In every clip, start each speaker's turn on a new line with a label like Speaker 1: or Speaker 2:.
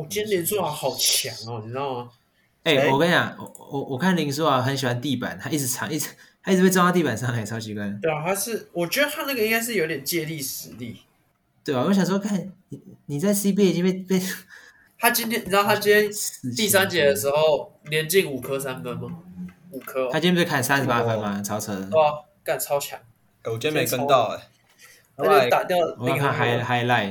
Speaker 1: 我今天林书豪好强哦，你知道吗？
Speaker 2: 哎、
Speaker 1: 哎
Speaker 2: 我跟你讲，我我我看林书豪很喜欢地板，他一直藏，一直他一直被撞到地板上来，超奇怪的，
Speaker 1: 对啊，他是，我觉得他那个应该是有点借力使力。
Speaker 2: 对啊吧、我想说，看你你在 CBA 已经被被
Speaker 1: 他今天，你知道他今天第三节的
Speaker 2: 候，
Speaker 1: 时候连进五颗三分吗？五颗、
Speaker 2: 他
Speaker 1: 哦，
Speaker 2: 今天不是砍三十八分吗？超扯的！
Speaker 1: 哇，干超强！
Speaker 3: 哎我今天没跟到哎、
Speaker 1: 他
Speaker 3: 欸，哎
Speaker 1: 就打掉那
Speaker 2: 我要
Speaker 1: 个
Speaker 2: 看 high highlight。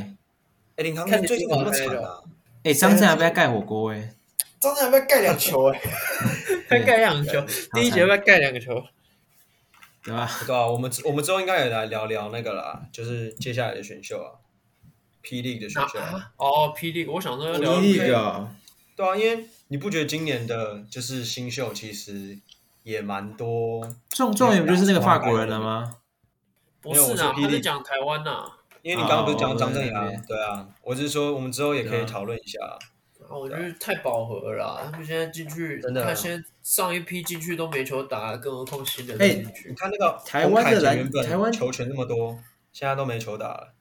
Speaker 3: 哎林康斌最近怎么那么惨 啊？
Speaker 2: 哎、张镇阳被他盖火锅哎、
Speaker 4: 张镇阳被盖两球
Speaker 1: 啊
Speaker 4: 哎、
Speaker 1: 他盖两个球，第一节被盖两个球，
Speaker 2: 对吧？
Speaker 3: 对啊，我们之我们之后应该也来聊聊那个啦，就是接下来的选秀啊，霹雳的选秀。
Speaker 1: 啊哦，霹雳，我想说要聊
Speaker 2: 霹雳个，
Speaker 3: 对啊，因为你不觉得今年的就是新秀其实也蛮多？
Speaker 2: 重重点不就是那个法国人了吗？
Speaker 1: 不是啊，
Speaker 3: 没有我说霹雳
Speaker 1: 他是讲台湾呐、
Speaker 3: 因为你刚刚不是
Speaker 2: 哦
Speaker 3: 讲张
Speaker 2: 对
Speaker 3: 镇
Speaker 2: 对
Speaker 3: 阳？对啊，我只是说我们之后也可
Speaker 2: 对
Speaker 3: 以
Speaker 2: 啊
Speaker 3: 讨论一下啊。
Speaker 1: 啊，我觉得太饱和了啊、他们现在进去，
Speaker 3: 真的
Speaker 1: 他现在上一批进去都没球打，更何况新的
Speaker 2: 哎
Speaker 1: 进去
Speaker 3: 你。看那个
Speaker 2: 台湾的
Speaker 3: 洪凯杰
Speaker 2: 篮
Speaker 3: 原
Speaker 2: 台湾
Speaker 3: 本球权那么多，现在都没球打了。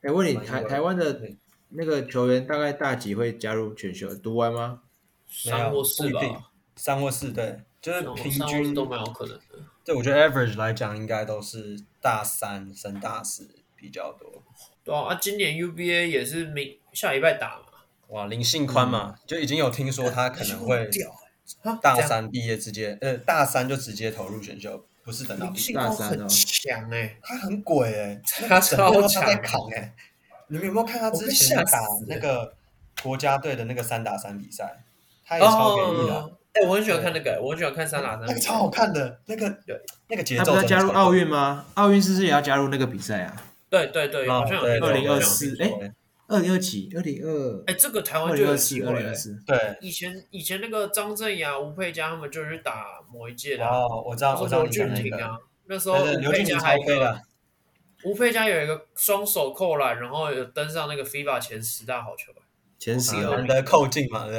Speaker 2: 哎、问你
Speaker 3: 蛮意外
Speaker 2: 台
Speaker 3: 的
Speaker 2: 台湾的
Speaker 3: 对
Speaker 2: 那个球员大概大几会加入选秀？读完吗？
Speaker 1: 三或四
Speaker 3: 没有不一定
Speaker 1: 吧，
Speaker 3: 三或四对，就是
Speaker 1: 三或
Speaker 3: 平
Speaker 1: 三或四
Speaker 3: 均
Speaker 1: 都蛮有可能的。
Speaker 3: 对，我觉得 average 来讲，应该都是大三升大四比较多。
Speaker 1: 对啊，啊今年 UBA 也是明下礼拜打嘛，
Speaker 3: 哇，林信宽嘛，就已经有听说他可能会
Speaker 1: 掉欸啊
Speaker 3: 大
Speaker 1: 这样
Speaker 3: 三毕业直接，呃，大三就直接投入选秀，不是等到
Speaker 1: 林
Speaker 3: 毕业。
Speaker 1: 信光
Speaker 2: 大三哦
Speaker 1: 很强哎、
Speaker 3: 他很鬼哎、
Speaker 1: 他
Speaker 3: 整个
Speaker 1: 超
Speaker 3: 他
Speaker 1: 强
Speaker 3: 在扛哎、你们有没有看他之
Speaker 1: 我
Speaker 3: 前
Speaker 1: 被吓
Speaker 3: 打
Speaker 1: 死
Speaker 3: 那个国家队的那个三打三比赛？他也超给力的啊、
Speaker 1: 哦，哎、我很喜欢看那个，我很喜欢看三打
Speaker 3: 那
Speaker 1: 三
Speaker 3: 个。超好看的，那个
Speaker 1: 对
Speaker 3: 那个节
Speaker 2: 他
Speaker 3: 奏
Speaker 2: 不是
Speaker 3: 真的
Speaker 2: 要
Speaker 3: 超。
Speaker 2: 加入奥运吗？奥运是不是也要加入那个比赛啊？
Speaker 1: 对对对，
Speaker 3: 啊？
Speaker 1: 好像有
Speaker 3: 对
Speaker 1: 听说好像
Speaker 2: 2024
Speaker 1: 有
Speaker 3: 对对
Speaker 2: 二零二几？二零二
Speaker 1: 哎、？这个台
Speaker 2: 二
Speaker 1: 湾就
Speaker 2: 零
Speaker 1: 有
Speaker 2: 二
Speaker 1: 机
Speaker 2: 四？
Speaker 1: 会
Speaker 2: 二零
Speaker 1: 欸、
Speaker 2: 二四？
Speaker 3: 对，
Speaker 1: 以前以前那个张镇雅、吴佩嘉他们就是打某一届的、
Speaker 3: 然
Speaker 1: 啊，
Speaker 3: 后我知哦道，我
Speaker 1: 或
Speaker 3: 知
Speaker 1: 者
Speaker 3: 道
Speaker 1: 刘俊
Speaker 3: 你讲那
Speaker 1: 廷
Speaker 3: 个，
Speaker 1: 啊，那时候
Speaker 3: 对对，
Speaker 1: 吴
Speaker 3: 刘
Speaker 1: 佩
Speaker 3: 俊廷
Speaker 1: 嘉
Speaker 3: 超
Speaker 1: 还有一
Speaker 3: 飞
Speaker 1: 个
Speaker 3: 了，
Speaker 1: 吴佩嘉有一个双手扣篮，然后有登上那个 FIBA 前十大好球，
Speaker 2: 前十
Speaker 3: 啊
Speaker 2: 哦
Speaker 3: 难。得扣进嘛，对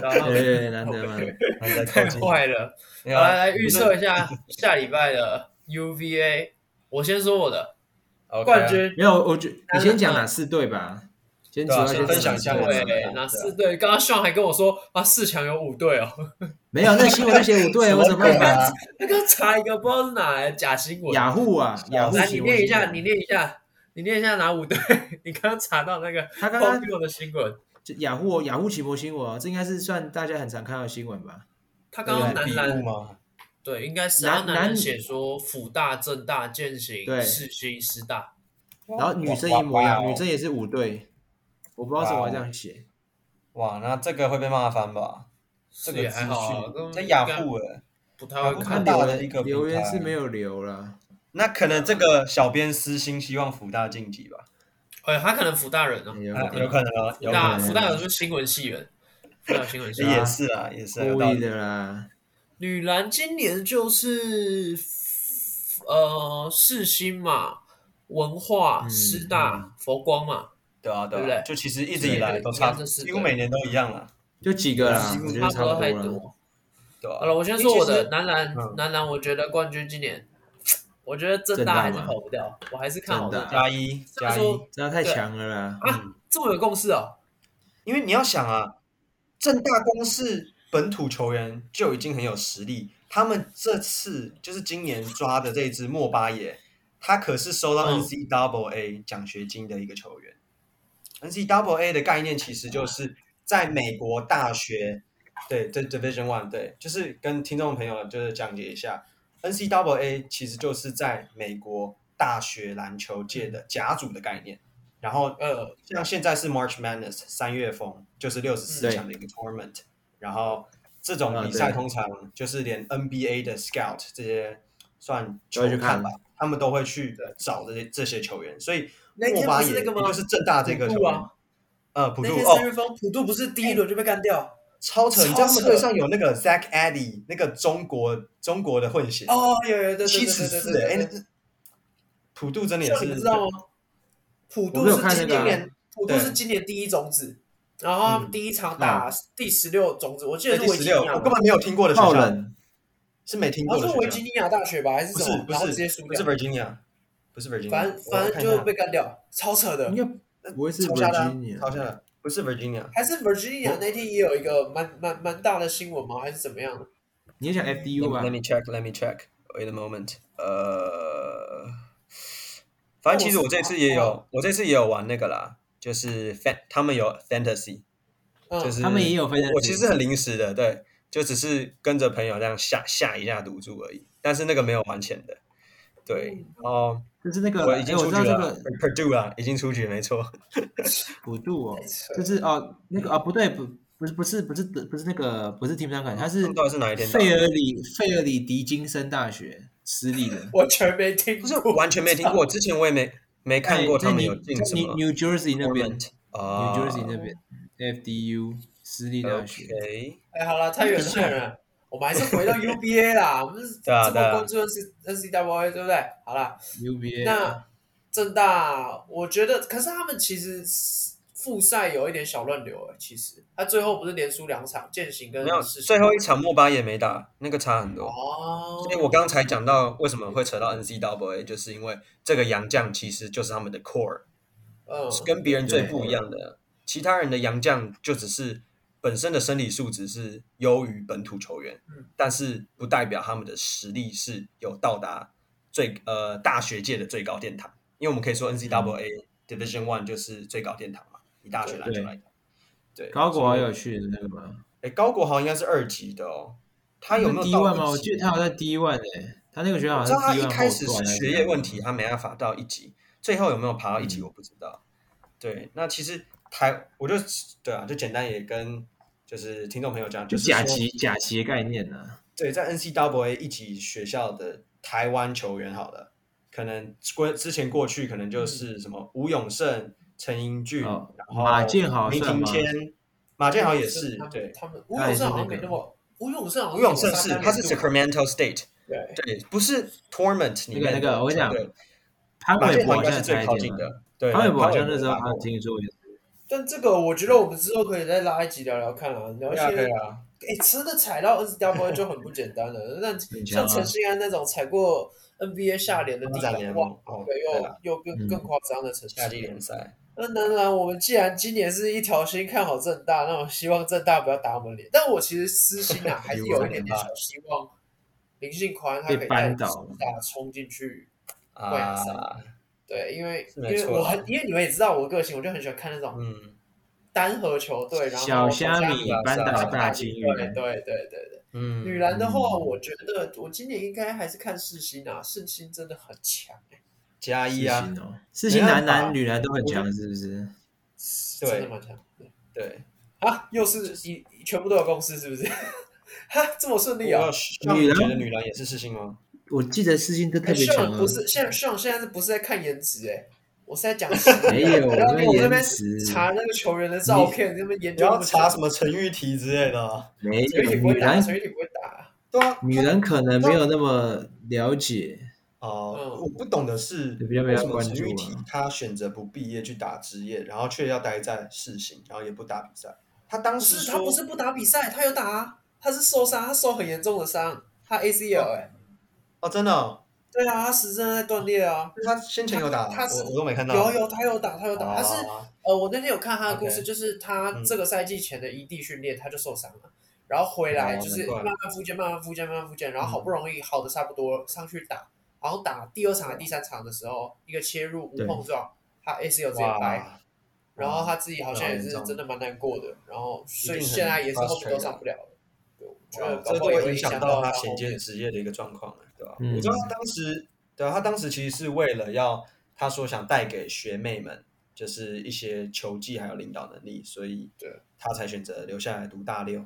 Speaker 1: 然
Speaker 2: 对
Speaker 1: 后
Speaker 2: 对对，难得嘛。
Speaker 3: 不对？难得
Speaker 1: 太
Speaker 3: 扣进。
Speaker 1: 快了。
Speaker 3: 没有
Speaker 1: 好
Speaker 3: 啊
Speaker 1: 来来预测一下 下礼拜的 UVA，我先说我的
Speaker 3: OK 啊
Speaker 1: 冠军，
Speaker 2: 没有，我 觉你先讲哪四队吧，先主要
Speaker 3: 对啊先分享一下
Speaker 2: 讲哪四队
Speaker 3: 我
Speaker 1: 对，哪四
Speaker 3: 啊
Speaker 1: 队？刚刚 Sean 还跟我说啊，四强有五队哦，
Speaker 2: 没有，那新闻都写五 队，我怎么
Speaker 3: 对
Speaker 2: 办？
Speaker 3: 啊？
Speaker 1: 那个查一个不知道是哪来的假新闻。
Speaker 2: 雅虎 啊，雅虎
Speaker 1: 来，你
Speaker 2: 新闻。
Speaker 1: 念一下，你念一下，你念一下哪五队？ 你刚刚查到那个
Speaker 2: 他
Speaker 3: 哦
Speaker 2: 刚
Speaker 1: 荒
Speaker 2: 刚
Speaker 1: 谬的新闻，
Speaker 2: 就雅虎哦雅虎奇摩新闻哦，这应该是算大家很常看到的新闻吧？
Speaker 1: 他刚刚男
Speaker 3: 啊比
Speaker 1: 篮
Speaker 3: 物吗？
Speaker 1: 对，应该是
Speaker 2: 男
Speaker 1: 他男
Speaker 2: 男
Speaker 1: 篮写说辅大、正大、践行、
Speaker 2: 对
Speaker 1: 世新、师大。
Speaker 3: 然
Speaker 2: 然后女生一模一样，女
Speaker 3: 生
Speaker 2: 生也是五队，我不知道为什么要这样写。
Speaker 3: 哇，那这个会被骂翻吧？这个
Speaker 1: 也
Speaker 3: 资
Speaker 1: 还好啊
Speaker 3: 讯
Speaker 1: 跟
Speaker 3: 在雅虎哎，
Speaker 1: 不太会
Speaker 3: 我
Speaker 2: 他
Speaker 1: 看
Speaker 3: 看
Speaker 1: 到
Speaker 2: 留
Speaker 3: 到了哦一个平台
Speaker 2: 留言是没有留了，
Speaker 3: 那可能这个小编私心希望福大晋级吧？
Speaker 1: 哎，他可能福大人哦，
Speaker 2: 有
Speaker 3: 啊有可能啊，
Speaker 1: 福
Speaker 3: 有可
Speaker 1: 大
Speaker 3: 能
Speaker 1: 福大人是新闻系人，福大有新闻系
Speaker 2: 啊
Speaker 3: 也是啦，也是啊有
Speaker 2: 故
Speaker 3: 道
Speaker 2: 意
Speaker 3: 理。
Speaker 2: 的啦。
Speaker 1: 女篮今年就是呃世新嘛，文化、
Speaker 2: 嗯
Speaker 1: 师大、佛光嘛，
Speaker 3: 对啊，
Speaker 1: 对不
Speaker 3: 啊，
Speaker 1: 对
Speaker 3: 就其实一直以来都
Speaker 1: 对
Speaker 3: 差
Speaker 1: 对
Speaker 3: 不，
Speaker 1: 这是
Speaker 3: 几乎每年都一样啦，
Speaker 2: 就几个啦，
Speaker 3: 几乎
Speaker 2: 我觉
Speaker 1: 差
Speaker 2: 得
Speaker 1: 不
Speaker 2: 差不啊
Speaker 1: 多太
Speaker 2: 了。
Speaker 1: 多。
Speaker 3: 对啊。
Speaker 1: 好了，我先说我
Speaker 3: 因为
Speaker 1: 的
Speaker 3: 其实，
Speaker 1: 男篮
Speaker 3: 嗯，
Speaker 1: 男篮我觉得冠军今年，我觉得正
Speaker 2: 正大
Speaker 1: 大还是
Speaker 2: 吗
Speaker 1: 跑不掉，我还是看好
Speaker 2: 正
Speaker 1: 正
Speaker 2: 大嗯
Speaker 3: 加
Speaker 1: 大。
Speaker 3: 一
Speaker 1: 虽然
Speaker 3: 加一
Speaker 1: 说，
Speaker 2: 这样太强了啦。
Speaker 1: 啊，这么有共识哦，
Speaker 3: 因为你要想啊，正大光是本土球员就已经很有实力，他们这次就是今年抓的这一支莫巴耶，他可是收到
Speaker 1: 嗯
Speaker 3: NC Double A 奖学金的一个球员。NC Double A 的概念其实就是在美国大学，对，这 Division One，对，就是跟听众朋友就是讲解一下，NC Double A 其实就是在美国大学篮球界的甲组的概念，然后
Speaker 1: 呃，
Speaker 3: 像现在是 March Madness 三月风，就是六十四
Speaker 2: 对
Speaker 3: 强的一个 tournament，然后这种
Speaker 2: 啊
Speaker 3: 比赛
Speaker 2: 对
Speaker 3: 通常就是连 NBA 的 scout 这些算
Speaker 2: 都
Speaker 3: 球
Speaker 2: 会去
Speaker 3: 探
Speaker 2: 看
Speaker 3: 吧，他们都会去
Speaker 1: 对
Speaker 3: 找这些这些球员，所以
Speaker 1: 那天
Speaker 3: 莫
Speaker 1: 不
Speaker 3: 巴
Speaker 1: 是
Speaker 3: 也
Speaker 1: 那个吗
Speaker 3: 也就是正大这个
Speaker 1: 普
Speaker 3: 球
Speaker 1: 渡
Speaker 3: 员
Speaker 1: 啊，
Speaker 3: 呃，普
Speaker 1: 那
Speaker 3: 渡
Speaker 1: 天
Speaker 3: 哦
Speaker 1: 三，月风，普渡不是第一轮就被干掉？
Speaker 3: 超扯！你知道他
Speaker 1: 超
Speaker 3: 们
Speaker 1: 扯
Speaker 3: 队上有那个 Zach Addy 那个中国中国的混血，
Speaker 1: 哦，有有有，对对对
Speaker 3: 七
Speaker 1: 对
Speaker 3: 尺
Speaker 1: 对对
Speaker 3: 四
Speaker 1: 对
Speaker 3: 哎，
Speaker 1: 对
Speaker 3: 那是普渡真的也
Speaker 1: 像
Speaker 3: 是
Speaker 1: 你知道吗？普
Speaker 2: 我
Speaker 1: 渡
Speaker 2: 没有
Speaker 1: 是
Speaker 2: 看
Speaker 1: 今
Speaker 2: 那个啊
Speaker 1: 年，普渡
Speaker 3: 对
Speaker 1: 是今年第一种子，然后他们第一场打第十六种子，我记得啊是
Speaker 3: 对哎第
Speaker 1: 维
Speaker 3: 十
Speaker 1: 吉
Speaker 3: 六，
Speaker 1: 尼亚
Speaker 3: 我
Speaker 1: 吧，
Speaker 3: 根本没有听过的学
Speaker 2: 爆
Speaker 3: 校，
Speaker 2: 冷，
Speaker 3: 是没听
Speaker 1: 好
Speaker 3: 过的
Speaker 1: 像是
Speaker 3: 学
Speaker 1: 维
Speaker 3: 校
Speaker 1: 吉。尼亚大学吧，还是
Speaker 3: 不
Speaker 1: 什
Speaker 3: 是
Speaker 1: 么，
Speaker 3: 不
Speaker 1: 然后
Speaker 3: 是
Speaker 1: 直接输
Speaker 3: 不是
Speaker 1: 掉，
Speaker 3: Virginia，不是 Virginia，
Speaker 1: 反正
Speaker 3: 我
Speaker 1: 反
Speaker 3: 要
Speaker 1: 正
Speaker 3: 看
Speaker 1: 就
Speaker 3: 一下
Speaker 1: 被干掉，超扯的
Speaker 2: 应。该不会是
Speaker 3: 抄下的啊
Speaker 2: Virginia，
Speaker 3: 抄下的不是 Virginia，
Speaker 1: 还是 Virginia 那天也有一个蛮蛮蛮大的新闻吗？还是怎么样？
Speaker 2: 你就讲 FDU
Speaker 3: Let
Speaker 2: 吧
Speaker 3: me- Let me check. Let me check. Wait a moment. 呃，反正其实我这次也
Speaker 1: 哦
Speaker 3: 有，我这次也有玩那个啦，就是 fan，他们有 fantasy，
Speaker 1: 嗯，
Speaker 3: 就是
Speaker 2: 哦他们也有 fantasy
Speaker 3: 我其实很临时的，对，就只是跟着朋友这样下下一下赌注而已，但是那个没有还钱的。对，
Speaker 1: 嗯
Speaker 3: 然后
Speaker 2: 就是那个，
Speaker 3: 我已
Speaker 2: 哎，
Speaker 3: 经
Speaker 2: 我
Speaker 3: 出
Speaker 2: 知道
Speaker 3: 局
Speaker 2: 这
Speaker 3: 了
Speaker 2: 个
Speaker 3: ，Purdue 啦，已经出局，没错。
Speaker 2: 普渡哦
Speaker 1: 太，扯了
Speaker 2: 就是哦，那个啊、不对，不不是不是不是不是那个不是 Team Duncan，他是
Speaker 3: 到底是哪一天打的？
Speaker 2: 费尔里费尔里迪金森大学私立的，
Speaker 1: 完全没听
Speaker 3: 不
Speaker 1: 过，
Speaker 3: 是完全没听过，之前我也没没看过
Speaker 2: 在
Speaker 3: 他们有
Speaker 2: 哎在
Speaker 3: 进什么
Speaker 2: New New Jersey 那边
Speaker 3: tournament
Speaker 2: ，New
Speaker 3: 啊
Speaker 2: Jersey 那边 FDU 私立大学，
Speaker 3: OK，
Speaker 1: 哎，好了，太远了，太远了。我们还是回到 UBA 啦，我们是
Speaker 3: 对啊
Speaker 1: 这
Speaker 3: 对
Speaker 1: 么
Speaker 3: 啊
Speaker 1: 关注 N C N C W A，对不对？好啦，
Speaker 2: UBA
Speaker 3: 嗯
Speaker 1: 那正大，我觉得，可是他们其实复赛有一点小乱流哎、其实他最后不是连输两场，践行跟
Speaker 3: 没有
Speaker 1: 世新
Speaker 3: 最后一场莫巴也没打，那个差很多。
Speaker 1: 哦，
Speaker 3: 所以我刚才讲到为什么会扯到 NCAA，就是因为这个洋将其实就是他们的 core，
Speaker 1: 嗯，
Speaker 3: 是跟别人最不一样的。其他人的洋将就只是本身的生理素质是优于本土球员
Speaker 1: 嗯，
Speaker 3: 但是不代表他们的实力是有到达最呃大学界的最高殿堂。因为我们可以说 NCAA Division One 就是最高殿堂嘛，以大学篮球来讲。嗯对，
Speaker 2: 高国
Speaker 3: 所
Speaker 2: 好
Speaker 3: 以
Speaker 2: 有趣的那个吗？
Speaker 3: 哎，高国豪应该是二级的哦，他
Speaker 2: 他
Speaker 3: 有没有
Speaker 2: D
Speaker 3: 到
Speaker 2: one
Speaker 3: 一
Speaker 2: 吗？我
Speaker 3: 级
Speaker 2: 记得他好像 D one 诶，他那个学校
Speaker 3: 我
Speaker 2: 好啊
Speaker 3: 知道
Speaker 2: 像
Speaker 3: 他
Speaker 2: D
Speaker 3: 一
Speaker 2: one
Speaker 3: 开始是学业问题，他啊没办法到一级，最后有没有爬到一级
Speaker 2: 嗯
Speaker 3: 我不知道。对，那其实台我就对啊，就简单也跟就是听众朋友讲，
Speaker 2: 就是假
Speaker 3: 说
Speaker 2: 期假期的概念呢、啊，
Speaker 3: 对，在 NCAA 一级学校的台湾球员好了，可能过之前过去可能就是什么吴永胜、陈英俊，
Speaker 2: 嗯哦
Speaker 3: 然后
Speaker 2: 马建豪
Speaker 3: 林
Speaker 2: 算
Speaker 3: 庭
Speaker 2: 吗
Speaker 3: 谦、马建豪也是
Speaker 1: 他们
Speaker 3: 对，
Speaker 1: 他们吴
Speaker 2: 他
Speaker 1: 永
Speaker 2: 也是
Speaker 1: 胜好像
Speaker 2: 那个
Speaker 1: 没那么，吴永胜好像
Speaker 3: 吴永胜是
Speaker 1: 有三
Speaker 3: 他是
Speaker 1: 单元度
Speaker 3: Sacramento State，
Speaker 1: 对，
Speaker 3: 对，不是 Torment 里
Speaker 2: 那个
Speaker 3: 面
Speaker 2: 那个
Speaker 3: 的
Speaker 2: 我跟你讲
Speaker 3: 球队
Speaker 2: 潘
Speaker 3: 马
Speaker 2: 玮
Speaker 3: 建
Speaker 2: 柏
Speaker 3: 豪
Speaker 2: 好
Speaker 3: 应该
Speaker 2: 像差
Speaker 3: 是最
Speaker 2: 一
Speaker 3: 靠
Speaker 2: 点
Speaker 3: 近
Speaker 2: 嘛，
Speaker 3: 的，对，
Speaker 2: 潘玮柏好像
Speaker 3: 潘
Speaker 2: 那时候
Speaker 3: 打
Speaker 2: 他
Speaker 3: 过
Speaker 2: 听说也是
Speaker 1: 但这个我觉得我们之后可以再拉一集聊聊看啊，聊一
Speaker 3: 对
Speaker 1: 些
Speaker 3: 啊，可以啊，
Speaker 1: 哎、真的踩到 N C W 就很不简单了。 那
Speaker 2: 强
Speaker 1: 像
Speaker 2: 啊
Speaker 1: 陈信安那种踩过 N B A 下联的地
Speaker 3: 发展
Speaker 1: 板，
Speaker 3: 联
Speaker 1: 哇
Speaker 3: 盟，，哦，
Speaker 1: 对，
Speaker 3: 对啦，
Speaker 1: 又又更
Speaker 2: 嗯
Speaker 1: 更夸张的成绩
Speaker 3: 夏。季联赛，
Speaker 1: 那当然，我们既然今年是一条心看好正大，那我希望正大不要打我们脸。但我其实私心啊，还是有一点点小希望林信宽他可以
Speaker 2: 被
Speaker 1: 带
Speaker 2: 扳
Speaker 1: 正
Speaker 2: 倒
Speaker 1: 大冲进去。冠亚赛
Speaker 3: 啊，
Speaker 1: 对，因为
Speaker 3: 是
Speaker 1: 因
Speaker 3: 没
Speaker 1: 为
Speaker 3: 错
Speaker 1: 我
Speaker 3: 啊
Speaker 1: 很因为你们也知道我的个性，我就很喜欢看那种
Speaker 3: 嗯
Speaker 1: 单核球队，然后
Speaker 2: 小虾
Speaker 1: 国家
Speaker 2: 米
Speaker 1: 队
Speaker 2: 扳
Speaker 3: 打
Speaker 2: 倒大
Speaker 1: 金鱼
Speaker 2: 金鱼，
Speaker 1: 对对对对对。
Speaker 3: 嗯，
Speaker 1: 女篮的话，
Speaker 2: 嗯
Speaker 1: 我觉得我今年应该还是看世新啊，世新真的很强、欸，
Speaker 3: 加一啊
Speaker 2: 四，星哦，四星
Speaker 3: 没办
Speaker 2: 男
Speaker 3: 法
Speaker 2: 男女篮都很强，是不是？
Speaker 1: 真的
Speaker 3: 对
Speaker 1: 蛮强。对
Speaker 3: 对，
Speaker 1: 啊，又是一全部都有公司，是不 是？哈，这么顺利
Speaker 3: 我
Speaker 1: 啊
Speaker 3: 要！像
Speaker 2: 女
Speaker 3: 你
Speaker 2: 篮
Speaker 3: 觉得女篮也是世新吗？
Speaker 2: 我记得四星都特
Speaker 1: 哎
Speaker 2: 别强
Speaker 1: 上
Speaker 2: 啊
Speaker 1: 不，是现在上现在是不是在看颜值、欸？哎，我是在讲实力
Speaker 2: 没有
Speaker 1: 不要
Speaker 2: 那
Speaker 1: 给我这边
Speaker 2: 颜值
Speaker 1: 查那个球员的照片，那边研
Speaker 3: 你
Speaker 1: 究那
Speaker 3: 要
Speaker 1: 么
Speaker 3: 查
Speaker 1: 久
Speaker 3: 什么陈玉题之类的啊？
Speaker 2: 没
Speaker 1: 陈玉
Speaker 2: 有
Speaker 1: 婷不会
Speaker 2: 女
Speaker 1: 打，
Speaker 2: 篮
Speaker 1: 陈玉婷不会打。
Speaker 3: 对啊，
Speaker 2: 女篮可能没有那么了解，
Speaker 3: 哦
Speaker 1: 嗯，
Speaker 3: 我不懂的是，
Speaker 2: 比较没
Speaker 3: 为什么
Speaker 2: 关
Speaker 3: 陈
Speaker 2: 注
Speaker 3: 玉
Speaker 2: 啊
Speaker 3: 题他选择不毕业去打职业，然后却要待在世新，然后也不打比赛？他当
Speaker 1: 不
Speaker 3: 时
Speaker 1: 是
Speaker 3: 说
Speaker 1: 他不是不打比赛，他有打啊，他是受伤，他受很严重的伤，他 ACL 哎、
Speaker 3: 哦，真的哦，
Speaker 1: 对啊，他时针在断裂啊。
Speaker 3: 就是他先前有打，
Speaker 1: 他他是
Speaker 3: 我我都没看到，
Speaker 1: 有啊有，他有打，他有打，
Speaker 3: 哦，
Speaker 1: 他是呃，我那天有看他的故事
Speaker 3: OK
Speaker 1: 就是他
Speaker 3: 嗯
Speaker 1: 这个赛季前的异地训练他就受伤了，然后回来
Speaker 3: 哦
Speaker 1: 就是
Speaker 3: 难怪
Speaker 1: 慢慢复健，慢慢复健，慢慢复健，然后
Speaker 3: 嗯
Speaker 1: 好不容易好的差不多了上去打，然后打第二场、还第三场的时候，一个切入无
Speaker 2: 对
Speaker 1: 碰撞，他 S 有直接掰，
Speaker 3: 哇，
Speaker 1: 然后他自己好像也是
Speaker 3: 那好严重
Speaker 1: 真的蛮难过的，然后所以
Speaker 3: 一定很
Speaker 1: 现在也是后面
Speaker 3: frustrated
Speaker 1: 都上不了了，对，我觉得
Speaker 3: 哇
Speaker 1: 呃搞不
Speaker 3: 这都
Speaker 1: 好也
Speaker 3: 会
Speaker 1: 会
Speaker 3: 影响
Speaker 1: 到
Speaker 3: 他
Speaker 1: 后
Speaker 3: 衔
Speaker 1: 面
Speaker 3: 接职业的一个状况了，对吧？
Speaker 2: 嗯
Speaker 3: 我知道他当时，对啊，他当时其实是为了要他说想带给学妹们就是一些球技还有领导能力，所以
Speaker 1: 对
Speaker 3: 他才选择留下来读大六。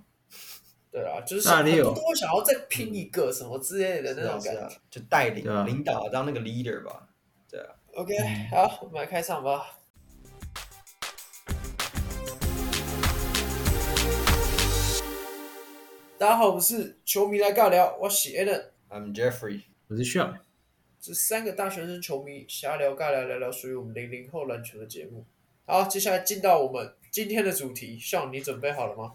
Speaker 1: 对啊，就是
Speaker 2: 那
Speaker 1: 很
Speaker 2: 你有
Speaker 1: 多都会想要再拼一个什么之类的
Speaker 3: 是
Speaker 1: 那
Speaker 3: 啊
Speaker 1: 种
Speaker 3: 是
Speaker 1: 感
Speaker 3: 啊
Speaker 1: 觉。，
Speaker 3: 就带领
Speaker 2: 对啊
Speaker 3: 领导当那个 leader 吧。对啊，
Speaker 1: OK，好，
Speaker 2: 嗯
Speaker 1: 我们来开场吧。大家好，我们是球迷来尬聊，我是 Allen，
Speaker 3: I'm Jeffrey。
Speaker 2: 我是 Sean，
Speaker 1: 这三个大学生球迷瞎聊尬聊，聊聊属于我们零零后篮球的节目。好，接下来进到我们今天的主题，上你准备好了吗？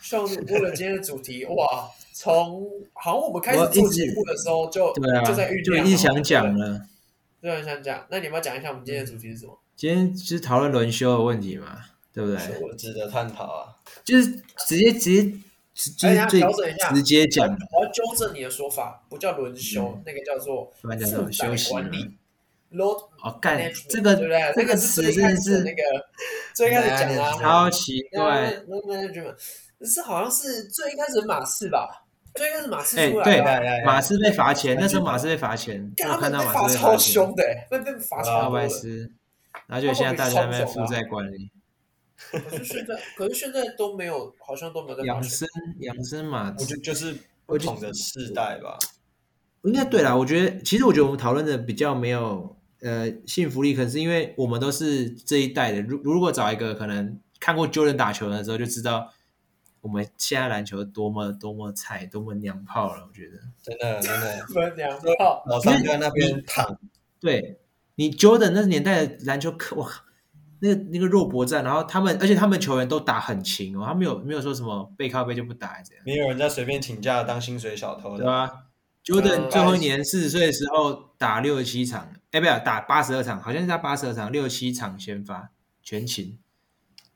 Speaker 1: 上为了今天的主 题，哇，从好像我们开始
Speaker 2: 我一
Speaker 1: 做
Speaker 2: 直
Speaker 1: 节目的时候就
Speaker 2: 对啊，
Speaker 1: 就在哦酝
Speaker 2: 就
Speaker 1: 酿，
Speaker 2: 一直想讲，啊了。
Speaker 1: 就很想讲。那你们要讲一下我们今天的主题是什么？
Speaker 2: 今天就是讨论轮休的问题嘛，对不对？
Speaker 3: 我值得探讨啊。
Speaker 2: 就是直接直接直
Speaker 1: 哎
Speaker 2: 就是
Speaker 1: 呀
Speaker 2: 最
Speaker 1: 调整一下
Speaker 2: 直接讲，
Speaker 1: 我要纠正你的说法，不叫轮休，那个叫做
Speaker 2: 不嗯然叫什么
Speaker 1: 负
Speaker 2: 休
Speaker 1: 载
Speaker 2: 息
Speaker 1: 管
Speaker 2: 嘛
Speaker 1: 理 load
Speaker 2: 哦，干
Speaker 1: management，
Speaker 2: 这个
Speaker 1: 对不对？
Speaker 2: 这
Speaker 1: 那个
Speaker 2: 词
Speaker 1: 最
Speaker 2: 真
Speaker 1: 开
Speaker 2: 的
Speaker 1: 始
Speaker 2: 是
Speaker 1: 那个最开始讲的啊
Speaker 2: 超奇
Speaker 1: 那
Speaker 2: 怪。
Speaker 1: load management 是好像是最一开始马刺吧，最一开始马刺
Speaker 2: 哎
Speaker 1: 出来
Speaker 2: 对
Speaker 1: 的啊，
Speaker 3: 来来来，
Speaker 2: 马斯被罚钱，那时候马斯被罚钱，
Speaker 1: 干
Speaker 2: 我
Speaker 1: 他
Speaker 2: 看
Speaker 1: 们
Speaker 2: 到
Speaker 1: 被
Speaker 2: 马
Speaker 1: 罚
Speaker 2: 斯被罚
Speaker 1: 超
Speaker 2: 钱
Speaker 1: 凶，的欸，被被罚
Speaker 3: 啊
Speaker 1: 超
Speaker 2: 超
Speaker 1: 多
Speaker 2: 白
Speaker 1: 的。
Speaker 2: 痴。然后就现在大家在那边负债管理，
Speaker 1: 可是现在，可是现在都没有，好像都没有在罚
Speaker 2: 养
Speaker 1: 钱。
Speaker 2: 生养生马
Speaker 3: 我
Speaker 2: 斯
Speaker 3: 觉得就是不
Speaker 2: 我就
Speaker 3: 同的世代吧。
Speaker 2: 应该对啦，我觉得其实我觉得我们讨论的比较没有呃幸福力，可能是因为我们都是这一代的。如如果找一个可能看过 Jordan 打球的时候，就知道我们现在篮球多么多么菜，多么娘炮了。我觉得，
Speaker 3: 真的真 的，
Speaker 1: 不能这样哦
Speaker 3: 老三就在那边躺，
Speaker 2: 对你 Jordan 那年代的篮球可哇，那个那个肉搏战，然后他们而且他们球员都打很勤哦，他们有没有说什么背靠背就不打还是怎样？
Speaker 3: 没有人在随便请假当薪水小偷
Speaker 2: 对
Speaker 3: 的。
Speaker 2: 吧？Jordan
Speaker 1: 嗯
Speaker 2: 最后一年四十岁的时候打六十七场，哎，不要打八十二场，好像是他八十二场，六十七场先发全勤。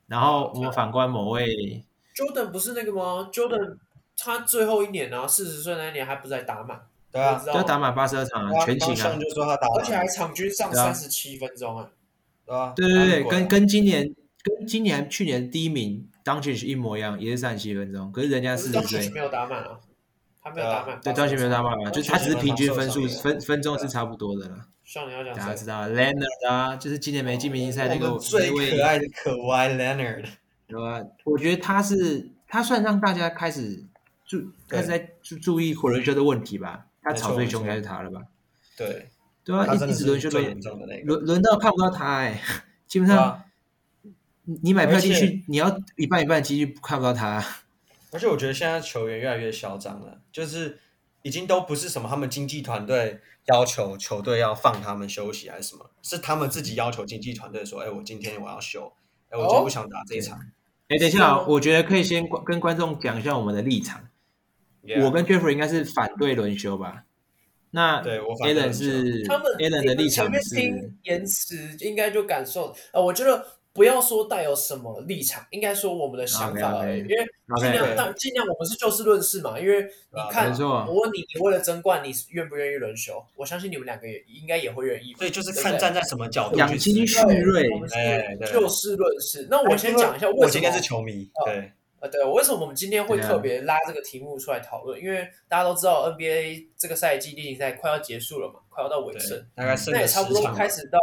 Speaker 2: 然后我们反观某位，
Speaker 1: ，Jordan 不是那个吗？Jordan 他最后一年啊，四十岁那一年还不是还打满，
Speaker 3: 对
Speaker 1: 你
Speaker 3: 啊
Speaker 1: 知，
Speaker 2: 要
Speaker 1: 道
Speaker 2: 打
Speaker 1: 吗？
Speaker 2: 满八十二场啊，
Speaker 3: 他
Speaker 2: 全勤
Speaker 3: 刚上
Speaker 2: 啊，
Speaker 3: 就说他打完，
Speaker 1: 而且还场均上
Speaker 2: 对啊
Speaker 1: 三十七分钟啊，
Speaker 3: 对啊，
Speaker 2: 对对对，
Speaker 3: 韩国啊
Speaker 2: 跟跟今年跟今年去年第一名当前是一模一样，也是三十七分钟，可是人家
Speaker 1: 可
Speaker 2: 四
Speaker 1: 是
Speaker 2: 十
Speaker 1: 张学没
Speaker 2: 岁，
Speaker 1: 有打满啊，他没有打满，
Speaker 2: 对张学没有打满嘛，就是他只是平均分数
Speaker 3: 张学
Speaker 2: 分分钟是差不多的了，
Speaker 1: 像你要
Speaker 2: 大家
Speaker 1: 讲
Speaker 2: 知
Speaker 1: 谁？
Speaker 2: 道 Leonard 啊，就是今年没进明星赛那
Speaker 3: 我
Speaker 2: 个
Speaker 3: 们最
Speaker 2: 那位
Speaker 3: 可爱的可 y Leonard，
Speaker 2: 有啊，我觉得他是他算让大家开始注
Speaker 3: 对
Speaker 2: 开始在注注意轮休的问题吧。他炒最凶应该是他了吧？
Speaker 3: 对，
Speaker 2: 对啊，
Speaker 3: 他真
Speaker 2: 一一
Speaker 3: 的
Speaker 2: 直
Speaker 3: 是
Speaker 2: 轮休都
Speaker 3: 最严重的那个，
Speaker 2: 轮轮到看不到他哎、基本
Speaker 3: 对
Speaker 2: 上
Speaker 3: 啊。
Speaker 2: 你你买票进
Speaker 3: 而
Speaker 2: 去，你要一半一半几率看不到他。
Speaker 3: 而且我觉得现在球员越来越嚣张了，就是已经都不是什么他们经纪团队要求球队要放他们休息还是什么，是他们自己要求经纪团队说：“哎，我今天我要休，哎，
Speaker 2: 哦
Speaker 3: 我今天不想打这一场。
Speaker 2: 哎、等一下
Speaker 1: 是
Speaker 2: 啊
Speaker 1: 吗，
Speaker 2: 我觉得可以先观跟观众讲一下我们的立场。
Speaker 3: Yeah，
Speaker 2: 我跟 Jeffrey 应该是反对轮休吧？那
Speaker 3: 对我反对
Speaker 2: Alan
Speaker 3: 轮休
Speaker 2: 是
Speaker 1: 他们
Speaker 2: Alan 的立场
Speaker 1: 你们
Speaker 2: 是
Speaker 1: 前面听言辞应该就感受，呃，我觉得不要说带有什么立场，应该说我们的想法而已，
Speaker 2: OK，OK
Speaker 1: 因为尽
Speaker 2: OK，
Speaker 1: 量当尽量我们是就事论事嘛，因为你
Speaker 3: 对啊
Speaker 1: 看
Speaker 2: 没，错
Speaker 1: 我问你，你为了争冠，你愿不愿意轮休？我相信你们两个也应该也会愿意吧。
Speaker 3: 所以就是看站在什么角度
Speaker 2: 养
Speaker 3: 去
Speaker 2: 精
Speaker 3: 思
Speaker 2: 蓄
Speaker 3: 考。
Speaker 2: 锐哎
Speaker 1: 我。们是
Speaker 3: 哎对
Speaker 1: 就事论事。那我先讲一下
Speaker 3: 我
Speaker 1: 为什
Speaker 3: 今
Speaker 1: 么
Speaker 3: 天是球迷，对，
Speaker 1: 呃，对，为什么我们今天会
Speaker 2: 对啊
Speaker 1: 特别拉这个题目出来讨论？因为大家都知道 NBA 这个赛季例行赛快要结束了嘛，快要到尾
Speaker 3: 对
Speaker 1: 声，，
Speaker 3: 大概剩
Speaker 1: 那
Speaker 3: 个
Speaker 1: 也差不
Speaker 3: 十
Speaker 1: 多
Speaker 3: 场吧，
Speaker 1: 开始到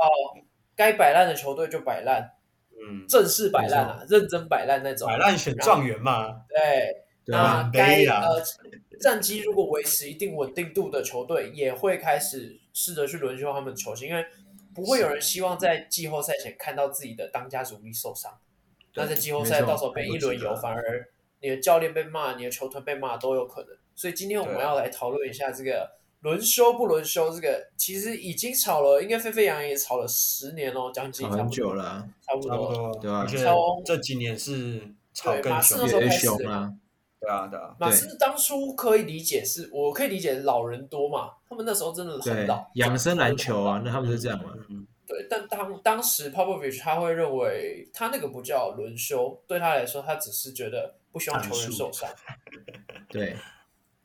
Speaker 1: 该摆烂的球队就摆烂，
Speaker 3: 嗯，
Speaker 1: 正式摆烂啊，认真摆烂那种
Speaker 3: 摆。烂选状元嘛，
Speaker 1: 对，
Speaker 2: 对啊，
Speaker 1: 那
Speaker 3: 很
Speaker 1: 该
Speaker 3: 悲啊
Speaker 1: 呃战绩如果维持一定稳定度的球队，也会开始试着去轮休他们的球星，因为不会有人希望在季后赛前看到自己的当家主力受伤。那在季后赛
Speaker 2: 没错
Speaker 1: 到时候被一轮游，反而你的教练被骂，你的球团被骂都有可能。所以今天我们
Speaker 3: 对啊
Speaker 1: 要来讨论一下这个轮休不轮休，这个其实已经吵了，应该沸沸扬扬也吵了十年哦，将近
Speaker 2: 吵
Speaker 1: 差不
Speaker 2: 很
Speaker 1: 多
Speaker 2: 久，了啊，
Speaker 1: 差不
Speaker 3: 差不
Speaker 1: 多。
Speaker 3: 多，
Speaker 2: 对啊
Speaker 3: 而且
Speaker 1: 超
Speaker 3: 这几年是炒
Speaker 1: 对
Speaker 3: 更
Speaker 1: 马刺
Speaker 3: 凶
Speaker 1: 那，时候
Speaker 2: 也
Speaker 1: 开始
Speaker 2: 凶啊。
Speaker 3: 对啊，对啊，
Speaker 1: 马刺当初可以理解是，我可以理解老人多嘛，他们那时候真的很
Speaker 2: 对
Speaker 1: 老，，
Speaker 2: 养生篮球啊，那他们就这样嘛。
Speaker 3: 嗯，
Speaker 1: 对，但当当时 Popovich 他会认为他那个不叫轮休，对他来说，他只是觉得不希望球员受伤，
Speaker 2: 对，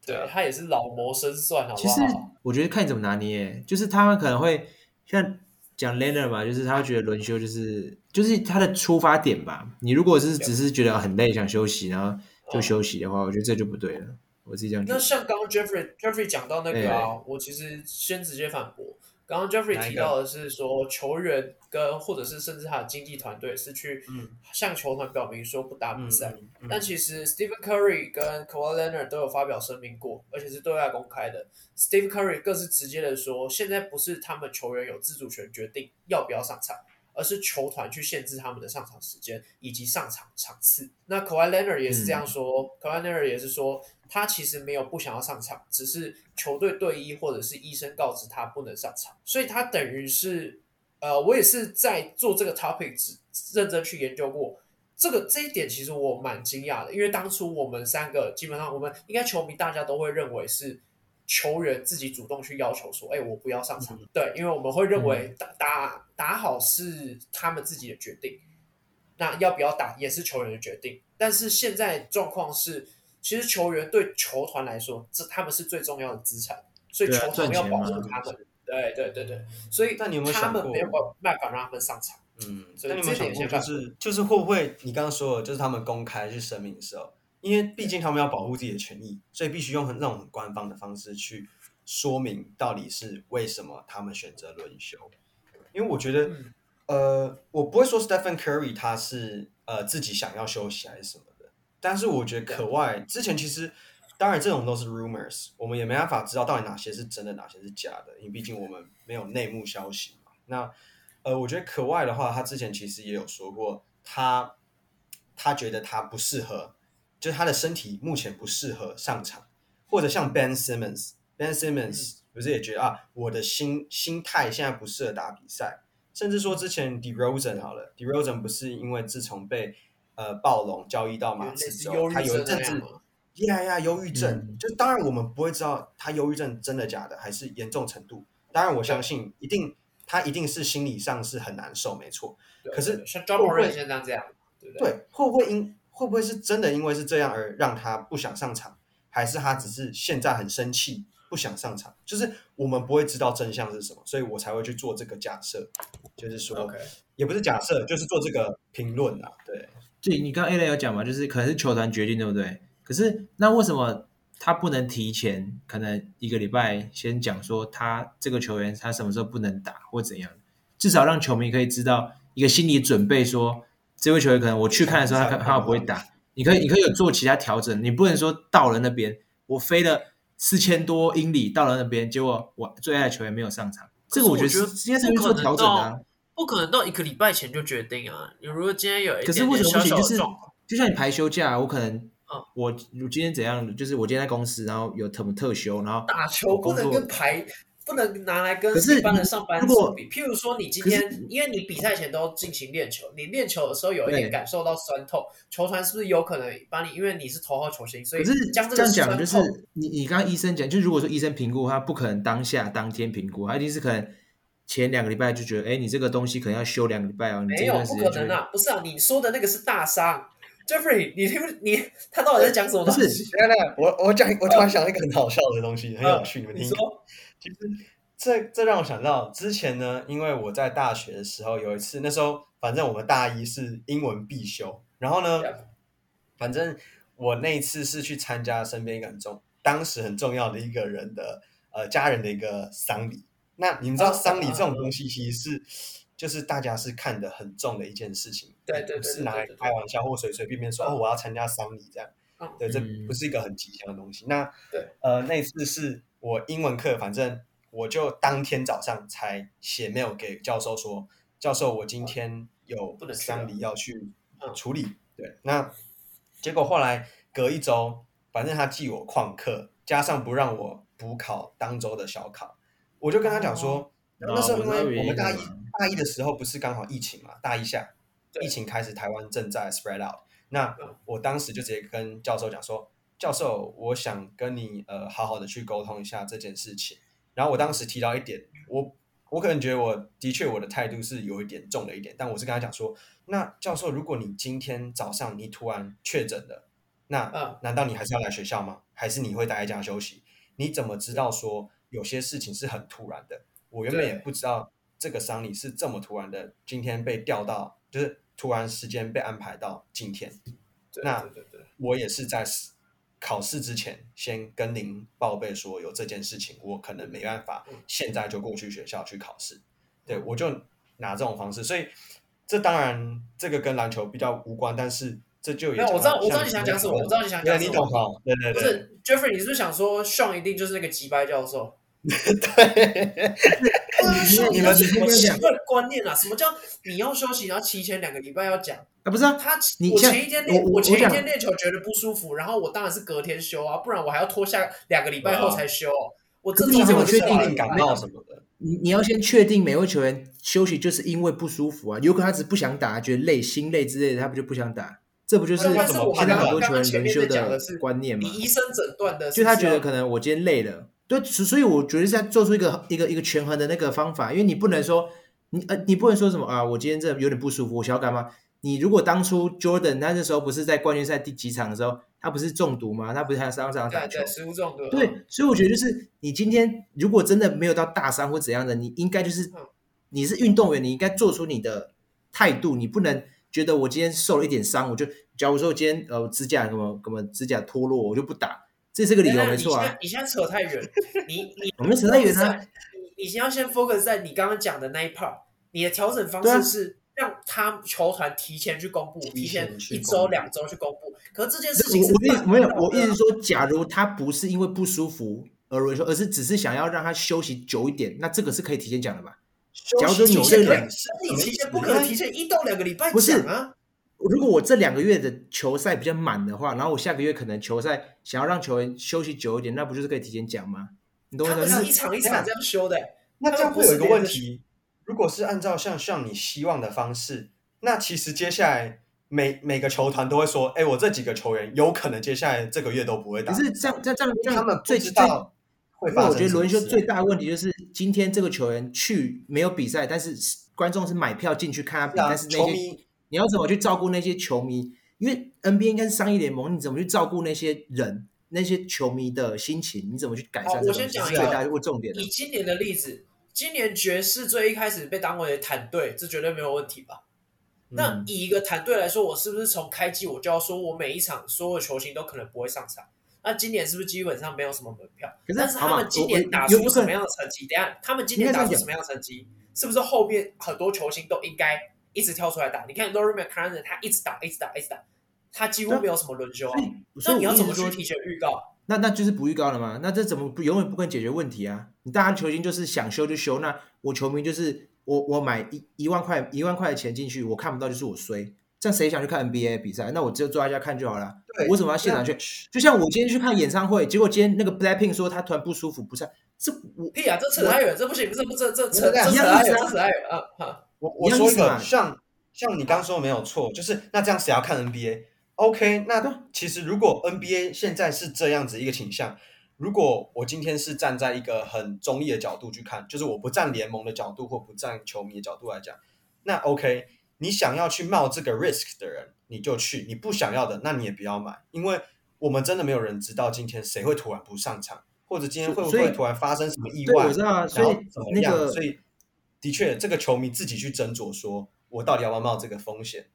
Speaker 3: 对啊
Speaker 1: 对他也是老谋深算，好
Speaker 2: 其
Speaker 1: 不
Speaker 2: 实
Speaker 1: 好？
Speaker 2: 我觉得看你怎么拿捏，就是他们可能会像讲 Leonard 嘛，就是他会觉得轮休就是就是他的出发点吧。你如果是只是觉得很累想休息，然后就休息的话，我觉得这就不对了。我自己这样觉
Speaker 1: 那
Speaker 2: 得。
Speaker 1: 像刚刚 Jeffrey Jeffrey 讲到那个啊，我其实先直接反驳。刚刚 Jeffrey
Speaker 3: 哪一个
Speaker 1: 提到的是说，球员跟或者是甚至他的经纪团队是去
Speaker 3: 嗯
Speaker 1: 向球团表明说不打比
Speaker 3: 嗯
Speaker 1: 赛，
Speaker 3: 嗯嗯
Speaker 1: 但其实 Stephen Curry 跟 Kawhi Leonard 都有发表声明过，而且是对外公开的。Stephen Curry 更是直接的说，现在不是他们球员有自主权决定要不要上场，而是球团去限制他们的上场时间以及上场场次。那 Kawhi Leonard 也是这样说、k a w h i Leonard 也是说，他其实没有不想要上场，只是球队队医或者是医生告知他不能上场，所以他等于是，呃，我也是在做这个 topic 只认真去研究过。这个这一点其实我蛮惊讶的，因为当初我们三个基本上我们应该球迷大家都会认为是球员自己主动去要求说，哎，我不要上
Speaker 3: 嗯
Speaker 1: 场。对，因为我们会认为打打打好是他们自己的决定。那要不要打也是球员的决定。但是现在状况是，其实球员对球团来说，这他们是最重要的资产，所以
Speaker 2: 对啊
Speaker 1: 球团要
Speaker 2: 赚钱
Speaker 1: 保
Speaker 2: 嘛
Speaker 1: 护他们。对对对对，所以
Speaker 3: 但你有没有
Speaker 1: 他
Speaker 3: 想
Speaker 1: 们
Speaker 3: 过
Speaker 1: 没有办法让他们上场。
Speaker 3: 嗯，
Speaker 1: 所以
Speaker 3: 那你有没有
Speaker 1: 这
Speaker 3: 想
Speaker 1: 点
Speaker 3: 过，
Speaker 1: 先
Speaker 3: 就
Speaker 1: 放
Speaker 3: 是就是会不会你刚刚说的，就是他们公开去声明的时候，因为毕竟他们要保护自己的权益，所以必须用很那种很官方的方式去说明到底是为什么他们选择轮休。因为我觉得，
Speaker 1: 嗯
Speaker 3: 呃，我不会说 Stephen Curry 他是呃自己想要休息还是什么的，但是我觉得可外之前其实。当然，这种都是 rumors，我们也没办法知道到底哪些是真的，哪些是假的，因为毕竟我们没有内幕消息嘛。那呃，我觉得可外的话，他之前其实也有说过，他他觉得他不适合，就是他的身体目前不适合上场，或者像 Ben Simmons，Ben
Speaker 1: 嗯
Speaker 3: Simmons 不是也觉得啊，我的心心态现在不适合打比赛，甚至说之前 DeRozan 好了，DeRozan 不是因为自从被呃暴龙交易到马
Speaker 1: 类
Speaker 3: 刺
Speaker 1: 似
Speaker 3: 之
Speaker 1: 忧
Speaker 3: 后，
Speaker 1: 郁
Speaker 3: 哦他有一
Speaker 1: 症那
Speaker 3: 阵
Speaker 1: 样
Speaker 3: 子
Speaker 1: 嘛，
Speaker 3: 呀呀，忧郁症，
Speaker 2: 嗯
Speaker 3: 就当然我们不会知道他忧郁症真的假的，还是严重程度。当然，我相信一定他一定是心理上是很难受，没错。
Speaker 1: 对
Speaker 3: 可是
Speaker 1: 对对像 John
Speaker 3: 会
Speaker 1: Moran 现在这样，对不对？
Speaker 3: 对，会不会因会不会是真的因为是这样而让他不想上场，还是他只是现在很生气不想上场？就是我们不会知道真相是什么，所以我才会去做这个假设，就是说
Speaker 1: OK
Speaker 3: 也不是假设，就是做这个评论啊。对，
Speaker 2: 对，你刚刚 A 类有讲嘛，就是可能是球团决定，对不对？可是那为什么他不能提前，可能一个礼拜先讲说他这个球员他什么时候不能打或怎样？至少让球迷可以知道一个心理准备说，这位球员可能我去看的时候他可他不会打，你可以你可以有做其他调整，你不能说到了那边我飞了四千多英里到了那边，结果我最爱的球员没有上场，这个
Speaker 1: 可是我
Speaker 2: 觉
Speaker 1: 觉
Speaker 2: 得
Speaker 1: 得
Speaker 2: 是应该是
Speaker 1: 不
Speaker 2: 会
Speaker 1: 可
Speaker 2: 做
Speaker 1: 能
Speaker 2: 调整的啊、
Speaker 1: 到不可能到一个礼拜前就决定啊！你如果今天有一
Speaker 2: 可是
Speaker 1: 点
Speaker 2: 为
Speaker 1: 点
Speaker 2: 什么
Speaker 1: 小小
Speaker 2: 不行？就
Speaker 1: 的
Speaker 2: 是
Speaker 1: 状况，
Speaker 2: 就像你排休假，我可能
Speaker 1: 嗯，
Speaker 2: 我我今天怎样？就是我今天在公司，然后有特特休，然后
Speaker 1: 打球不能跟排，不能拿来跟
Speaker 2: 可是
Speaker 1: 一般的上班
Speaker 2: 如果
Speaker 1: 族比。譬如说，你今
Speaker 2: 可是
Speaker 1: 天因为你比赛前都进行练球，你练球的时候有一
Speaker 2: 对
Speaker 1: 点感受到酸痛，球团是不是有可能把你，因为你是头号球星，所以
Speaker 2: 可是
Speaker 1: 将
Speaker 2: 这
Speaker 1: 个
Speaker 2: 样
Speaker 1: 酸
Speaker 2: 讲，
Speaker 1: 痛
Speaker 2: 就是你你刚刚医生讲，就如果说医生评估，他不可能当下当天评估，他一定是可能前两个礼拜就觉得，哎，你这个东西可能要休两个礼拜哦，你
Speaker 1: 没
Speaker 2: 这
Speaker 1: 有
Speaker 2: 段时
Speaker 1: 不
Speaker 2: 间
Speaker 1: 可
Speaker 2: 就
Speaker 1: 能
Speaker 2: 会
Speaker 1: 啊！不是啊，你说的那个是大伤，Jeffrey，你听不你他到底在讲什么东
Speaker 2: 不
Speaker 1: 西
Speaker 2: 是？
Speaker 3: 来来，我我讲，我突然想到一个很好笑的东西，很有趣，嗯你们
Speaker 1: 你
Speaker 3: 听。
Speaker 1: 说
Speaker 3: 其实这这让我想到之前呢，因为我在大学的时候有一次，那时候反正我们大一是英文必修，然后呢
Speaker 1: Yep.
Speaker 3: 反正我那一次是去参加身边一个很重，当时很重要的一个人的呃家人的一个丧礼。那你们知道
Speaker 1: 啊
Speaker 3: 丧礼
Speaker 1: 啊
Speaker 3: 这种东西其实是就是大家是看得很重的一件事情，
Speaker 1: 对对对
Speaker 3: 不是
Speaker 1: 对
Speaker 3: 拿
Speaker 1: 对
Speaker 3: 来
Speaker 1: 对对
Speaker 3: 开玩笑或随随便便说
Speaker 1: 嗯
Speaker 3: 哦我要参加丧礼这样。
Speaker 1: 嗯
Speaker 3: 对，这
Speaker 2: 嗯
Speaker 3: 不是一个很吉祥的东西。那
Speaker 1: 对，
Speaker 3: 呃，那次是我英文课，反正我就当天早上才写 mail 给教授说，教授，我今天有
Speaker 1: 啊不能去了
Speaker 3: 丧礼要去
Speaker 1: 嗯
Speaker 3: 处理。对，那结果后来隔一周，反正他记我旷课，加上不让我补考当周的小考，我就跟他讲
Speaker 1: 哦
Speaker 3: 说，然后那时候因为我们大一大一的时候不是刚好疫情嘛，大一下
Speaker 1: 对
Speaker 3: 疫情开始，台湾正在 spread out。那我当时就直接跟教授讲说，教授，我想跟你呃好好的去沟通一下这件事情。然后我当时提到一点，我我可能觉得我的确我的态度是有一点重了一点，但我是跟他讲说，那教授，如果你今天早上你突然确诊了，那
Speaker 1: 嗯
Speaker 3: 难道你还是要来学校吗？还是你会待在家休息？你怎么知道说有些事情是很突然的？我原本
Speaker 1: 对
Speaker 3: 也不知道这个丧礼是这么突然的，今天被调到，就是突然时间被安排到今天。
Speaker 1: 对
Speaker 3: 那
Speaker 1: 对对对。
Speaker 3: 我也是在试考试之前先跟您报备说有这件事情，我可能没办法现在就过去学校去考试。对，我就拿这种方式，所以这当然这个跟篮球比较无关，但是这就也
Speaker 1: 没有，我知道，
Speaker 3: 讲
Speaker 1: 我知
Speaker 3: 到
Speaker 1: 道你想讲什么，我知道你想
Speaker 3: 对，
Speaker 1: 讲什
Speaker 3: 你
Speaker 1: 么。
Speaker 3: 懂哈？对对
Speaker 1: 不
Speaker 3: 对，
Speaker 1: 是 Jeffrey，你是不是想说 Sean 一定就是那个急白教 授？
Speaker 3: 你们
Speaker 1: 什
Speaker 2: 你
Speaker 1: 么
Speaker 2: 们
Speaker 1: 奇
Speaker 2: 讲
Speaker 1: 怪的观念啊？什么叫你要休息，然后提前两个礼拜要讲？
Speaker 2: 啊，不是啊，
Speaker 1: 他
Speaker 2: 你
Speaker 1: 我
Speaker 2: 像
Speaker 1: 前一天
Speaker 2: 我
Speaker 1: 练，
Speaker 2: 我
Speaker 1: 我前一
Speaker 2: 我讲
Speaker 1: 天练球觉得不舒服，然后我当然是隔天休啊，不然我还要拖下两个礼拜后才休。哦我
Speaker 2: 啊可
Speaker 1: 这
Speaker 2: 是你怎么
Speaker 1: 种
Speaker 2: 确
Speaker 1: 是
Speaker 2: 定
Speaker 1: 吧
Speaker 2: 你
Speaker 3: 感冒什么的，
Speaker 2: 你你要先确定每位球员休息就是因为不舒服啊，有可能他只是不想打，觉得累、心累之类的，他不就不想打？这不就是
Speaker 1: 但
Speaker 2: 现
Speaker 1: 是
Speaker 3: 我
Speaker 2: 在很
Speaker 3: 刚
Speaker 2: 多球
Speaker 1: 刚
Speaker 2: 员
Speaker 1: 前
Speaker 2: 轮
Speaker 1: 面
Speaker 2: 休
Speaker 1: 在讲的是
Speaker 2: 观念
Speaker 1: 你
Speaker 2: 嘛？
Speaker 1: 医生诊断的是哦不
Speaker 2: 就
Speaker 1: 是要，
Speaker 2: 他觉得可能我今天累了，对，所所以我觉得是在做出一个一个一个权
Speaker 1: 嗯
Speaker 2: 衡的那个方法，因为你不能说你呃你不能说什么啊，我今天这有点不舒服，我小感冒，你如果当初 Jordan 他那时候不是在冠军赛第几场的时候，他不是中毒吗？他不是还上场打
Speaker 1: 对
Speaker 2: 球
Speaker 1: 对，？食物中毒，
Speaker 2: 对，所以我觉得就是你今天如果真的没有到大伤或怎样的，你应该就是
Speaker 1: 嗯
Speaker 2: 你是运动员，你应该做出你的态度，你不能觉得我今天受了一点伤，我就假如说我今天呃指甲什么什么指甲脱落，我就不打，这是个理由
Speaker 1: 等等
Speaker 2: 没
Speaker 1: 你
Speaker 2: 错啊
Speaker 1: 现在。你现在扯太远，你你
Speaker 2: 我们扯太远啊，
Speaker 1: 你你先要先 focus 在你刚刚讲的那一 part，你的调整方
Speaker 2: 对啊
Speaker 1: 式是让他球团提前去公布，提
Speaker 3: 提前
Speaker 1: 前
Speaker 3: 去
Speaker 1: 一
Speaker 3: 公
Speaker 1: 周
Speaker 3: 布
Speaker 1: 两周去公布。可是这件事情
Speaker 2: 我
Speaker 1: 是
Speaker 2: 我
Speaker 1: 办
Speaker 2: 意
Speaker 1: 不
Speaker 2: 没有
Speaker 1: 到，
Speaker 2: 我
Speaker 1: 的
Speaker 2: 意思说，假如他不是因为不舒服而轮休，而是只是想要让他休息久一点，那这个是可以提前讲的吧？假如说
Speaker 1: 提
Speaker 2: 纽
Speaker 1: 前
Speaker 2: 约
Speaker 1: 不
Speaker 2: 人
Speaker 1: 能，你提前不可能提前一到两个礼拜
Speaker 2: 不是
Speaker 1: 讲啊。
Speaker 2: 如果我这两个月的球赛比较满的话，然后我下个月可能球赛想要让球员休息久一点，那不就是可以提前讲吗？你懂我
Speaker 1: 他们
Speaker 2: 意思吗？就是是
Speaker 1: 一场一场这样修的、
Speaker 3: 那这样会有一个问题，如果是按照像像你希望的方式，那其实接下来每每个球团都会说，哎，我这几个球员有可能接下来这个月都不会打
Speaker 2: 可，是这样这样这样这样，
Speaker 3: 他们不
Speaker 2: 最
Speaker 3: 知
Speaker 2: 最
Speaker 3: 道会
Speaker 2: 因为我
Speaker 3: 发生
Speaker 2: 觉得
Speaker 3: 什么
Speaker 2: 轮休
Speaker 3: 事
Speaker 2: 最大的问题就是，今天这个球员去没有比赛，但是观众是买票进去看他比，
Speaker 3: 是啊
Speaker 2: 但是那
Speaker 3: 球
Speaker 2: 些
Speaker 3: 迷
Speaker 2: 你要怎么去照顾那些球迷？因为 NBA 应该是商业联盟，你怎么去照顾那些人、那些球迷的心情？你怎么去改
Speaker 1: 好
Speaker 2: 善这个
Speaker 1: 我
Speaker 2: 东西？
Speaker 1: 先讲
Speaker 2: 是
Speaker 1: 一
Speaker 2: 最
Speaker 1: 个
Speaker 2: 大的或重点的
Speaker 1: 以。今年的例子，今年爵士最一开始被当为坦队，这绝对没有问题吧？那
Speaker 2: 嗯
Speaker 1: 以一个坦队来说，我是不是从开季我就要说我每一场所有球星都可能不会上场？那今年是不是基本上没有什么门票？
Speaker 2: 可是
Speaker 1: 但是
Speaker 2: 好
Speaker 1: 他
Speaker 2: 嘛
Speaker 1: 们今
Speaker 2: 我
Speaker 1: 年
Speaker 2: 我
Speaker 1: 打
Speaker 2: 有
Speaker 1: 出
Speaker 2: 有
Speaker 1: 什
Speaker 2: 可
Speaker 1: 么
Speaker 2: 能
Speaker 1: 样的成绩？等一下他们今年
Speaker 2: 应该这
Speaker 1: 打
Speaker 2: 样
Speaker 1: 出
Speaker 2: 讲
Speaker 1: 什么样的成绩？是不是后面很多球星都应该一直跳出来打？你看 Laurie McCarron，他一直打，一直打，一直打，他几乎
Speaker 2: 对啊
Speaker 1: 没有什么轮休啊
Speaker 2: 所。以，
Speaker 1: 那
Speaker 2: 所以
Speaker 1: 你
Speaker 2: 我
Speaker 1: 要
Speaker 2: 意
Speaker 1: 怎
Speaker 2: 思
Speaker 1: 么去
Speaker 2: 说
Speaker 1: 提前预告？
Speaker 2: 那那就是不预告了嘛？那这怎么不永远不可能解决问题啊？你大家球星就是想休就休，那我球迷就是我我买一一万块一万块的钱进去，我看不到就是我衰，这样谁想去看 NBA 比赛？那我就坐在家看就好了。
Speaker 3: 对
Speaker 2: 我为什么要现场去？就像我今天去看演唱会，结果今天那个 Blackpink 说他突然不舒服不上，这我
Speaker 1: 屁啊，这扯太远，这不行，这不这这扯
Speaker 3: 我
Speaker 1: 这
Speaker 2: 一
Speaker 1: 扯
Speaker 2: 样
Speaker 1: 太远，
Speaker 2: 意思啊
Speaker 1: 这扯太远啊！哈
Speaker 3: 我
Speaker 2: 一
Speaker 3: 我
Speaker 2: 样
Speaker 3: 说
Speaker 2: 意
Speaker 3: 一
Speaker 2: 思嘛
Speaker 3: 个，像像你刚说没有错，就是那这样谁要看 NBA？OK，、OK，
Speaker 2: 对啊
Speaker 3: 那其实如果 NBA 现在是这样子一个倾向，如果我今天是站在一个很中立的角度去看，就是我不站联盟的角度或不站球迷的角度来讲，那 OK，你想要去冒这个 risk 的人，你就去；你不想要的，那你也不要买，因为我们真的没有人知道今天谁会突然不上场，或者今天会不
Speaker 2: 所以
Speaker 3: 会突然发生什么意
Speaker 2: 对
Speaker 3: 外
Speaker 2: 我知。道啊，所
Speaker 3: 然后
Speaker 2: 以
Speaker 3: 怎么
Speaker 2: 那
Speaker 3: 样？
Speaker 2: 个
Speaker 3: 所以的确，这个球迷自己去斟酌说，我到底要不要冒这个风险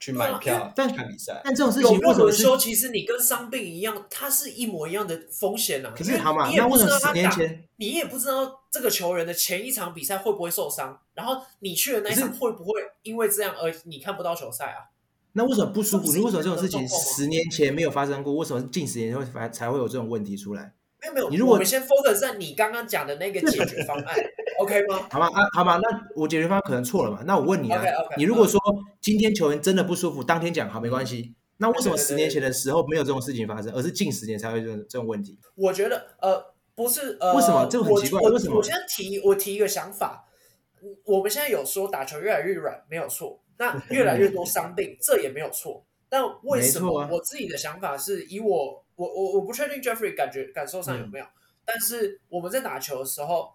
Speaker 3: 去买
Speaker 1: 啊
Speaker 3: 票、
Speaker 2: 但
Speaker 3: 看比赛？
Speaker 2: 但这种事
Speaker 1: 有
Speaker 2: 情
Speaker 1: 没
Speaker 2: 为
Speaker 1: 有
Speaker 2: 什么
Speaker 1: 轮
Speaker 2: 是？
Speaker 1: 休，其实你跟伤病一样，它是一模一样的风险啊。
Speaker 2: 可
Speaker 1: 因
Speaker 2: 是
Speaker 1: 为
Speaker 2: 好嘛，
Speaker 1: 你也
Speaker 2: 那
Speaker 1: 不
Speaker 2: 为什
Speaker 1: 知道
Speaker 2: 么十
Speaker 1: 他
Speaker 2: 年
Speaker 1: 打，
Speaker 2: 前？
Speaker 1: 你也不知道这个球员的前一场比赛会不会受伤，然后你去的那一场
Speaker 2: 可
Speaker 1: 会不会因为这样而你看不到球赛啊？
Speaker 2: 那为什么不
Speaker 1: 这
Speaker 2: 舒
Speaker 1: 不
Speaker 2: 服？
Speaker 1: 是
Speaker 2: 你为什么这种
Speaker 1: 一个
Speaker 2: 事情
Speaker 1: 状况吗
Speaker 2: 十年前没有发生过？为什么近十年会才才会有这种问题出来？
Speaker 1: 没有没有，
Speaker 2: 你如果
Speaker 1: 我们先 focus 在你刚刚讲的那个解决方 案，OK 吗？
Speaker 2: 好吧，啊，好吧，那我解决方案可能错了嘛？那我问你啊
Speaker 1: OK，OK，
Speaker 2: 你如果说今天球员真的不舒服，当天讲好没关系，那为什么
Speaker 1: 对对对
Speaker 2: 十年前的时候没有这种事情发生，而是近十年才会有这种这种问题？
Speaker 1: 我觉得呃，不是呃，
Speaker 2: 为什么这个很奇怪
Speaker 1: 我我
Speaker 2: 为什么
Speaker 1: 我现在提我提一个想法，嗯我们现在有说打球越来越软，没有错。那越来越多伤病，这也没有错。但为什
Speaker 2: 没
Speaker 1: 么
Speaker 2: 错啊
Speaker 1: 我自己的想法是以我我我我不确定 Jeffrey 感觉感受上有
Speaker 2: 嗯
Speaker 1: 没有，但是我们在打球的时候，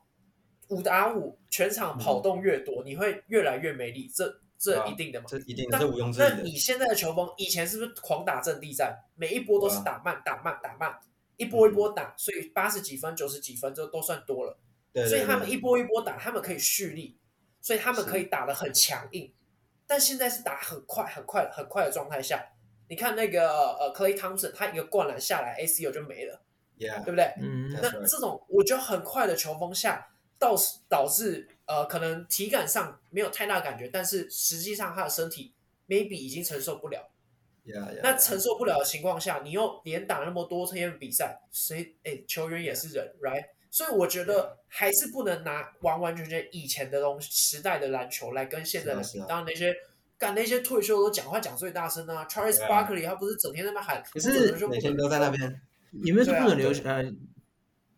Speaker 1: 五打五，全场跑动越多，你会越来越没力，这这
Speaker 3: 啊
Speaker 1: 一定的嘛。
Speaker 3: 这一定
Speaker 1: 那
Speaker 3: 是毋庸置
Speaker 1: 那
Speaker 3: 疑
Speaker 1: 你
Speaker 3: 的。
Speaker 1: 现在的球风，以前是不是狂打阵地战？每一波都是
Speaker 3: 对啊嗯
Speaker 1: 打慢、打慢、打慢，一波一波打，所以八十几分、九十几分这都算多了。
Speaker 3: 对对
Speaker 1: 所以他
Speaker 3: 对
Speaker 1: 们一波一波打，他们可以蓄力，所以他们
Speaker 3: 是
Speaker 1: 可以打得很强硬。但现在是打很快、很快、很快的状态下，你看那个呃，Clay Thompson，他一个灌篮下来，ACU 就没了，对
Speaker 3: yeah，
Speaker 1: 不对？
Speaker 2: 嗯
Speaker 3: That's
Speaker 1: 那
Speaker 3: right.
Speaker 1: 这种我觉得很快的球风下，导导致呃，可能体感上没有太大感觉，但是实际上他的身体 maybe 已经承受不了。
Speaker 3: yeah, yeah,
Speaker 1: 那承受不了的情况下，你又连打那么多天比赛，谁哎球员也是人，right？所以我觉
Speaker 3: 啊
Speaker 1: 得还是不能拿完完全全以前的东西时代的篮球来跟现在的
Speaker 3: 是啊
Speaker 1: 比。
Speaker 3: 是啊
Speaker 1: 当然那些干那些退休都讲话讲最大声啊，Charles
Speaker 3: 对啊
Speaker 1: Barkley 他不是整天在那边喊，
Speaker 2: 可是
Speaker 1: 不准就不
Speaker 3: 每天
Speaker 1: 准
Speaker 3: 都在那边。
Speaker 2: 你们是
Speaker 1: 对啊
Speaker 2: 不准留
Speaker 1: 对
Speaker 2: 呃，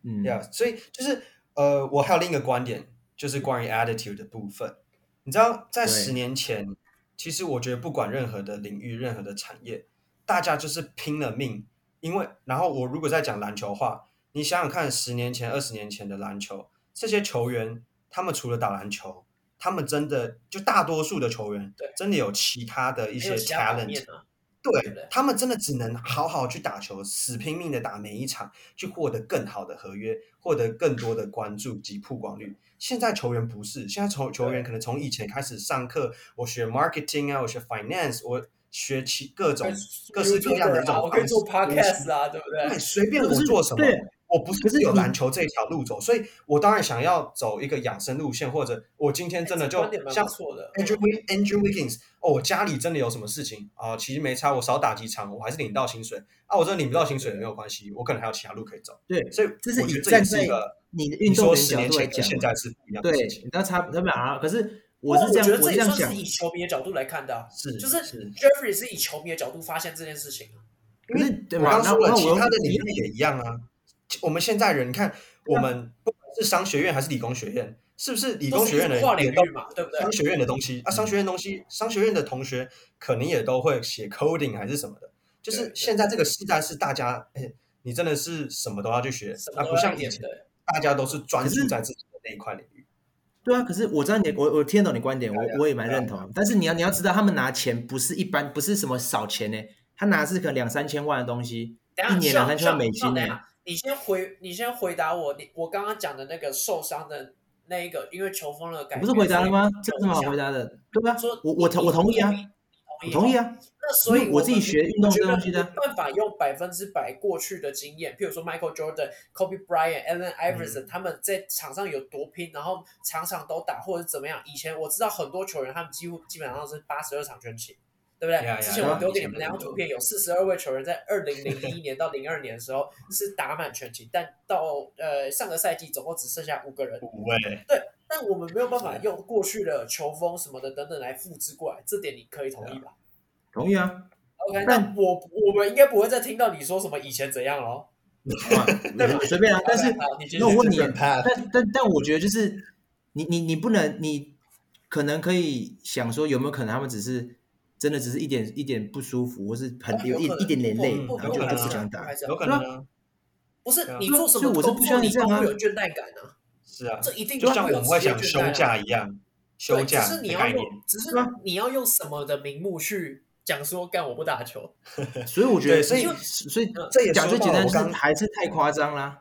Speaker 2: 嗯，
Speaker 3: Yeah，所以就是呃，我还有另一个观点，就是关于 attitude 的部分。你知道，在
Speaker 2: 对
Speaker 3: 十年前，其实我觉得不管任何的领域、任何的产业，大家就是拼了命。因为，然后我如果再讲篮球的话，你想想看，十年前、二十年前的篮球，这些球员他们除了打篮球，他们真的就大多数的球员
Speaker 1: 对，
Speaker 3: 真的有其他的一
Speaker 1: 没
Speaker 3: 些
Speaker 1: 有其他方
Speaker 3: talent，
Speaker 1: 面啊，对不对
Speaker 3: 对他们真的只能好好去打球，死拼命的打每一场，去获得更好的合约，获得更多的关注及曝光率。现在球员不是，现在从球员可能从以前开始上课，我学 marketing 啊，我学 finance，我学其各种各式各样
Speaker 1: YouTuber
Speaker 3: 的一
Speaker 1: 啊
Speaker 3: 种
Speaker 1: 我可以做
Speaker 3: 方式
Speaker 1: podcast 啊，对不
Speaker 3: 对，
Speaker 1: 对？
Speaker 3: 随便我
Speaker 2: 可是
Speaker 3: 做什么
Speaker 2: 对，
Speaker 3: 我不是
Speaker 2: 可是
Speaker 3: 只有
Speaker 2: 你
Speaker 3: 篮球这条路走，所以我当然想要走一个养生路线，或者我今天真的
Speaker 1: 哎这
Speaker 3: 就
Speaker 1: 观点蛮
Speaker 3: 像
Speaker 1: 不错的，
Speaker 3: Andrew Wick- Andrew Wiggins，哦，我家里真的有什么事情啊、其实没差，我少打几场，我还是领到薪水啊，我真的领不到薪水也没有关系，我可能还有其他路可以走，
Speaker 2: 对，
Speaker 3: 所以
Speaker 2: 这是
Speaker 3: 我觉
Speaker 2: 你
Speaker 3: 得这也
Speaker 2: 站
Speaker 3: 是
Speaker 2: 在
Speaker 3: 一个
Speaker 2: 你的
Speaker 3: 你
Speaker 2: 运动
Speaker 3: 说
Speaker 2: 员
Speaker 3: 十
Speaker 2: 角
Speaker 3: 年
Speaker 2: 度来
Speaker 3: 前跟
Speaker 2: 讲嘛，
Speaker 3: 现在是不一样的
Speaker 2: 对，
Speaker 3: 事
Speaker 2: 你
Speaker 3: 情，
Speaker 2: 知道差他们啊，可是
Speaker 1: 不
Speaker 2: 我
Speaker 1: 过
Speaker 2: 是这
Speaker 1: 觉
Speaker 2: 样，
Speaker 1: 得
Speaker 2: 我
Speaker 1: 这也
Speaker 2: 是这样
Speaker 1: 算
Speaker 2: 想
Speaker 1: 是，以球迷的角度来看的啊，
Speaker 3: 是
Speaker 1: 就是
Speaker 3: 是
Speaker 1: Jeffrey 是以球迷的角度发现这件事情啊，
Speaker 2: 可是对
Speaker 3: 我
Speaker 2: 嘛？
Speaker 3: 刚
Speaker 2: 那
Speaker 3: 说了，
Speaker 2: 那
Speaker 3: 其
Speaker 2: 我
Speaker 3: 他的
Speaker 2: 又
Speaker 3: 领域也一样啊。我们现在人，你看我们不管是商学院还是理工学院，是不是理
Speaker 1: 都
Speaker 3: 工
Speaker 1: 是
Speaker 3: 学
Speaker 1: 一
Speaker 3: 院的
Speaker 1: 种
Speaker 3: 人
Speaker 1: 跨
Speaker 3: 也
Speaker 1: 领
Speaker 3: 都
Speaker 1: 域嘛，对不对？嗯
Speaker 3: 商学院的东西啊，商学院东西，商学院的同学可能也都会写 coding 还是什么的。就
Speaker 1: 对
Speaker 3: 是
Speaker 1: 对
Speaker 3: 现在这个时代是大家，哎，你真的是什么都要去学
Speaker 1: 什，么
Speaker 3: 那
Speaker 1: 都
Speaker 3: 不
Speaker 1: 要
Speaker 3: 像以
Speaker 1: 演
Speaker 3: 前
Speaker 1: 的，
Speaker 3: 大家都是专
Speaker 2: 可
Speaker 3: 注
Speaker 2: 是
Speaker 3: 在自己的那一块领域。
Speaker 2: 对啊，可是我知道你，我我听得懂你观点，我
Speaker 3: 对啊
Speaker 2: 我也蛮
Speaker 3: 对啊
Speaker 2: 认同的。但是你要你要知道，他们拿钱不是一般，不是什么少钱呢，他拿的是可能两三千万的东西，
Speaker 1: 等下
Speaker 2: 一年
Speaker 1: 像
Speaker 2: 两三千万美金
Speaker 1: 像等
Speaker 2: 呢
Speaker 1: 下，你先回，你先回答我，你我刚刚讲的那个受伤的那一个，因为球风的改变，
Speaker 2: 我不是回答了吗？这有什么好
Speaker 1: 所以
Speaker 2: 回答的？对
Speaker 1: 我
Speaker 2: 吧
Speaker 1: 想？说
Speaker 2: 我我同我同意啊，，我
Speaker 1: 你
Speaker 2: 同意
Speaker 1: 啊。
Speaker 2: 啊，
Speaker 1: 那所以
Speaker 2: 我自己
Speaker 1: 们
Speaker 2: 学运动
Speaker 1: 觉
Speaker 2: 这
Speaker 1: 得
Speaker 2: 东西的
Speaker 1: 没办法用百分之百过去的经验，譬如说 Michael Jordan、Kobe Bryant、Allen Iverson、他
Speaker 2: 嗯
Speaker 1: 们在场上有多拼，然后场场都打或者怎么样。以前我知道很多球员，他们几乎基本上是八十二场全勤，对不对
Speaker 3: Yeah, yeah,
Speaker 1: 之前我丢给你们
Speaker 3: yeah,
Speaker 1: 两张图片，有四十二位球员在二零零一年到零二年的时 候是打满全勤，但到呃上个赛季总共只剩下五个人。
Speaker 3: 五位，
Speaker 1: 但我们没有办法用过去的球风什么的等等来复制过来，这点你可以同意吧？
Speaker 2: 同意啊。
Speaker 1: OK，
Speaker 2: 但
Speaker 1: 那我我们应该不会再听到你说什么以前怎样了。
Speaker 2: 哇随便啊，但是
Speaker 1: OK，好，你继续
Speaker 2: 那我问你，
Speaker 4: Different path
Speaker 2: 但但但我觉得就是你你你不能，你可能可以想说有没有可能他们只是真的只是一点一点不舒服，或是很
Speaker 1: 啊
Speaker 2: 有
Speaker 1: 有
Speaker 2: 一
Speaker 1: 可能
Speaker 2: 一点点累，
Speaker 1: 不
Speaker 2: 然
Speaker 1: 不
Speaker 2: 后
Speaker 1: 有
Speaker 2: 就
Speaker 1: 可
Speaker 2: 就
Speaker 1: 能
Speaker 2: 不想
Speaker 1: 啊
Speaker 2: 打
Speaker 1: 还。是
Speaker 3: 有可能啊，
Speaker 1: 不
Speaker 3: 对
Speaker 1: 是
Speaker 3: 啊
Speaker 1: 你做什么
Speaker 2: 所以我是
Speaker 1: 工
Speaker 2: 不
Speaker 1: 作
Speaker 2: 相信
Speaker 1: 你
Speaker 2: 这样啊
Speaker 1: 都会有倦怠感啊，
Speaker 3: 是啊，
Speaker 1: 这一定
Speaker 3: 就
Speaker 1: 会
Speaker 3: 像我
Speaker 1: 有
Speaker 3: 们会
Speaker 1: 职业
Speaker 3: 想
Speaker 1: 倦
Speaker 3: 休
Speaker 1: 怠啊
Speaker 3: 假一样，休
Speaker 1: 对，只
Speaker 3: 假
Speaker 1: 是你
Speaker 3: 的
Speaker 1: 要
Speaker 3: 概
Speaker 1: 用
Speaker 3: 念。，
Speaker 1: 只是
Speaker 2: 对啊
Speaker 1: 你要用什么的名目去讲说干我不打球？
Speaker 2: 所以我觉得，
Speaker 3: 对所以
Speaker 2: 所以
Speaker 1: 嗯
Speaker 3: 这也
Speaker 2: 讲
Speaker 3: 说
Speaker 2: 最
Speaker 3: 到
Speaker 2: 简
Speaker 3: 了
Speaker 2: 单就
Speaker 3: 我
Speaker 2: 是
Speaker 3: 刚
Speaker 2: 还是太夸张啦。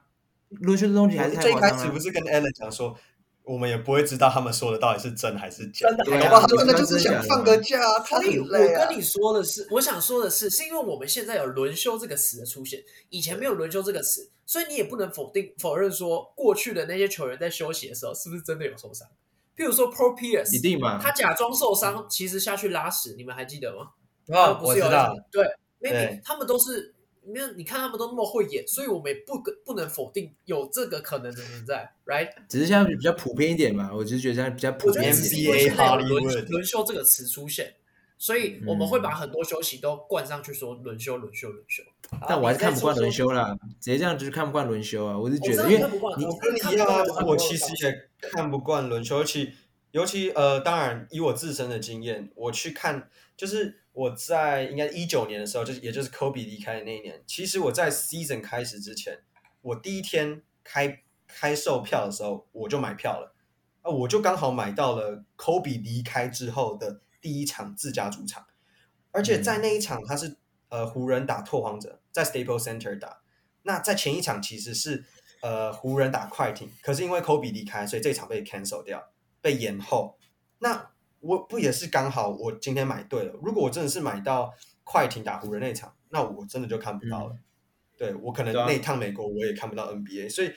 Speaker 2: 卢修的东西还是
Speaker 3: 我
Speaker 2: 太
Speaker 3: 最
Speaker 2: 夸
Speaker 3: 开始
Speaker 2: 张
Speaker 3: 不
Speaker 2: 了。
Speaker 3: 是跟 Alan 讲说，我们也不会知道他们说的到底是真还是假，
Speaker 1: 真的
Speaker 2: 对
Speaker 3: 搞
Speaker 2: 啊
Speaker 3: 不好他
Speaker 2: 对
Speaker 3: 真的
Speaker 2: 真
Speaker 3: 就是
Speaker 2: 真假
Speaker 3: 想
Speaker 2: 的
Speaker 3: 放
Speaker 2: 嘛
Speaker 3: 个假啊，他
Speaker 1: 所以
Speaker 3: 很
Speaker 1: 我
Speaker 3: 累啊。
Speaker 1: 跟你说的是，我想说的是，是因为我们现在有轮休这个词的出现，以前没有轮休这个词，所以你也不能否定否认说过去的那些球员在休息的时候是不是真的有受伤？譬如说 Pro Pierce，
Speaker 2: 一定
Speaker 3: 啊
Speaker 2: 嘛？
Speaker 1: 他假装受伤，其实下去拉屎，你们还记得吗？
Speaker 3: 啊，
Speaker 1: 不
Speaker 3: 我
Speaker 1: 是
Speaker 3: 知
Speaker 1: 有
Speaker 3: 道，
Speaker 1: 对，maybe
Speaker 3: 对
Speaker 1: 他们都是，你看你看他们都那么会演，所以我们也不可不能否定有这个可能的存在，right？
Speaker 2: 只是现在比较普遍一点嘛，我只是觉得现在比较普
Speaker 1: 我觉得
Speaker 2: 遍
Speaker 1: 只是
Speaker 2: 一点。
Speaker 1: 因
Speaker 2: 啊
Speaker 1: 为现在有
Speaker 3: NBA
Speaker 1: 轮
Speaker 3: Hollywood
Speaker 1: 轮休这个词出现，所以我们会把很多休息都冠上去说轮休轮休轮休。
Speaker 2: 但我还是看不惯轮
Speaker 1: 休，
Speaker 2: 休啦，直接这样就是看不惯轮休啊！我是
Speaker 1: 我
Speaker 2: 觉
Speaker 1: 知道
Speaker 2: 得，
Speaker 1: 你
Speaker 2: 因为
Speaker 1: 哦看不惯，
Speaker 2: 你
Speaker 1: 我
Speaker 3: 跟
Speaker 1: 跟
Speaker 3: 你
Speaker 1: 你
Speaker 3: 一样啊，我其实也看不惯轮休，尤其尤其呃，当然以我自身的经验，我去看，就是我在应该一九年的时候，就是也就是 Kobe 离开的那一年，其实我在 season 开始之前，我第一天开开售票的时候，我就买票了，啊，我就刚好买到了 Kobe 离开之后的第一场自家主场，而且在那一场他是呃湖人打拓荒者，在 Staples Center 打，那在前一场其实是呃湖人打快艇，可是因为 Kobe 离开，所以这一场被 cancel 掉，被延后。那我不也是刚好我今天买对了？如果我真的是买到快艇打湖人那场，那我真的就看不到了。对我可能
Speaker 2: 嗯对啊
Speaker 3: 那一趟美国我也看不到 NBA，所以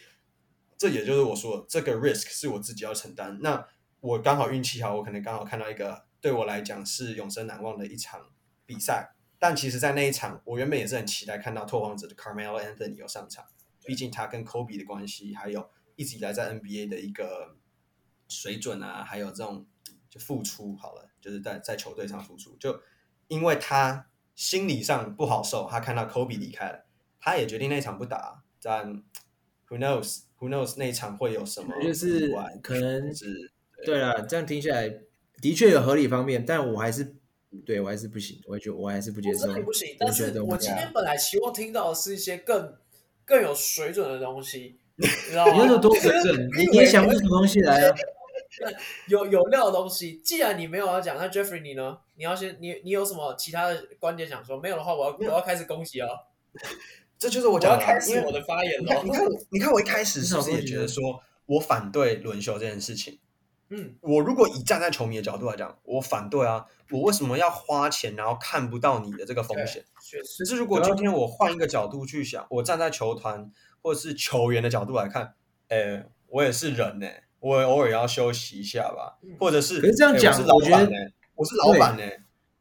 Speaker 3: 这也就是我说的这个 risk 是我自己要承担。那我刚好运气好，我可能刚好看到一个对我来讲是永生难忘的一场比赛。但其实，在那一场，我原本也是很期待看到拓荒者的 Carmelo Anthony 有上场，毕竟他跟 Kobe 的关系，还有一直以来在 NBA 的一个水准啊，还有这种就付出好了，就是在在球队上付出，就因为他心理上不好受，他看到 Kobe 离开了，他也决定那一场不打，但 Who knows Who knows 那一场会有什
Speaker 1: 哦
Speaker 3: 么
Speaker 2: 就
Speaker 3: 意
Speaker 2: 是
Speaker 3: 外
Speaker 2: 可能
Speaker 3: 是
Speaker 2: 对啦，这样听下来的确有合理方面，但我还是对我还是不行，我觉得我还是不接
Speaker 1: 我
Speaker 2: 受
Speaker 1: 真。的不行。
Speaker 2: 我
Speaker 1: 但
Speaker 2: 觉得
Speaker 1: 是
Speaker 2: 我
Speaker 1: 我今天本来期望听到的是一些更更有水准的东西，你知道吗？
Speaker 2: 你那时候多水准，你你也想不出什么东西来啊？
Speaker 1: 有有料的东西。既然你没有要讲，那 Jeffrey 你呢？你要先你你有什么其他的观点想说？没有的话，我要我要开始攻击哦，
Speaker 3: 这就是我
Speaker 1: 我
Speaker 3: 讲
Speaker 1: 要
Speaker 3: 的嘛
Speaker 1: 开始
Speaker 3: 因为
Speaker 1: 我的发言
Speaker 3: 你
Speaker 1: 了哦
Speaker 3: 看，你。看我，你看我一开始
Speaker 2: 你
Speaker 3: 是
Speaker 2: 少
Speaker 3: 不是
Speaker 2: 说
Speaker 3: 也
Speaker 2: 几
Speaker 3: 觉
Speaker 2: 个
Speaker 3: 得说我反对轮休这件事情？
Speaker 1: 嗯，
Speaker 3: 我如果以站在球迷的角度来讲，我反对啊！我为什么要花钱然后看不到你的这个风险？
Speaker 1: 确实，
Speaker 3: 只是如果今天我换一个角度去想，我站在球团或者是球员的角度来看，诶、我也是人呢、我偶尔也要休息一下吧
Speaker 1: 嗯，
Speaker 3: 或者是
Speaker 2: 可是这样
Speaker 3: 诶
Speaker 2: 讲
Speaker 3: 我
Speaker 2: 我
Speaker 3: 是
Speaker 2: 觉
Speaker 3: 老板
Speaker 2: 得
Speaker 3: 呢、我是老板呢、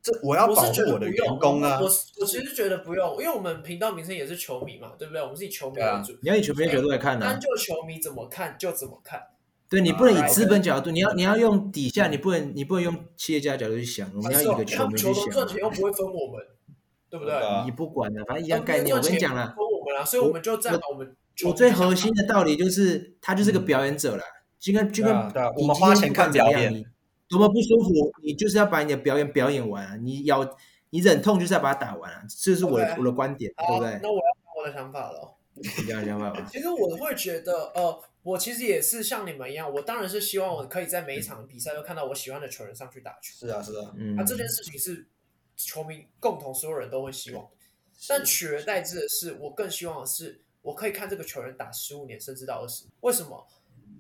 Speaker 3: 这我要
Speaker 1: 我
Speaker 3: 保
Speaker 1: 是觉
Speaker 3: 护
Speaker 1: 得
Speaker 3: 我
Speaker 1: 不
Speaker 3: 的
Speaker 1: 用
Speaker 3: 员工啊
Speaker 1: 我。我其实觉得不用，因为我们频道名称也是球迷嘛，对不对？我们是以球迷
Speaker 3: 对啊
Speaker 1: 为主，
Speaker 2: 你要以球迷的角度来看呢、啊
Speaker 1: 单就球迷怎么看就怎么看。
Speaker 2: 对你不能以资本角度，你要你要用底下，你不能你不能用企业家角度去想，我们
Speaker 1: 反
Speaker 2: 要以
Speaker 1: 正啊
Speaker 2: 一个
Speaker 1: 哦他
Speaker 2: 球
Speaker 1: 们
Speaker 2: 迷
Speaker 1: 球
Speaker 2: 去
Speaker 1: 团赚钱又
Speaker 2: 想。
Speaker 1: 不会分我们，对不对？
Speaker 3: 对啊
Speaker 2: 你不管了，反正一
Speaker 1: 他
Speaker 2: 样
Speaker 1: 们
Speaker 2: 概念。我跟你讲啦
Speaker 1: 不，会赚钱分我啊们啦，所以我们就站好我们球迷
Speaker 2: 我最核心的道理就是，他就是个表演者啦，就跟就跟
Speaker 3: 嗯对啊对啊
Speaker 2: 你
Speaker 3: 我们
Speaker 2: 今天
Speaker 3: 花钱
Speaker 2: 不管
Speaker 3: 看
Speaker 2: 怎么
Speaker 3: 表
Speaker 2: 样
Speaker 3: 演
Speaker 2: 你多么不舒服，你就是要把你的表演表演完啊，你咬你忍痛就是要把它打完啊，这是我的
Speaker 1: OK
Speaker 2: 我的观点，对
Speaker 1: 好，
Speaker 2: 不对
Speaker 1: 那？我要讲我的想法了。
Speaker 2: 你这样想法
Speaker 3: 啊
Speaker 2: 吧。
Speaker 1: 其实我会觉得，呃，我其实也是像你们一样，我当然是希望我可以在每一场比赛都看到我喜欢的球员上去打球。
Speaker 3: 是啊，是啊，
Speaker 2: 嗯
Speaker 1: 啊，，这件事情是球迷共同所有人都会希望的。但取而代之的是，我更希望的是，我可以看这个球员打十五年，甚至到二十。为什么？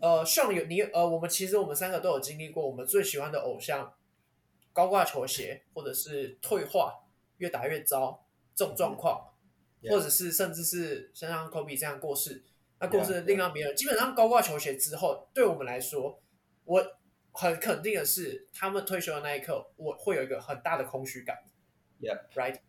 Speaker 1: 呃，像有你呃，我们其实我们三个都有经历过，我们最喜欢的偶像高挂球鞋，或者是退化，越打越糟这种状况，
Speaker 3: Yeah.
Speaker 1: 或者是甚至是像像科比这样过世，那过
Speaker 3: Yeah,
Speaker 1: 世
Speaker 3: yeah.
Speaker 1: 另当别人。基本上高挂球鞋之后，对我们来说，我很肯定的是，他们退休的那一刻，我会有一个很大的空虚感。
Speaker 3: Yeah.
Speaker 1: right，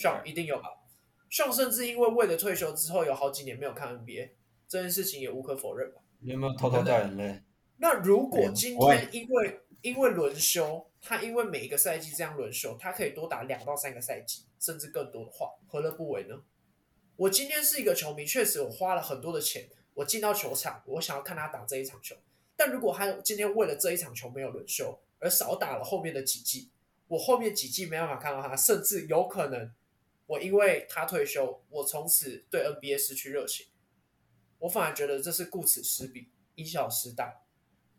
Speaker 1: 上一定有吧？上甚至因为为了退休之后有好几年没有看 NBA，这件事情也无可否认吧。
Speaker 3: 你有没有偷偷掉眼泪？
Speaker 1: 那如果今
Speaker 3: 我也
Speaker 1: 天因为因为轮休，他因为每一个赛季这样轮休，他可以多打两到三个赛季，甚至更多的话，何乐不为呢？我今天是一个球迷，确实我花了很多的钱，我进到球场，我想要看他打这一场球。但如果他今天为了这一场球没有轮休，而少打了后面的几季，我后面几季没办法看到他，甚至有可能我因为他退休，我从此对 NBA 失去热情。我反而觉得这是顾此失彼，因小失大。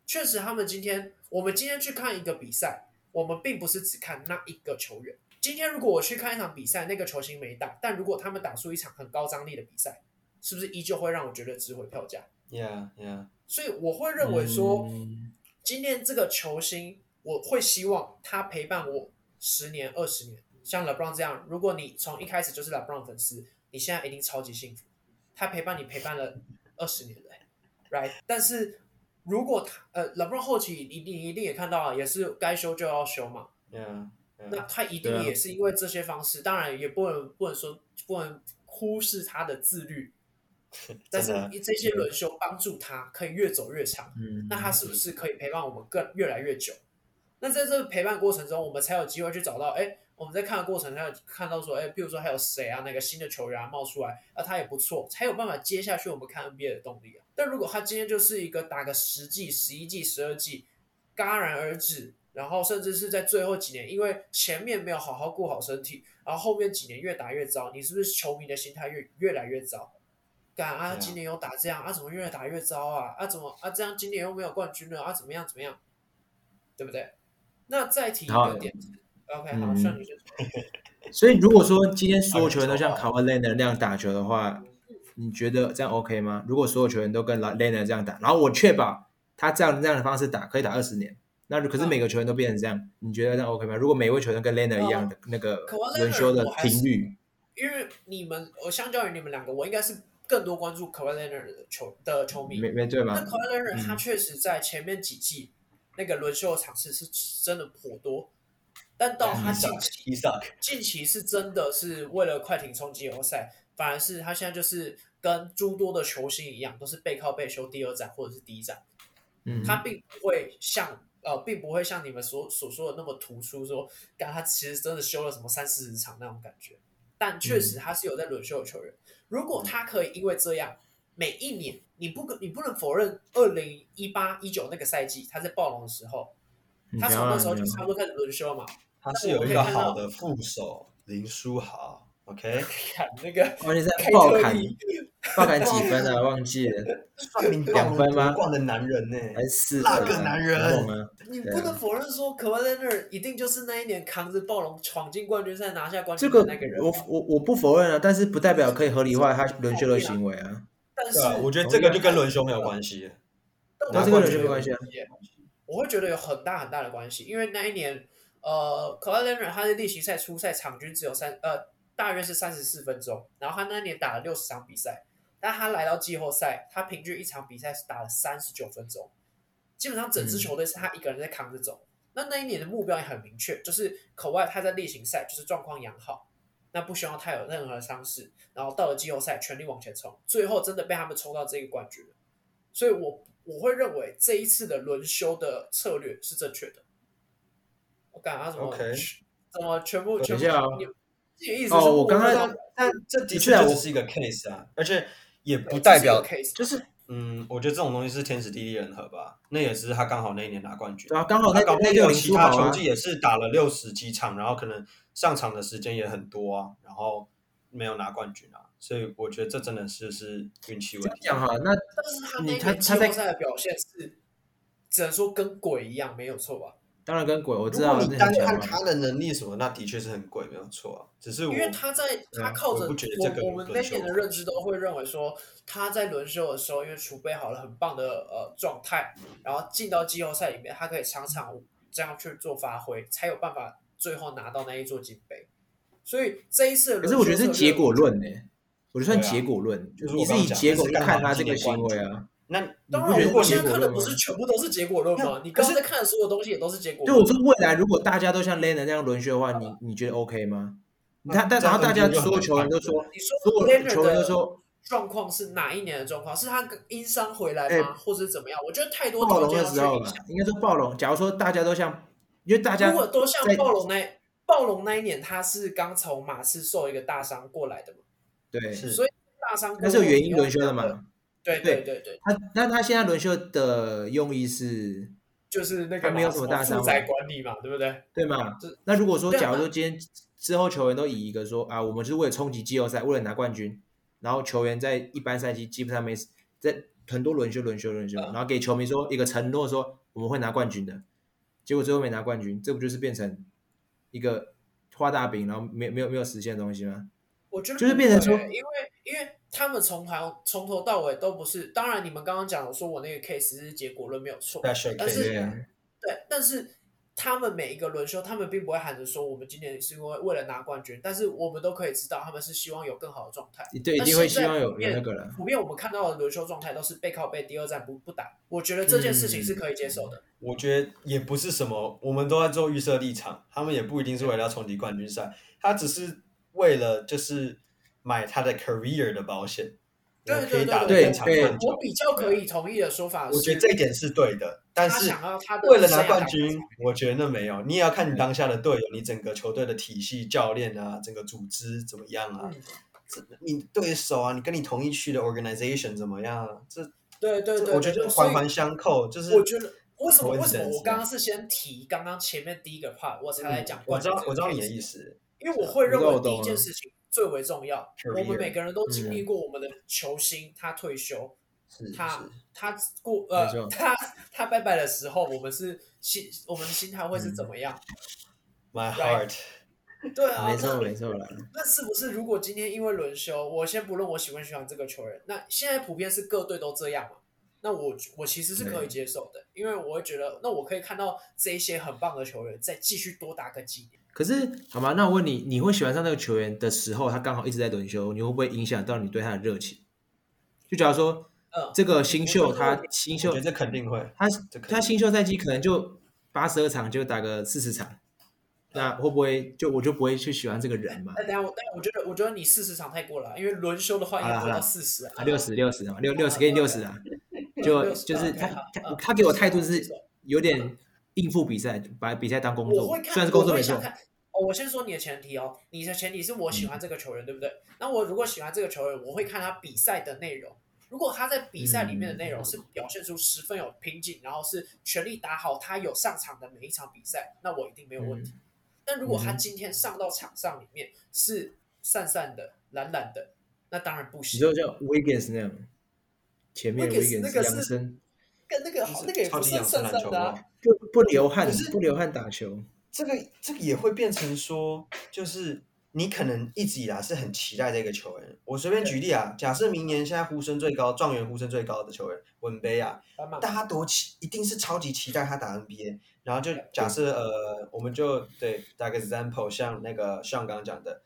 Speaker 1: 确实，他们今天我们今天去看一个比赛，我们并不是只看那一个球员。今天如果我去看一场比赛，那个球星没打，但如果他们打出一场很高张力的比赛，是不是依旧会让我觉得值回票价？
Speaker 3: Yeah, yeah.
Speaker 1: 所以我会认为说，
Speaker 2: 嗯
Speaker 1: 今天这个球星，我会希望他陪伴我十年、二十年。像 LeBron 这样，如果你从一开始就是 LeBron 粉丝，你现在一定超级幸福。他陪伴你陪伴了二十年了，right？但是如果他呃 LeBron 后期一定一定也看到了，啊也是该修就要修嘛。
Speaker 3: Yeah,
Speaker 1: 那
Speaker 3: yeah.
Speaker 1: 他一
Speaker 2: 对啊
Speaker 1: 定也是因为这些方式，当然也不能不能说不能忽视他的自 律，
Speaker 2: 啊
Speaker 1: 但是
Speaker 3: 真的
Speaker 1: 这些轮休帮助他可以越走越长。
Speaker 2: 嗯
Speaker 1: 那他是不是可以陪伴我们更越来越久？那在这个陪伴过程中，我们才有机会去找到，哎，我们在看的过程才有看到说，哎，比如说还有谁啊，哪个新的球员啊冒出来，啊，他也不错，才有办法接下去我们看 NBA 的动力啊。但如果他今天就是一个打个十季、十一季、十二季，戛然而止，然后甚至是在最后几年，因为前面没有好好顾好身体，然后后面几年越打越糟，你是不是球迷的心态越越来越糟？干啊，
Speaker 3: 对啊
Speaker 1: 今年又打这样啊，怎么越打越糟啊？啊，怎么啊这样今年又没有冠军了啊？怎么样怎么样？对不对？那再提一
Speaker 2: 好
Speaker 1: 个点子，OK，好，
Speaker 2: 嗯
Speaker 1: 像你先说，
Speaker 2: 所以如果
Speaker 1: 嗯
Speaker 2: 说今天所有球员都像 k a w i l e n a 那样打球的话，你觉得这样 OK 吗？如果所有球员都跟 l e n a 这样打，然后我确保他这样这样的方式打可以打二十年，那如可
Speaker 1: 嗯
Speaker 2: 是每个球员都变成这样，你觉得这样 OK 吗？如果每位球员跟 l e n a 一样的那个
Speaker 1: Kawhi Leonard，
Speaker 2: 轮休的频率，
Speaker 1: 因为你们，我相较于你们两个，我应该是更多关注 k a w i l e n a 的球的球迷，
Speaker 2: 没没对
Speaker 1: 那
Speaker 2: 吗？
Speaker 1: k a w i l e n a
Speaker 2: 嗯
Speaker 1: 他确实在前面几季、那个轮休的场次是真的颇多，但到他近期
Speaker 3: Isak, Isak.
Speaker 1: 近期是真的是为了快艇冲击季后赛，反而是他现在就是跟诸多的球星一样，都是背靠背休第二战或者是第一战，
Speaker 2: 嗯，
Speaker 1: 他并不会像呃，并不会像你们所所说的那么突出说，干他其实真的休了什么三四十场那种感觉。但确实他是有在轮休的球员，如果他可以因为这样，每一年你不可你不能否认，二零一八一九那个赛季他在暴龙的时候，
Speaker 2: 你
Speaker 1: 他
Speaker 2: 不
Speaker 1: 从
Speaker 2: 要
Speaker 1: 那时候
Speaker 2: 让
Speaker 1: 就
Speaker 2: 人
Speaker 1: 差不多开始轮休嘛，
Speaker 3: 他是有一个好的副手林书豪，OK，
Speaker 1: 看那个
Speaker 2: 而且在
Speaker 1: 开
Speaker 2: 爆
Speaker 1: 特
Speaker 2: 砍，
Speaker 1: 利，
Speaker 2: 爆感几 分啊？忘记了，
Speaker 3: 算命
Speaker 2: 两分吗
Speaker 3: 冠的男人呢、
Speaker 2: 还是四
Speaker 3: 那
Speaker 2: 分
Speaker 3: 个
Speaker 2: 啊
Speaker 3: 男人
Speaker 2: 很猛啊！
Speaker 1: 你不能否认说 k a w h Leonard 一定就是那一年扛着暴龙闯进冠军赛拿下冠
Speaker 2: 这
Speaker 1: 军
Speaker 2: 个
Speaker 1: 的那个人吧。
Speaker 2: 我我我不否认啊，但是不代表可以合理化他轮休的行为啊。
Speaker 1: 但是
Speaker 3: 对啊，我觉得这个就跟轮休没有关系。
Speaker 1: 但
Speaker 2: 那
Speaker 1: 我
Speaker 2: 这个
Speaker 1: 会
Speaker 2: 人
Speaker 1: 觉
Speaker 2: 就
Speaker 1: 得
Speaker 2: 没关系啊。
Speaker 1: 我会觉得有很大很大的关系，因为那一年，呃 c o l e n r 他的例行赛初赛场均只有三呃，大约是三十四分钟，然后他那一年打了六十场比赛，但他来到季后赛，他平均一场比赛是打了三十九分钟，基本上整支
Speaker 2: 嗯
Speaker 1: 球队是他一个人在扛着走。那那一年的目标也很明确，就是口外他在例行赛就是状况养好，那不希望他有任何伤势，然后到了季后赛全力往前冲，最后真的被他们冲到这个冠军了。所以我我会认为这一次的轮休的策略是正确的。我感觉他怎么
Speaker 3: OK
Speaker 1: 怎么全部
Speaker 2: 等
Speaker 1: 全
Speaker 2: 一
Speaker 1: 部
Speaker 2: 下啊
Speaker 1: 你这个意思是
Speaker 2: 哦我刚才
Speaker 1: 不知道
Speaker 3: 但这的
Speaker 2: 是
Speaker 3: 确
Speaker 2: 啊
Speaker 3: 就
Speaker 2: 我
Speaker 3: 只是一个 case 啊，而且也不
Speaker 1: 对
Speaker 3: 代
Speaker 1: 这是一个
Speaker 3: 表
Speaker 1: case
Speaker 3: 就是嗯，我觉得这种东西是天时地利人和吧。那也只是他刚好那一年拿冠军，
Speaker 2: 对啊，刚好那
Speaker 3: 他搞不好
Speaker 2: 那
Speaker 3: 也
Speaker 2: 六
Speaker 3: 有
Speaker 2: 零
Speaker 3: 其
Speaker 2: 输
Speaker 3: 他
Speaker 2: 好
Speaker 3: 球
Speaker 2: 啊。
Speaker 3: 季也是打了六十几场，然后可能上场的时间也很多啊，然后没有拿冠军啊，所以我觉得这真的是是运气
Speaker 2: 这
Speaker 3: 问
Speaker 2: 样啊讲
Speaker 3: 题。
Speaker 2: 哈，那
Speaker 1: 但是他
Speaker 2: 你
Speaker 1: 那一
Speaker 2: 他
Speaker 1: 年季
Speaker 2: 他在
Speaker 1: 后赛的表现是，只能说跟鬼一样，没有错吧？
Speaker 2: 当然跟鬼我知
Speaker 3: 如
Speaker 2: 道，
Speaker 3: 果
Speaker 2: 那
Speaker 3: 你
Speaker 2: 很啊
Speaker 3: 单
Speaker 2: 讲
Speaker 3: 看
Speaker 2: 嘛
Speaker 3: 他的能力什么，那的确是很贵，没有错啊。只是我
Speaker 1: 因为他在
Speaker 3: 嗯
Speaker 1: 他靠着
Speaker 3: 我不觉得这个
Speaker 1: 我我们那
Speaker 3: 轮休
Speaker 1: 年的认知都会认为说他在轮休的时候，因为储备好了很棒的呃状态，然后进到季后赛里面，他可以场场这样去做发挥，才有办法最后拿到那一座金杯。所以这一次的
Speaker 2: 可
Speaker 1: 轮
Speaker 2: 是
Speaker 1: 休
Speaker 2: 我觉得是
Speaker 1: 策略
Speaker 2: 结果论呢、我就算
Speaker 3: 对啊
Speaker 2: 结果论，
Speaker 3: 就是
Speaker 2: 你
Speaker 3: 我
Speaker 2: 是
Speaker 3: 刚
Speaker 2: 以
Speaker 3: 讲
Speaker 2: 结
Speaker 3: 的
Speaker 2: 果
Speaker 3: 是
Speaker 2: 去
Speaker 3: 干
Speaker 2: 看
Speaker 3: 嘛
Speaker 2: 他这
Speaker 3: 今
Speaker 2: 个
Speaker 3: 年
Speaker 2: 行
Speaker 3: 冠
Speaker 2: 为
Speaker 3: 军
Speaker 2: 啊。
Speaker 3: 那你
Speaker 1: 当
Speaker 3: 不
Speaker 1: 然，
Speaker 3: 觉
Speaker 1: 我
Speaker 3: 得
Speaker 1: 们
Speaker 3: 这
Speaker 1: 现在
Speaker 3: 是
Speaker 2: 结果
Speaker 1: 看的
Speaker 2: 论
Speaker 1: 不
Speaker 2: 吗
Speaker 1: 是全部都是结果论吗？你
Speaker 3: 可
Speaker 1: 刚
Speaker 3: 是
Speaker 1: 才看的所有东西也都是结果
Speaker 2: 就
Speaker 1: 论
Speaker 2: 我。说未来如果大家都像 l e n a 那样轮休的话，你你觉得 OK 吗？他但
Speaker 3: 嗯
Speaker 2: 然
Speaker 3: 这样
Speaker 2: 后大
Speaker 3: 分
Speaker 2: 家
Speaker 3: 就很
Speaker 2: 所有球员都
Speaker 3: 难
Speaker 2: 说，
Speaker 1: 你说
Speaker 2: 所
Speaker 1: l e
Speaker 2: 有
Speaker 1: n
Speaker 2: 球员都说
Speaker 1: 状况是哪一年的状况？是他因伤回来吗，
Speaker 2: 哎
Speaker 1: 或者是怎么样？我觉得太多条
Speaker 2: 暴龙
Speaker 1: 件
Speaker 2: 的
Speaker 1: 要去
Speaker 2: 时候
Speaker 1: 影
Speaker 2: 吧
Speaker 1: 响。，
Speaker 2: 应该说暴龙。假如说大家都像，因为大家
Speaker 1: 如果都像
Speaker 2: 在
Speaker 1: 暴龙那暴龙那一年，他是刚从马刺受一个大伤过来的嘛，
Speaker 2: 对，
Speaker 3: 是
Speaker 1: 所以大伤过
Speaker 2: 那是有原因轮休的
Speaker 1: 后你又
Speaker 2: 嘛。
Speaker 1: 对对对对，
Speaker 2: 他那他现在轮休的用意是
Speaker 1: 就是那个
Speaker 2: 他没有
Speaker 1: 嘛
Speaker 2: 什么大伤
Speaker 1: 负债
Speaker 2: 嘛
Speaker 1: 管理嘛，对不对？
Speaker 2: 对嘛
Speaker 1: 这？
Speaker 2: 那如果说，
Speaker 1: 对啊
Speaker 2: 假如
Speaker 1: 那
Speaker 2: 说今天之后球员都以一个说啊，我们是为了冲击季后赛，为了拿冠军，然后球员在一般赛季基本上没在很多轮休、轮休、轮休，
Speaker 1: 嗯
Speaker 2: 然后给球迷说一个承诺，说我们会拿冠军的，结果最后没拿冠军，这不就是变成一个画大饼，然后没没有没有实现的东西吗？
Speaker 1: 我觉得
Speaker 2: 就是
Speaker 1: 不
Speaker 2: 变成
Speaker 1: 会
Speaker 2: 说
Speaker 1: 欸因为因为他们从头从头到尾都不是，当然你们刚刚讲我说我那个 case 是结果论没有错，
Speaker 3: special
Speaker 1: 但是
Speaker 3: case
Speaker 2: 对
Speaker 3: 啊
Speaker 2: 啊，
Speaker 1: 对，但是他们每一个轮休，他们并不会喊着说我们今年是因为为了拿冠军，但是我们都可以知道他们是希望有更好的状态。
Speaker 2: 对，一
Speaker 1: 那
Speaker 2: 定会
Speaker 1: 现
Speaker 2: 希
Speaker 1: 在
Speaker 2: 望有
Speaker 1: 普
Speaker 2: 有
Speaker 1: 遍
Speaker 2: 那个了。
Speaker 1: 普遍我们看到的轮休状态都是背靠背，第二站不不打，我觉得这件事情是可以接受的。
Speaker 3: 我觉得也不是什么，我们都在做预设立场，他们也不一定是为了要冲击冠军赛，他只是为了就是买他的 career 的保险，
Speaker 1: 对
Speaker 3: 可
Speaker 1: 对
Speaker 3: 以打得
Speaker 2: 对
Speaker 3: 更长
Speaker 2: 对
Speaker 3: 更久
Speaker 1: 我。比较可以同意的说法是，
Speaker 3: 我觉得这一点是对的，但
Speaker 1: 他
Speaker 3: 是
Speaker 1: 想要他的
Speaker 3: 为了
Speaker 1: 生
Speaker 3: 拿
Speaker 1: 涯
Speaker 3: 冠
Speaker 1: 打
Speaker 3: 军
Speaker 1: 法，
Speaker 3: 我觉得那没有，你也要看你当下的队友，你整个球队的体系、教练啊，整个组织怎么样啊
Speaker 1: 嗯，
Speaker 3: 这你对手啊，你跟你同一区的 organization 怎么样啊？这
Speaker 1: 对对
Speaker 3: 这
Speaker 1: 对，
Speaker 3: 我觉
Speaker 1: 对
Speaker 3: 得环。
Speaker 1: 对
Speaker 3: 环相扣，就是
Speaker 1: 所以我觉得为什么为什么
Speaker 3: coincidence 嗯
Speaker 1: 我刚刚是先提刚刚前面第一个 part，我才来讲
Speaker 3: 我
Speaker 1: 冠
Speaker 3: 知
Speaker 1: 军这个
Speaker 3: 道
Speaker 1: case？
Speaker 3: 我知道你的意思，啊
Speaker 1: 因为我会认
Speaker 2: 我知道
Speaker 1: 为
Speaker 2: 我懂
Speaker 1: 第一
Speaker 2: 了
Speaker 1: 件事情最为重要。
Speaker 3: Career
Speaker 1: 我们每个人都
Speaker 3: 嗯
Speaker 1: 经历过我们的球星他退休，
Speaker 3: 是
Speaker 1: 他
Speaker 3: 是。
Speaker 1: 他过
Speaker 2: 没错
Speaker 1: 呃 他他拜拜的时候，我们是心我们的心态会是怎么样？
Speaker 3: My heart，
Speaker 1: 对啊，
Speaker 2: 嗯没错，
Speaker 1: 那
Speaker 2: 没错了。
Speaker 1: 那是不是如果今天因为轮休，我先不论我喜不喜欢这个球员，那现在普遍是各队都这样嘛？那我我其实是可以接受的，因为我会觉得，那我可以看到这一些很棒的球员再继续多打个几年。
Speaker 2: 可是，好吗？那我问你，你会喜欢上那个球员的时候，他刚好一直在轮休，你会不会影响到你对他的热情？就假如说
Speaker 1: 嗯，
Speaker 2: 这个新秀，他新
Speaker 3: 我
Speaker 2: 秀
Speaker 3: 觉得这肯定会。
Speaker 2: 他
Speaker 3: 这可以
Speaker 2: 他新秀赛季可能就八十二场就打个四十场，那会不会就我就不会去喜欢这个人嘛
Speaker 1: 哎那？等一下我，但我觉得，我觉得你四十场太过了啊，因为轮休的话应
Speaker 2: 好啦
Speaker 1: 该
Speaker 2: 好
Speaker 1: 不
Speaker 2: 啦
Speaker 1: 到四十
Speaker 2: 啊，六十六十嘛，六六十给你六十啊，就
Speaker 1: 60
Speaker 2: 就是
Speaker 1: 啊
Speaker 2: 他
Speaker 1: 好
Speaker 2: 他
Speaker 1: 好
Speaker 2: 他给我态度是
Speaker 1: 接受
Speaker 2: 有点应付比赛，把比赛当工
Speaker 1: 我
Speaker 2: 作
Speaker 1: 会，看，
Speaker 2: 虽然是工作
Speaker 1: 我
Speaker 2: 没
Speaker 1: 会
Speaker 2: 错
Speaker 1: 想，看。哦，我先说你的前提哦，你的前提是我喜
Speaker 2: 嗯
Speaker 1: 欢这个球员，对不对？那我如果喜欢这个球员，我会看他比赛的内容。如果他在比赛里面的内
Speaker 2: 嗯
Speaker 1: 容是表现出十分有拼劲，然后是全力打好他有上场的每一场比赛，那我一定没有问
Speaker 2: 嗯
Speaker 1: 题。但如果他今天上到场上里面是散散的、懒懒的，那当然不
Speaker 2: 你
Speaker 1: 行。
Speaker 2: 说像 Wiggins 那样，前面
Speaker 1: Wiggins
Speaker 2: Wiggins
Speaker 1: 那个是
Speaker 2: 扬声
Speaker 1: 跟那个好，那个也
Speaker 3: 超
Speaker 1: 不
Speaker 3: 级
Speaker 1: 是
Speaker 3: 养生
Speaker 1: 圣
Speaker 3: 篮
Speaker 1: 上
Speaker 3: 球
Speaker 1: 的、
Speaker 3: 帽
Speaker 1: 啊，。
Speaker 2: 就不流汗
Speaker 3: 可是，
Speaker 2: 不流汗打球，
Speaker 3: 这个这个也会变成说，就是你可能一直以来是很期待这个球员。我随便举例啊，假设明年现在呼声最高、状元呼声最高的球员文杯啊，
Speaker 1: 斑马
Speaker 3: 大家都期一定是超级期待他打 NBA。然后就假设呃，我们就对打个 example，像那个像刚刚讲的，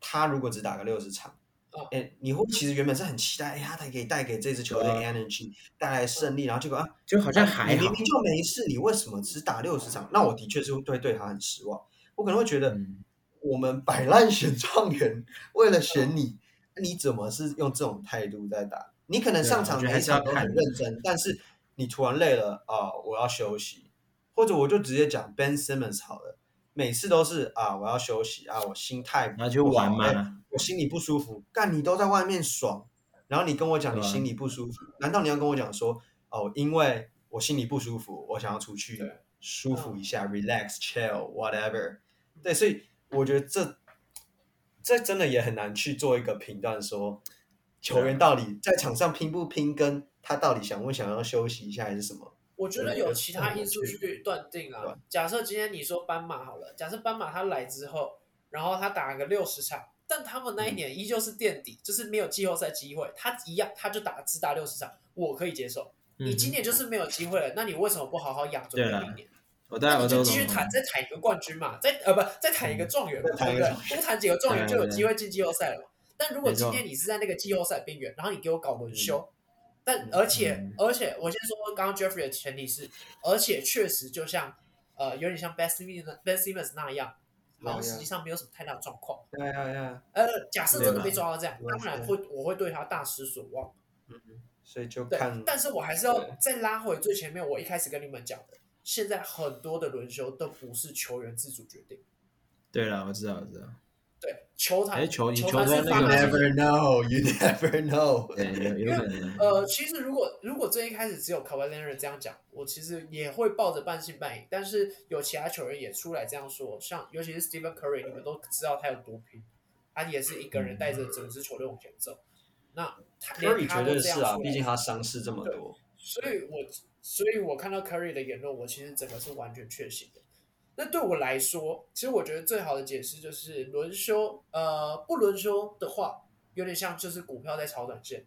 Speaker 3: 他如果只打个六十场
Speaker 1: 嗯。
Speaker 3: 哎，你会其实原本是很期待，哎，他可以带给这支球队 energy，带来胜利，然后结果啊，
Speaker 2: 就好像还
Speaker 3: 你明
Speaker 2: 哎好。
Speaker 3: 明就没事，你为什么只打六十场？那我的确是会对他很失望。我可能会觉得，
Speaker 2: 嗯，
Speaker 3: 我们摆烂选状元，为了选你，你怎么是用这种态度在打？你可能上场
Speaker 2: 对啊
Speaker 3: 每
Speaker 2: 我觉得还
Speaker 3: 一
Speaker 2: 是要
Speaker 3: 场都很认真，但是你突然累了啊、我要休息，或者我就直接讲 Ben Simmons 好了，每次都是啊，我要休息啊，我心态
Speaker 2: 然
Speaker 3: 不好
Speaker 2: 后就玩
Speaker 1: 哦
Speaker 3: 哎
Speaker 2: 嘛，嗯
Speaker 3: 我心里不舒服，干你都在外面爽，然后你跟我讲你
Speaker 2: 对啊
Speaker 3: 心里不舒服，难道你要跟我讲说哦，因为我心里不舒服，我想要出去
Speaker 1: 对
Speaker 3: 舒
Speaker 1: 嗯
Speaker 3: 服一下、r e l a x chill whatever，对，所以我觉得这这真的也很难去做一个评断说球员到底在场上拼不拼跟他到底想不想要休息一下还是什么？
Speaker 1: 我觉得有其他因素去断定
Speaker 3: 对
Speaker 1: 啊
Speaker 3: 吧。
Speaker 1: 假设今天你说斑马好了，假设斑马他来之后，然后他打个六十场，但他们那一年依旧是垫底，就是没有季后赛机会，他一样他就打只打六十场，我可以接受。你
Speaker 2: 嗯
Speaker 1: 今年就是没有机会了，那你为什么不好好养准备
Speaker 2: 对啦
Speaker 1: 明年？
Speaker 2: 我当
Speaker 1: 那
Speaker 2: 然
Speaker 1: 你
Speaker 2: 我
Speaker 1: 就
Speaker 2: 都
Speaker 1: 继
Speaker 2: 懂
Speaker 1: 续。谈，再谈一个冠军嘛，再呃不，再谈一个状元嘛，
Speaker 3: 再
Speaker 1: 对
Speaker 3: 谈一
Speaker 1: 不
Speaker 3: 个
Speaker 1: 对？多谈几个状元就有机会进季后赛了嘛。但如果
Speaker 2: 没错
Speaker 1: 今天你是在那个季后赛边缘，然后你给我搞轮休，但而且
Speaker 2: 嗯
Speaker 1: 而且我先说刚刚 Jeffrey 的前提是，而且确实就像呃有点像 Ben Simmons Ben Simmons 那样，好像
Speaker 3: 那样
Speaker 1: 实际上没有什么太大的状况。
Speaker 3: 对呀呀，
Speaker 1: 呃，假设真的被
Speaker 3: 对
Speaker 1: 抓到这样，
Speaker 3: 对
Speaker 1: 当然会我会对他大失所望。
Speaker 3: 所以就
Speaker 1: 对
Speaker 3: 看，
Speaker 1: 但是我还是要
Speaker 3: 对
Speaker 1: 再拉回最前面，我一开始跟你们讲的，现在很多的轮休都不是球员自主决定，
Speaker 2: 对了，我知道，我知道。
Speaker 1: 对，球坛
Speaker 2: 哎球
Speaker 1: 球
Speaker 2: 球
Speaker 1: 坛是
Speaker 2: 团
Speaker 1: 发
Speaker 2: 那
Speaker 3: ，you
Speaker 2: 个
Speaker 1: 发
Speaker 3: never know，you never know，
Speaker 2: 对，有有可能。啊
Speaker 1: 呃，其实如果如果最一开始只有 k a w h i Leonard 这样讲，我其实也会抱着半信半疑。但是有其他球员也出来这样说，像尤其是 Stephen Curry，你们都知道他有多拼，他也是一个人带着整支球队往前走。那他连
Speaker 3: Curry
Speaker 1: 他
Speaker 3: 绝
Speaker 1: 都
Speaker 3: 对
Speaker 1: 这样
Speaker 3: 是
Speaker 1: 说
Speaker 3: 啊，毕竟他伤势这么
Speaker 1: 对
Speaker 3: 多。
Speaker 1: 所以我所以我看到 Curry 的言论，我其实整个是完全确信的。那对我来说，其实我觉得最好的解释就是轮休，呃，不轮休的话，有点像就是股票在炒短线。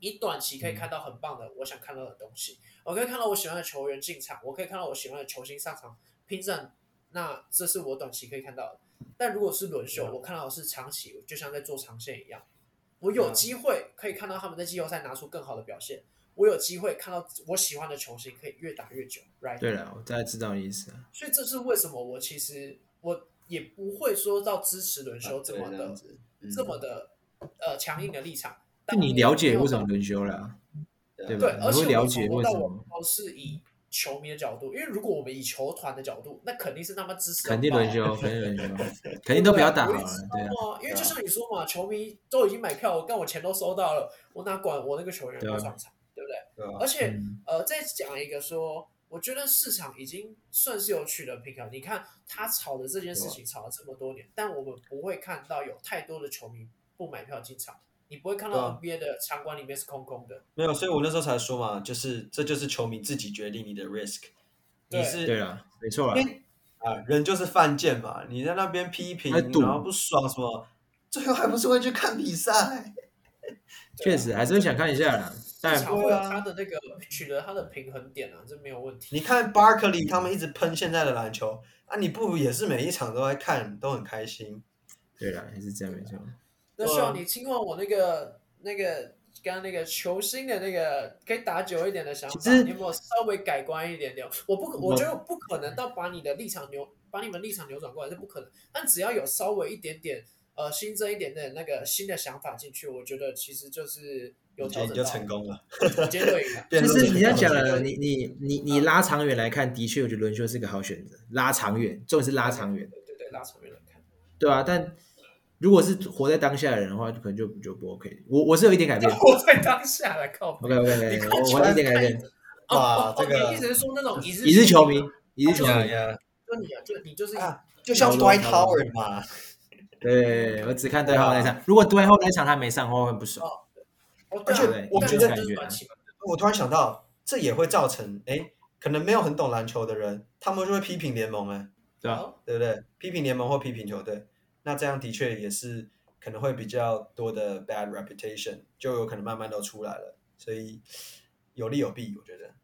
Speaker 1: 你短期可以看到很棒的，我想看到的东西，我可以看到我喜欢的球员进场，我可以看到我喜欢的球星上场拼战，那这是我短期可以看到的。但如果是轮休，我看到的是长期，就像在做长线一样，我有
Speaker 3: 嗯
Speaker 1: 机会可以看到他们在季后赛拿出更好的表现，我有机会看到我喜欢的球星可以越打越久，right？
Speaker 2: 对了，我大概知道你意思啊了。
Speaker 1: 所以这是为什么我其实我也不会说到支持轮休这
Speaker 3: 对
Speaker 1: 么
Speaker 3: 这
Speaker 1: 的
Speaker 3: 样、子，嗯
Speaker 1: 这么的呃强硬的立场。
Speaker 2: 那
Speaker 1: 但
Speaker 2: 你
Speaker 1: 我
Speaker 2: 了解
Speaker 1: 没有
Speaker 2: 为什么轮休了，对
Speaker 1: 对，
Speaker 2: 吧？
Speaker 1: 而
Speaker 2: 你
Speaker 1: 且
Speaker 2: 会了解为
Speaker 1: 到
Speaker 2: 什
Speaker 1: 我们
Speaker 2: 么
Speaker 1: 都是以球迷的角度，因为如果我们以球团的角度，那肯定是他妈支持到
Speaker 2: 肯定
Speaker 1: 爆啊
Speaker 2: 轮休，肯定轮休，肯定都不要打好了，对啊，
Speaker 1: 哦，因为就像你说嘛，球迷都已经买票，我干我钱都收到了，我哪管我那个球员有没有
Speaker 2: 对啊
Speaker 1: 上场，对不对？
Speaker 3: 对啊
Speaker 1: 而且、
Speaker 2: 嗯
Speaker 1: 呃，再讲一个说，我觉得市场已经算是有取得平衡。你看他炒的这件事情炒了这么多年，但我们不会看到有太多的球迷不买票进场，你不会看
Speaker 2: 啊
Speaker 1: 到 NBA 的场馆里面是空空的。
Speaker 3: 没有，所以我那时候才说嘛，就是这就是球迷自己决定你的 risk，
Speaker 1: 对
Speaker 3: 你是
Speaker 2: 对了，没错啦
Speaker 3: 因，为啊、人就是犯贱嘛，你在那边批评，
Speaker 2: 还赌
Speaker 3: 然后不爽什么，最后还不是会去看比 赛？
Speaker 1: 对啊
Speaker 2: 确实还是会想看一下啦，但
Speaker 1: 市场会有他的那个取得他的平衡点啊，这没有问题。
Speaker 3: 你看 Barkley 他们一直喷现在的篮球，啊，你不如也是每一场都在看，都很开心。
Speaker 2: 对了，还是这样没错。
Speaker 1: 那
Speaker 3: 对啊
Speaker 1: 希望你听完我那个那个刚刚那个球星的那个可以打久一点的想
Speaker 2: 其
Speaker 1: 法，
Speaker 2: 实
Speaker 1: 你有没有稍微改观一点点？我不，我
Speaker 2: 我
Speaker 1: 觉得不可能到把你的立场扭，把你们立场扭转过来，这不可能。但只要有稍微一点点呃新增一点点那个新的想法进去，我觉得其实就是有调
Speaker 3: 你
Speaker 1: 整
Speaker 3: 就
Speaker 1: 到
Speaker 3: 成，功了。
Speaker 1: 直接对啊 赢了。
Speaker 3: 变
Speaker 2: 就
Speaker 3: 成
Speaker 2: 是你要
Speaker 3: 成功
Speaker 2: 讲了，你你你你拉长远来看，的确，我觉得轮休是个好选择。拉长远，重点是拉长远，
Speaker 1: 对对对，拉长远来看，
Speaker 2: 对啊。但如果是活在当下的人的话，就可能就就不 OK。我我是有一 点改变
Speaker 1: 活在当下来靠谱。
Speaker 2: ，OK OK
Speaker 1: 你
Speaker 2: OK，
Speaker 1: 看
Speaker 2: 我
Speaker 1: 球
Speaker 2: 我有
Speaker 1: 看
Speaker 2: 一点改变。
Speaker 1: 哦
Speaker 3: 哇
Speaker 1: 哦，
Speaker 3: 这个
Speaker 1: 你一直说那种一日
Speaker 2: 你 是球迷，你是球
Speaker 3: 呀
Speaker 1: 哎
Speaker 2: 迷，
Speaker 3: 呀，
Speaker 1: 就你啊，就你就是一
Speaker 3: 啊啊就像
Speaker 2: 老
Speaker 3: Dwight
Speaker 2: 了老了
Speaker 3: Howard 嘛，
Speaker 2: 对我只看对后那场，如果对后那场他没上，我会很不爽。
Speaker 1: 哦，
Speaker 3: 而且
Speaker 1: 对啊
Speaker 3: 我
Speaker 1: 但
Speaker 3: 觉
Speaker 1: 这
Speaker 3: 得
Speaker 1: 就是
Speaker 2: 感觉
Speaker 1: 蛮奇怪的
Speaker 3: 我突然想到，这也会造成哎，诶可能没有很懂篮球的人，他们就会批评联盟哎，
Speaker 2: 对啊
Speaker 1: 好
Speaker 3: 对不对？批评联盟或批评球队，那这样的确也是可能会比较多的 bad reputation，就有可能慢慢都出来了，所以有利有弊，我觉得。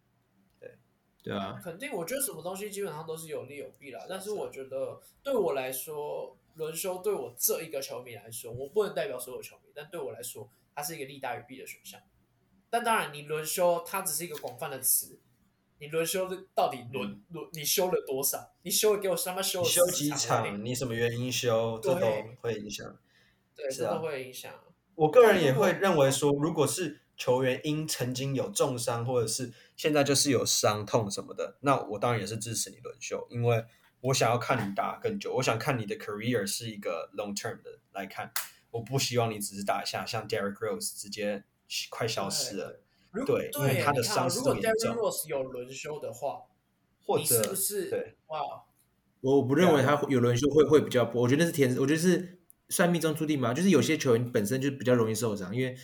Speaker 2: 对啊，
Speaker 1: 肯定，我觉得什么东西基本上都是有利有弊啦。但
Speaker 3: 啊
Speaker 1: 是我觉得对我来说，轮休对我这一个球迷来说，我不能代表所有球迷，但对我来说，它是一个利大于弊的选项。但当然，你轮休它只是一个广泛的词，你轮休的到底轮轮你休了多少？你休了给我他妈休
Speaker 3: 嗯你
Speaker 1: 了
Speaker 3: 休
Speaker 1: 四
Speaker 3: 几
Speaker 1: 场而已，
Speaker 3: 场，你什么原因休，这都
Speaker 1: 对
Speaker 3: 会影响。
Speaker 1: 对，
Speaker 3: 是
Speaker 1: 这
Speaker 3: 啊
Speaker 1: 都会影响。
Speaker 3: 我个
Speaker 1: 嗯
Speaker 3: 人也会认为说，如果是球员因曾经有重伤，或者是现在就是有伤痛什么的，那我当然也是支持你轮休，因为我想要看你打更久，我想看你的 career 是一个 long term 的来看，我不希望你只是打一下，像 Derrick Rose 直接快消失了，
Speaker 1: 如
Speaker 3: 对因为
Speaker 1: 对
Speaker 3: 他的
Speaker 1: 你看啊
Speaker 3: 伤势
Speaker 1: 如果
Speaker 3: 这么严
Speaker 1: Derrick
Speaker 3: 重
Speaker 1: Rose 有轮休的话，
Speaker 3: 或
Speaker 1: 你是
Speaker 3: 者
Speaker 1: 不是
Speaker 3: 对
Speaker 1: 哇？
Speaker 2: 我不认为
Speaker 1: 啊
Speaker 2: 他有轮休会会比较薄，我觉得那是天，我觉得是算命中注定吧。就是有些球员本身就比较容易受伤，因为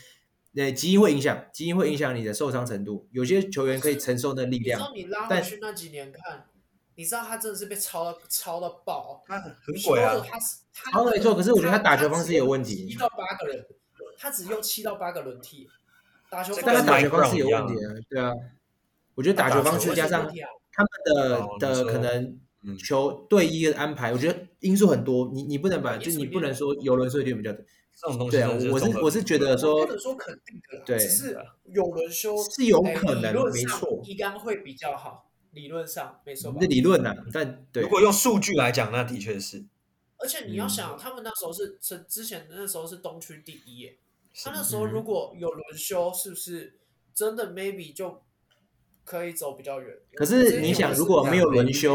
Speaker 2: 呃基因会影响，基因会影响你的受伤程度。有些球员可以承受那力
Speaker 1: 你知道
Speaker 2: 量，
Speaker 1: 你拉回
Speaker 2: 但
Speaker 1: 去那几年看，你知道他真的是被抄到抄到爆、
Speaker 3: 他很
Speaker 1: 说
Speaker 3: 鬼
Speaker 1: 了
Speaker 3: 啊，
Speaker 1: 他是他
Speaker 2: 抄得哦没错可是我觉得他打球方式也有问
Speaker 1: 他只
Speaker 2: 题
Speaker 1: 用七到八个人，他只用七到八个轮替，打球
Speaker 3: 这
Speaker 1: 方
Speaker 2: 但他
Speaker 1: 式
Speaker 2: 打
Speaker 1: 也
Speaker 2: 球方式有问题啊，对啊。我觉得打球方式
Speaker 1: 有
Speaker 2: 加上
Speaker 1: 问题啊
Speaker 2: 他们的、
Speaker 3: 哦你
Speaker 2: 的
Speaker 3: 说
Speaker 2: 可能
Speaker 3: 嗯
Speaker 2: 球队一的安排，我觉得因素很多，你你不能把
Speaker 1: 对
Speaker 2: 就
Speaker 1: 因素
Speaker 2: 你
Speaker 1: 一
Speaker 2: 不
Speaker 1: 定
Speaker 2: 能说游轮休一定比较对
Speaker 3: 这种东西
Speaker 2: 对啊，
Speaker 3: 真的
Speaker 2: 我
Speaker 3: 综
Speaker 2: 是
Speaker 3: 合
Speaker 2: 我是觉得说
Speaker 1: 不能说肯定的啦，
Speaker 2: 对
Speaker 1: 只是有人说
Speaker 2: 是有
Speaker 1: 哎
Speaker 2: 可能
Speaker 1: 理论
Speaker 2: 没
Speaker 1: 上
Speaker 2: 错嗯
Speaker 1: 一杆会比较好，理论上没错吧
Speaker 2: 那？理论呐、
Speaker 1: 嗯
Speaker 2: 但对
Speaker 3: 如果用数据来讲，那的确是，
Speaker 1: 而且
Speaker 2: 嗯
Speaker 1: 你要想，他们那时候是之之前那时候是东区第一耶，他那时候
Speaker 2: 嗯
Speaker 1: 如果有轮休，是不是真的 maybe 就可以走比较远？
Speaker 2: 可
Speaker 1: 我
Speaker 2: 是
Speaker 1: 之前
Speaker 2: 你想，
Speaker 1: 有
Speaker 2: 如果
Speaker 1: 试
Speaker 2: 没有
Speaker 1: 过
Speaker 2: 轮休，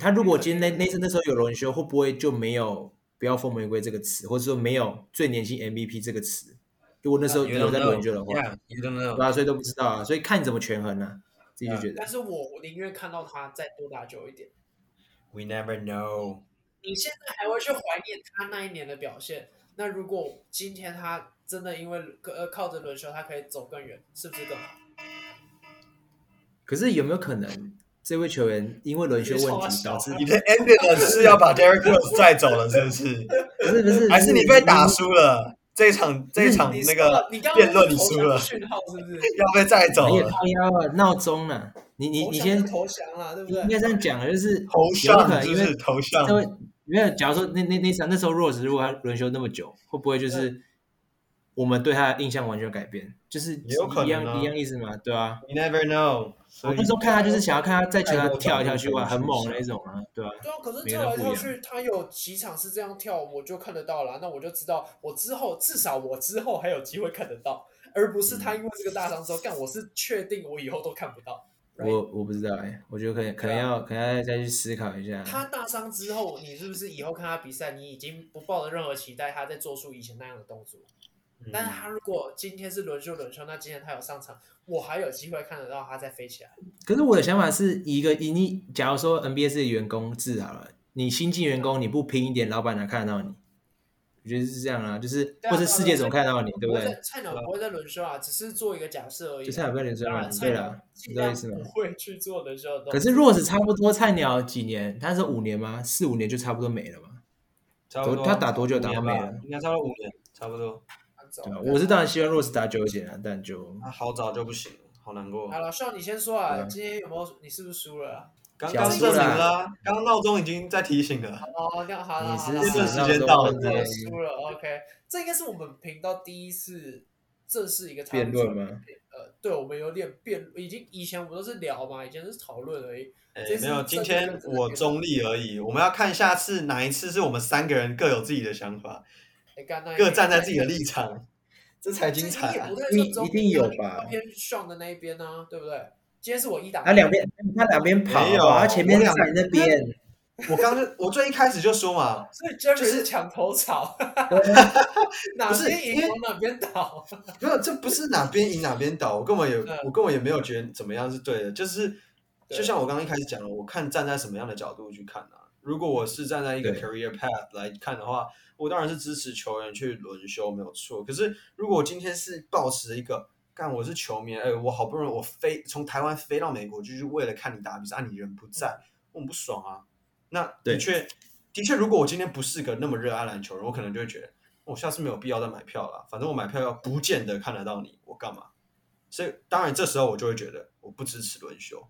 Speaker 2: 他如果
Speaker 1: 嗯
Speaker 2: 今天那那次那时候有轮休，会不会就没有“不要封玫瑰”这个词，或者说没有“最年轻 MVP” 这个词？如果那时候
Speaker 3: You
Speaker 2: 有
Speaker 3: don't
Speaker 2: 在
Speaker 3: know
Speaker 2: 轮休的话，
Speaker 3: ，Yeah，you don't
Speaker 2: 对
Speaker 3: know，
Speaker 2: 吧？所以都不知道啊，所以看你怎么权衡呢、啊？自己就觉得
Speaker 1: 但是我我宁愿看到他再多打久一点。
Speaker 3: We never know。
Speaker 1: 你现在还会去怀念他那一年的表现？那如果今天他真的因为呃靠着轮休，他可以走更远，是不是更好？
Speaker 2: 可是有没有可能这位球员因为轮休
Speaker 1: 你
Speaker 2: 问
Speaker 1: 超
Speaker 2: 题
Speaker 1: 小
Speaker 2: 导致？
Speaker 3: 你的 ambulance 是要把 Derek Rose 载走了，是不是？
Speaker 2: 不是不是，
Speaker 3: 还是你被打
Speaker 2: 嗯
Speaker 3: 输了？这一场这一场
Speaker 1: 你
Speaker 3: 那
Speaker 1: 输
Speaker 3: 个
Speaker 1: 了你刚刚
Speaker 3: 辩论你
Speaker 1: 投
Speaker 3: 输
Speaker 1: 降
Speaker 3: 了，
Speaker 1: 讯号是不是？
Speaker 3: 要被载走
Speaker 2: 你也
Speaker 3: 了，
Speaker 2: 靠腰啊，闹钟啊，你你
Speaker 1: 投
Speaker 2: 你
Speaker 1: 降
Speaker 2: 先
Speaker 1: 就投降了，对不
Speaker 2: 你
Speaker 1: 对
Speaker 2: 应？该这样讲，就是
Speaker 3: 头
Speaker 2: 有没有可
Speaker 3: 像
Speaker 2: 能
Speaker 3: 就
Speaker 2: 因为
Speaker 3: 是头像
Speaker 2: 那，会没有？假如说那那那场那时候 Rose 如果他轮休那么久，会不会就是我们对他的印象完全改变？就是
Speaker 3: 也有可能啊
Speaker 2: 一样一样意思嘛，对啊。
Speaker 3: 你 never know。
Speaker 2: 我
Speaker 3: 所以
Speaker 2: 那时候看他就是想要看他在球
Speaker 3: 啊太
Speaker 2: 上
Speaker 3: 多
Speaker 2: 跳一跳去
Speaker 3: 转
Speaker 2: 哇，
Speaker 3: 变
Speaker 2: 很猛
Speaker 3: 趋势
Speaker 2: 那种啊，对啊。
Speaker 1: 对啊，可是
Speaker 2: 每
Speaker 1: 跳
Speaker 2: 个人
Speaker 1: 来
Speaker 2: 不一
Speaker 1: 跳
Speaker 2: 样
Speaker 1: 去，他有几场是这样跳，我就看得到啦。那我就知道，我之后至少我之后还有机会看得到，而不是他因为这个大伤之后，
Speaker 2: 嗯
Speaker 1: 干我是确定我以后都看不到。Right？
Speaker 2: 我我不知道哎、我觉得可能可能
Speaker 1: 对啊
Speaker 2: 要可能要再去思考一下。
Speaker 1: 他大伤之后，你是不是以后看他比赛，你已经不抱着任何期待，他在做出以前那样的动作？
Speaker 3: 嗯
Speaker 2: 嗯
Speaker 1: 但是他如果今天是轮休轮休，那今天他有上场，我还有机会看得到他再飞起来。
Speaker 2: 可是我的想法是以一个以你假如说 NBA 是员工制好了，你新进员工你不拼一点，老板哪看得到你？我觉得是这样啊，就是
Speaker 1: 对啊
Speaker 2: 或者
Speaker 1: 对啊
Speaker 2: 世界
Speaker 1: 对啊
Speaker 2: 怎么看得到你，对
Speaker 1: 不
Speaker 2: 不
Speaker 1: 会
Speaker 2: 对
Speaker 1: 在？菜鸟不会在轮休啊，只是做一个假设而已啊。
Speaker 2: 就菜鸟不会轮休嘛
Speaker 1: 当然
Speaker 2: 对
Speaker 1: 菜
Speaker 2: 啦
Speaker 1: 鸟
Speaker 2: 你
Speaker 1: 尽
Speaker 2: 知道意
Speaker 1: 量
Speaker 2: 思吗
Speaker 1: 不会去做轮休的动作。
Speaker 2: 可是 Rose 差不多菜鸟几年？他是五年吗？四五年就差不多没了嘛，
Speaker 3: 差不多
Speaker 2: 他打多久打
Speaker 3: 五年
Speaker 2: 没
Speaker 3: 吧
Speaker 2: 了
Speaker 3: 应该差不多五年，差不多。
Speaker 2: 对吧？我是当然希望 Rose 打久一点啊，但就
Speaker 3: 他好早就不行了，好难过
Speaker 1: 好。了，少你先说啊，
Speaker 2: 对
Speaker 1: 今天有没有你是不是输了啊？
Speaker 3: 刚
Speaker 2: 小
Speaker 3: 刚
Speaker 2: 输
Speaker 3: 证明
Speaker 2: 啦
Speaker 3: 了啊，刚刚闹钟已经在提醒了。
Speaker 1: 哦，那好了，
Speaker 2: 你
Speaker 1: 好
Speaker 2: 是
Speaker 1: 了，好
Speaker 3: 这段
Speaker 1: 了
Speaker 3: 时间到了
Speaker 1: 我
Speaker 2: 对
Speaker 1: 也输了，OK，这应该是我们频道第一次正式一个
Speaker 2: 辩论？吗？
Speaker 1: 呃，对，我们有点辩，已经以前我们都是聊嘛，以前是讨论而已。
Speaker 3: 哎
Speaker 1: 这，次
Speaker 3: 没有，
Speaker 1: 是
Speaker 3: 今
Speaker 1: 真的
Speaker 3: 天我中立而已。我们要看下次哪一次是我们三个人各有自己的想法，
Speaker 1: 哎，干那
Speaker 3: 各站在自己的立场，这才精彩
Speaker 1: 这
Speaker 3: 啊
Speaker 1: 也！不太
Speaker 2: 一
Speaker 1: 算中
Speaker 2: 一定
Speaker 1: 立啊
Speaker 2: 有
Speaker 1: 你比较
Speaker 2: 吧
Speaker 1: 偏上的那一边呢，对不对？今天是我一打
Speaker 2: 他两边他两边跑，
Speaker 3: 没有
Speaker 2: 哇他前面
Speaker 3: 我
Speaker 2: 在
Speaker 3: 两
Speaker 2: 那边，
Speaker 3: 我刚就我最一开始就说嘛，
Speaker 1: 所以 Jerry
Speaker 3: 就是
Speaker 1: 是墙头草，哪
Speaker 3: 不是
Speaker 1: 边
Speaker 3: 因
Speaker 1: 赢
Speaker 3: 为
Speaker 1: 往哪边倒。
Speaker 3: 没有，这不是哪边赢哪边倒，我根本也
Speaker 1: 嗯
Speaker 3: 我根本也没有觉得怎么样是对的，就是
Speaker 1: 对
Speaker 3: 就像我刚刚一开始讲的，我看站在什么样的角度去看啊。如果我是站在一个
Speaker 2: 对
Speaker 3: career path 来看的话，我当然是支持球员去轮休，没有错。可是如果我今天是抱持一个，干我是球迷，哎，我好不容易我飞从台湾飞到美国，就是为了看你打比赛，啊，你人不在，我很不爽啊。那的
Speaker 2: 对
Speaker 3: 确，的确，如果我今天不是个那么热爱篮球人，我可能就会觉得，我下次没有必要再买票了，反正我买票要不见得看得到你，我干嘛？所以当然这时候我就会觉得我不支持轮休。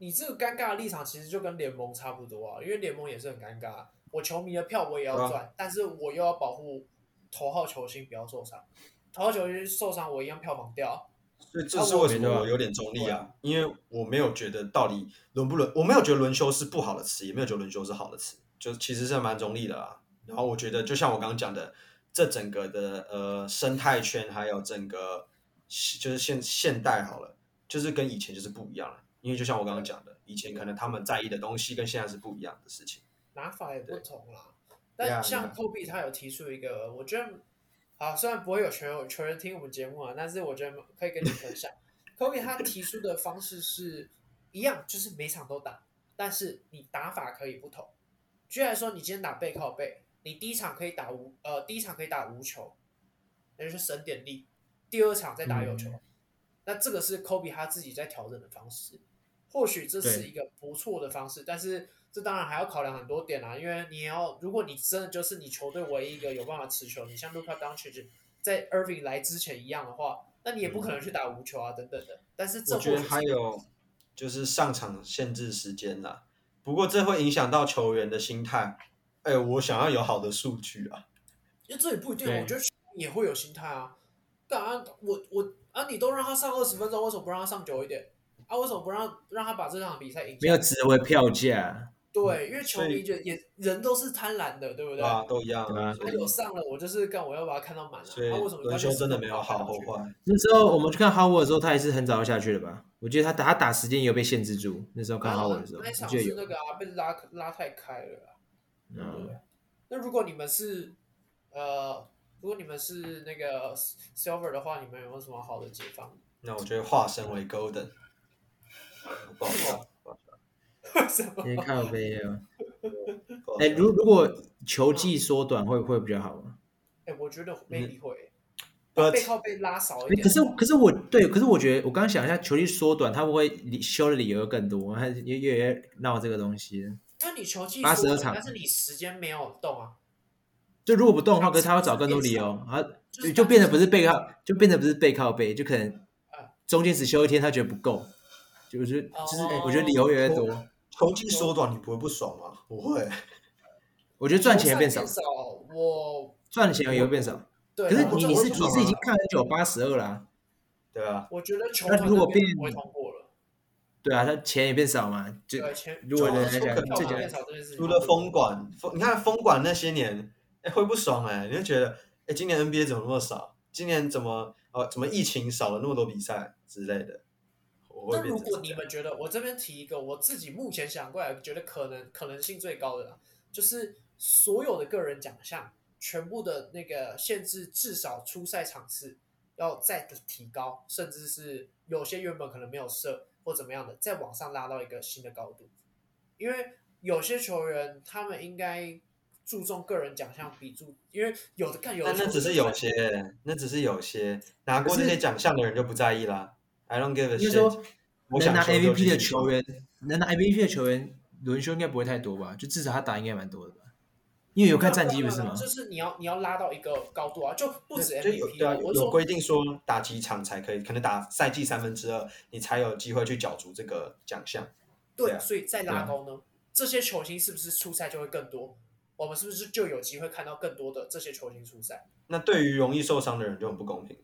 Speaker 1: 你这个尴尬的立场其实就跟联盟差不多啊，因为联盟也是很尴尬。我球迷的票我也要
Speaker 3: 对啊
Speaker 1: 赚，但是我又要保护头号球星不要受伤。头号球星受伤，我一样票房掉。
Speaker 3: 所以这是为什
Speaker 2: 啊我
Speaker 3: 么我有点中立啊，因为我没有觉得到底轮不轮，我没有觉得轮休是不好的词，也没有觉得轮休是好的词，就其实是蛮中立的啊。然后我觉得，就像我刚刚讲的，这整个的呃生态圈，还有整个就是现现代好了，就是跟以前就是不一样了。因为就像我刚刚讲的，以前可能他们在意的东西跟现在是不一样的事情。
Speaker 1: 拿法也不同啦。
Speaker 3: 对
Speaker 1: 但
Speaker 3: 啊
Speaker 1: 像 Kobe 他有提出一个，我觉得啊，虽然不会有球友球员听我们节目啊，但是我觉得可以跟你分享。Kobe 他提出的方式是一样，就是每场都打，但是你打法可以不同。居然说你今天打背靠背，你第一场可以打无呃第一场可以打无球，那就是省点力，第二场再打有球。那这个是 Kobe 他自己在调整的方式，或许这是
Speaker 2: 对
Speaker 1: 一个不错的方式，但是这当然还要考量很多点啦、因为你要如果你真的就是你球队唯一一个有办法持球，你像 Luka Doncic 在 Irving 来之前一样的话，那你也不可能去打无球啊等等的。但是这
Speaker 3: 我觉得
Speaker 1: 或许是
Speaker 3: 还有就是上场限制时间啦，不过这会影响到球员的心态。哎，我想要有好的数据啊，
Speaker 1: 因为这也不一定，
Speaker 2: 对
Speaker 1: 我觉得也会有心态啊。干啊，我我啊，你都让他上二十分钟，为什么不让他上久一点？啊，为什么不让让他把这场比赛赢下
Speaker 2: 没
Speaker 1: 来？
Speaker 2: 有值回票价，
Speaker 1: 对，因为球
Speaker 3: 所
Speaker 1: 迷
Speaker 3: 以
Speaker 1: 就也人都是贪婪的，对不
Speaker 3: 对
Speaker 1: 对？
Speaker 3: 吧？都一样
Speaker 2: 对啊
Speaker 3: 啊。
Speaker 1: 他
Speaker 3: 所以
Speaker 1: 有上了，我就是干，我要把它看到满了、
Speaker 3: 所以
Speaker 1: 啊。为什么
Speaker 3: 轮休真的没有好或
Speaker 1: 坏？
Speaker 3: 坏，
Speaker 2: 那时候我们去看 Howard 的时候，他也是很早就下去了吧？我记得他打他打时间也有被限制住。那时候看
Speaker 1: 然后
Speaker 2: Howard 的时候，
Speaker 1: 那一
Speaker 2: 哦我
Speaker 1: 场
Speaker 2: 记得
Speaker 1: 是
Speaker 2: 有
Speaker 1: 那。个啊，被拉拉太开了啊、对不
Speaker 2: 嗯
Speaker 1: 对，？那如果你们是呃，如果你们是那个 Silver 的话，你们有没有什么好的解放？
Speaker 3: 那我就会化身 为 Golden。不好
Speaker 1: 啊
Speaker 3: 笑，不
Speaker 1: 为 什么？
Speaker 2: 因
Speaker 3: 好
Speaker 2: 为靠背啊。
Speaker 3: 笑
Speaker 1: 啊
Speaker 3: 不好笑
Speaker 2: 哎，如如果球季缩短会会比较好吗？
Speaker 1: 哎、我觉得没理会，把
Speaker 3: But-
Speaker 1: 背靠背拉少一
Speaker 2: 呃哎
Speaker 1: 点。
Speaker 2: 可是可是我对，可是我觉得我刚想一下，球季缩短，他会不会理修的理由更多？还是越越越闹这个东西了？
Speaker 1: 那你球技
Speaker 2: 82
Speaker 1: 缩短
Speaker 2: 场
Speaker 1: 但是你时间没有动啊，
Speaker 2: 就如果不动的话，可是他要找更多理由啊，
Speaker 1: 就是
Speaker 2: 就变得不是啊背
Speaker 1: 靠。
Speaker 2: 靠，就变得不是背靠背，就可能中间只休一天，他觉得不够。就我觉得就是，哎我觉得理由越来越多。
Speaker 3: 球季缩短，你不会不爽吗？我会。
Speaker 2: 我觉得赚钱也变少
Speaker 1: 球，赛我
Speaker 2: 赚钱也会变少。
Speaker 1: 对。啊
Speaker 2: 可是
Speaker 1: 我
Speaker 2: 你
Speaker 1: 这
Speaker 2: 你
Speaker 1: 我
Speaker 2: 是
Speaker 1: 觉得
Speaker 2: 你是已经看很久八十二啦，
Speaker 3: 对啊，
Speaker 1: 我觉得球
Speaker 2: 那
Speaker 1: 团
Speaker 2: 如果
Speaker 1: 那边
Speaker 2: 变
Speaker 1: 不会通过了，
Speaker 2: 对啊，他钱也变少嘛，就
Speaker 1: 对前
Speaker 2: 如果
Speaker 1: 球
Speaker 2: 人
Speaker 1: 团
Speaker 2: 家讲
Speaker 1: 球团
Speaker 2: 这
Speaker 1: 票
Speaker 2: 讲
Speaker 1: 变少这件事情
Speaker 3: 除了封管，封你看封管那些年，哎，会不爽哎，你就觉得，哎，今年 NBA 怎么那么少？今年怎么呃，怎么疫情少了那么多比赛之类的？我
Speaker 1: 那
Speaker 3: 会变
Speaker 1: 如
Speaker 3: 成
Speaker 1: 果
Speaker 3: 这
Speaker 1: 你
Speaker 3: 样
Speaker 1: 们觉得，我这边提一个我自己目前想过来觉得可能可能性最高的啦，就是所有的个人奖项全部的那个限制至少初赛场次要再提高，甚至是有些原本可能没有设或怎么样的，再往上拉到一个新的高度。因为有些球员他们应该注重个人奖项比注，因为有的看有的
Speaker 3: 但那
Speaker 1: 球
Speaker 3: 只是
Speaker 1: 队
Speaker 3: 有些，那只是有些拿过这些奖项的人就不在意啦。I don't give a
Speaker 2: 应该说
Speaker 3: shit。我
Speaker 2: 能
Speaker 3: 想
Speaker 2: 拿
Speaker 3: 休就去
Speaker 2: MVP 的
Speaker 3: 休
Speaker 2: 球，员，能拿 MVP 的球员轮休应该不会太多吧？就至少他打应该蛮多的吧？因为有看战绩不是吗？
Speaker 1: 就是你要你要拉到一个高度啊，就不止
Speaker 3: 就有
Speaker 1: MVP
Speaker 3: 对啊，
Speaker 1: 我
Speaker 3: 有
Speaker 1: 是
Speaker 3: 有
Speaker 1: 说
Speaker 3: 规定说打几场才可以，可能打赛季三分之二，你才有机会去角逐这个奖项。
Speaker 1: 对，
Speaker 3: 对啊
Speaker 1: 所以再拉高呢，这些球星是不是出赛就会更多？我们是不是就有机会看到更多的这些球星出赛？
Speaker 3: 那对于容易受伤的人就很不公平。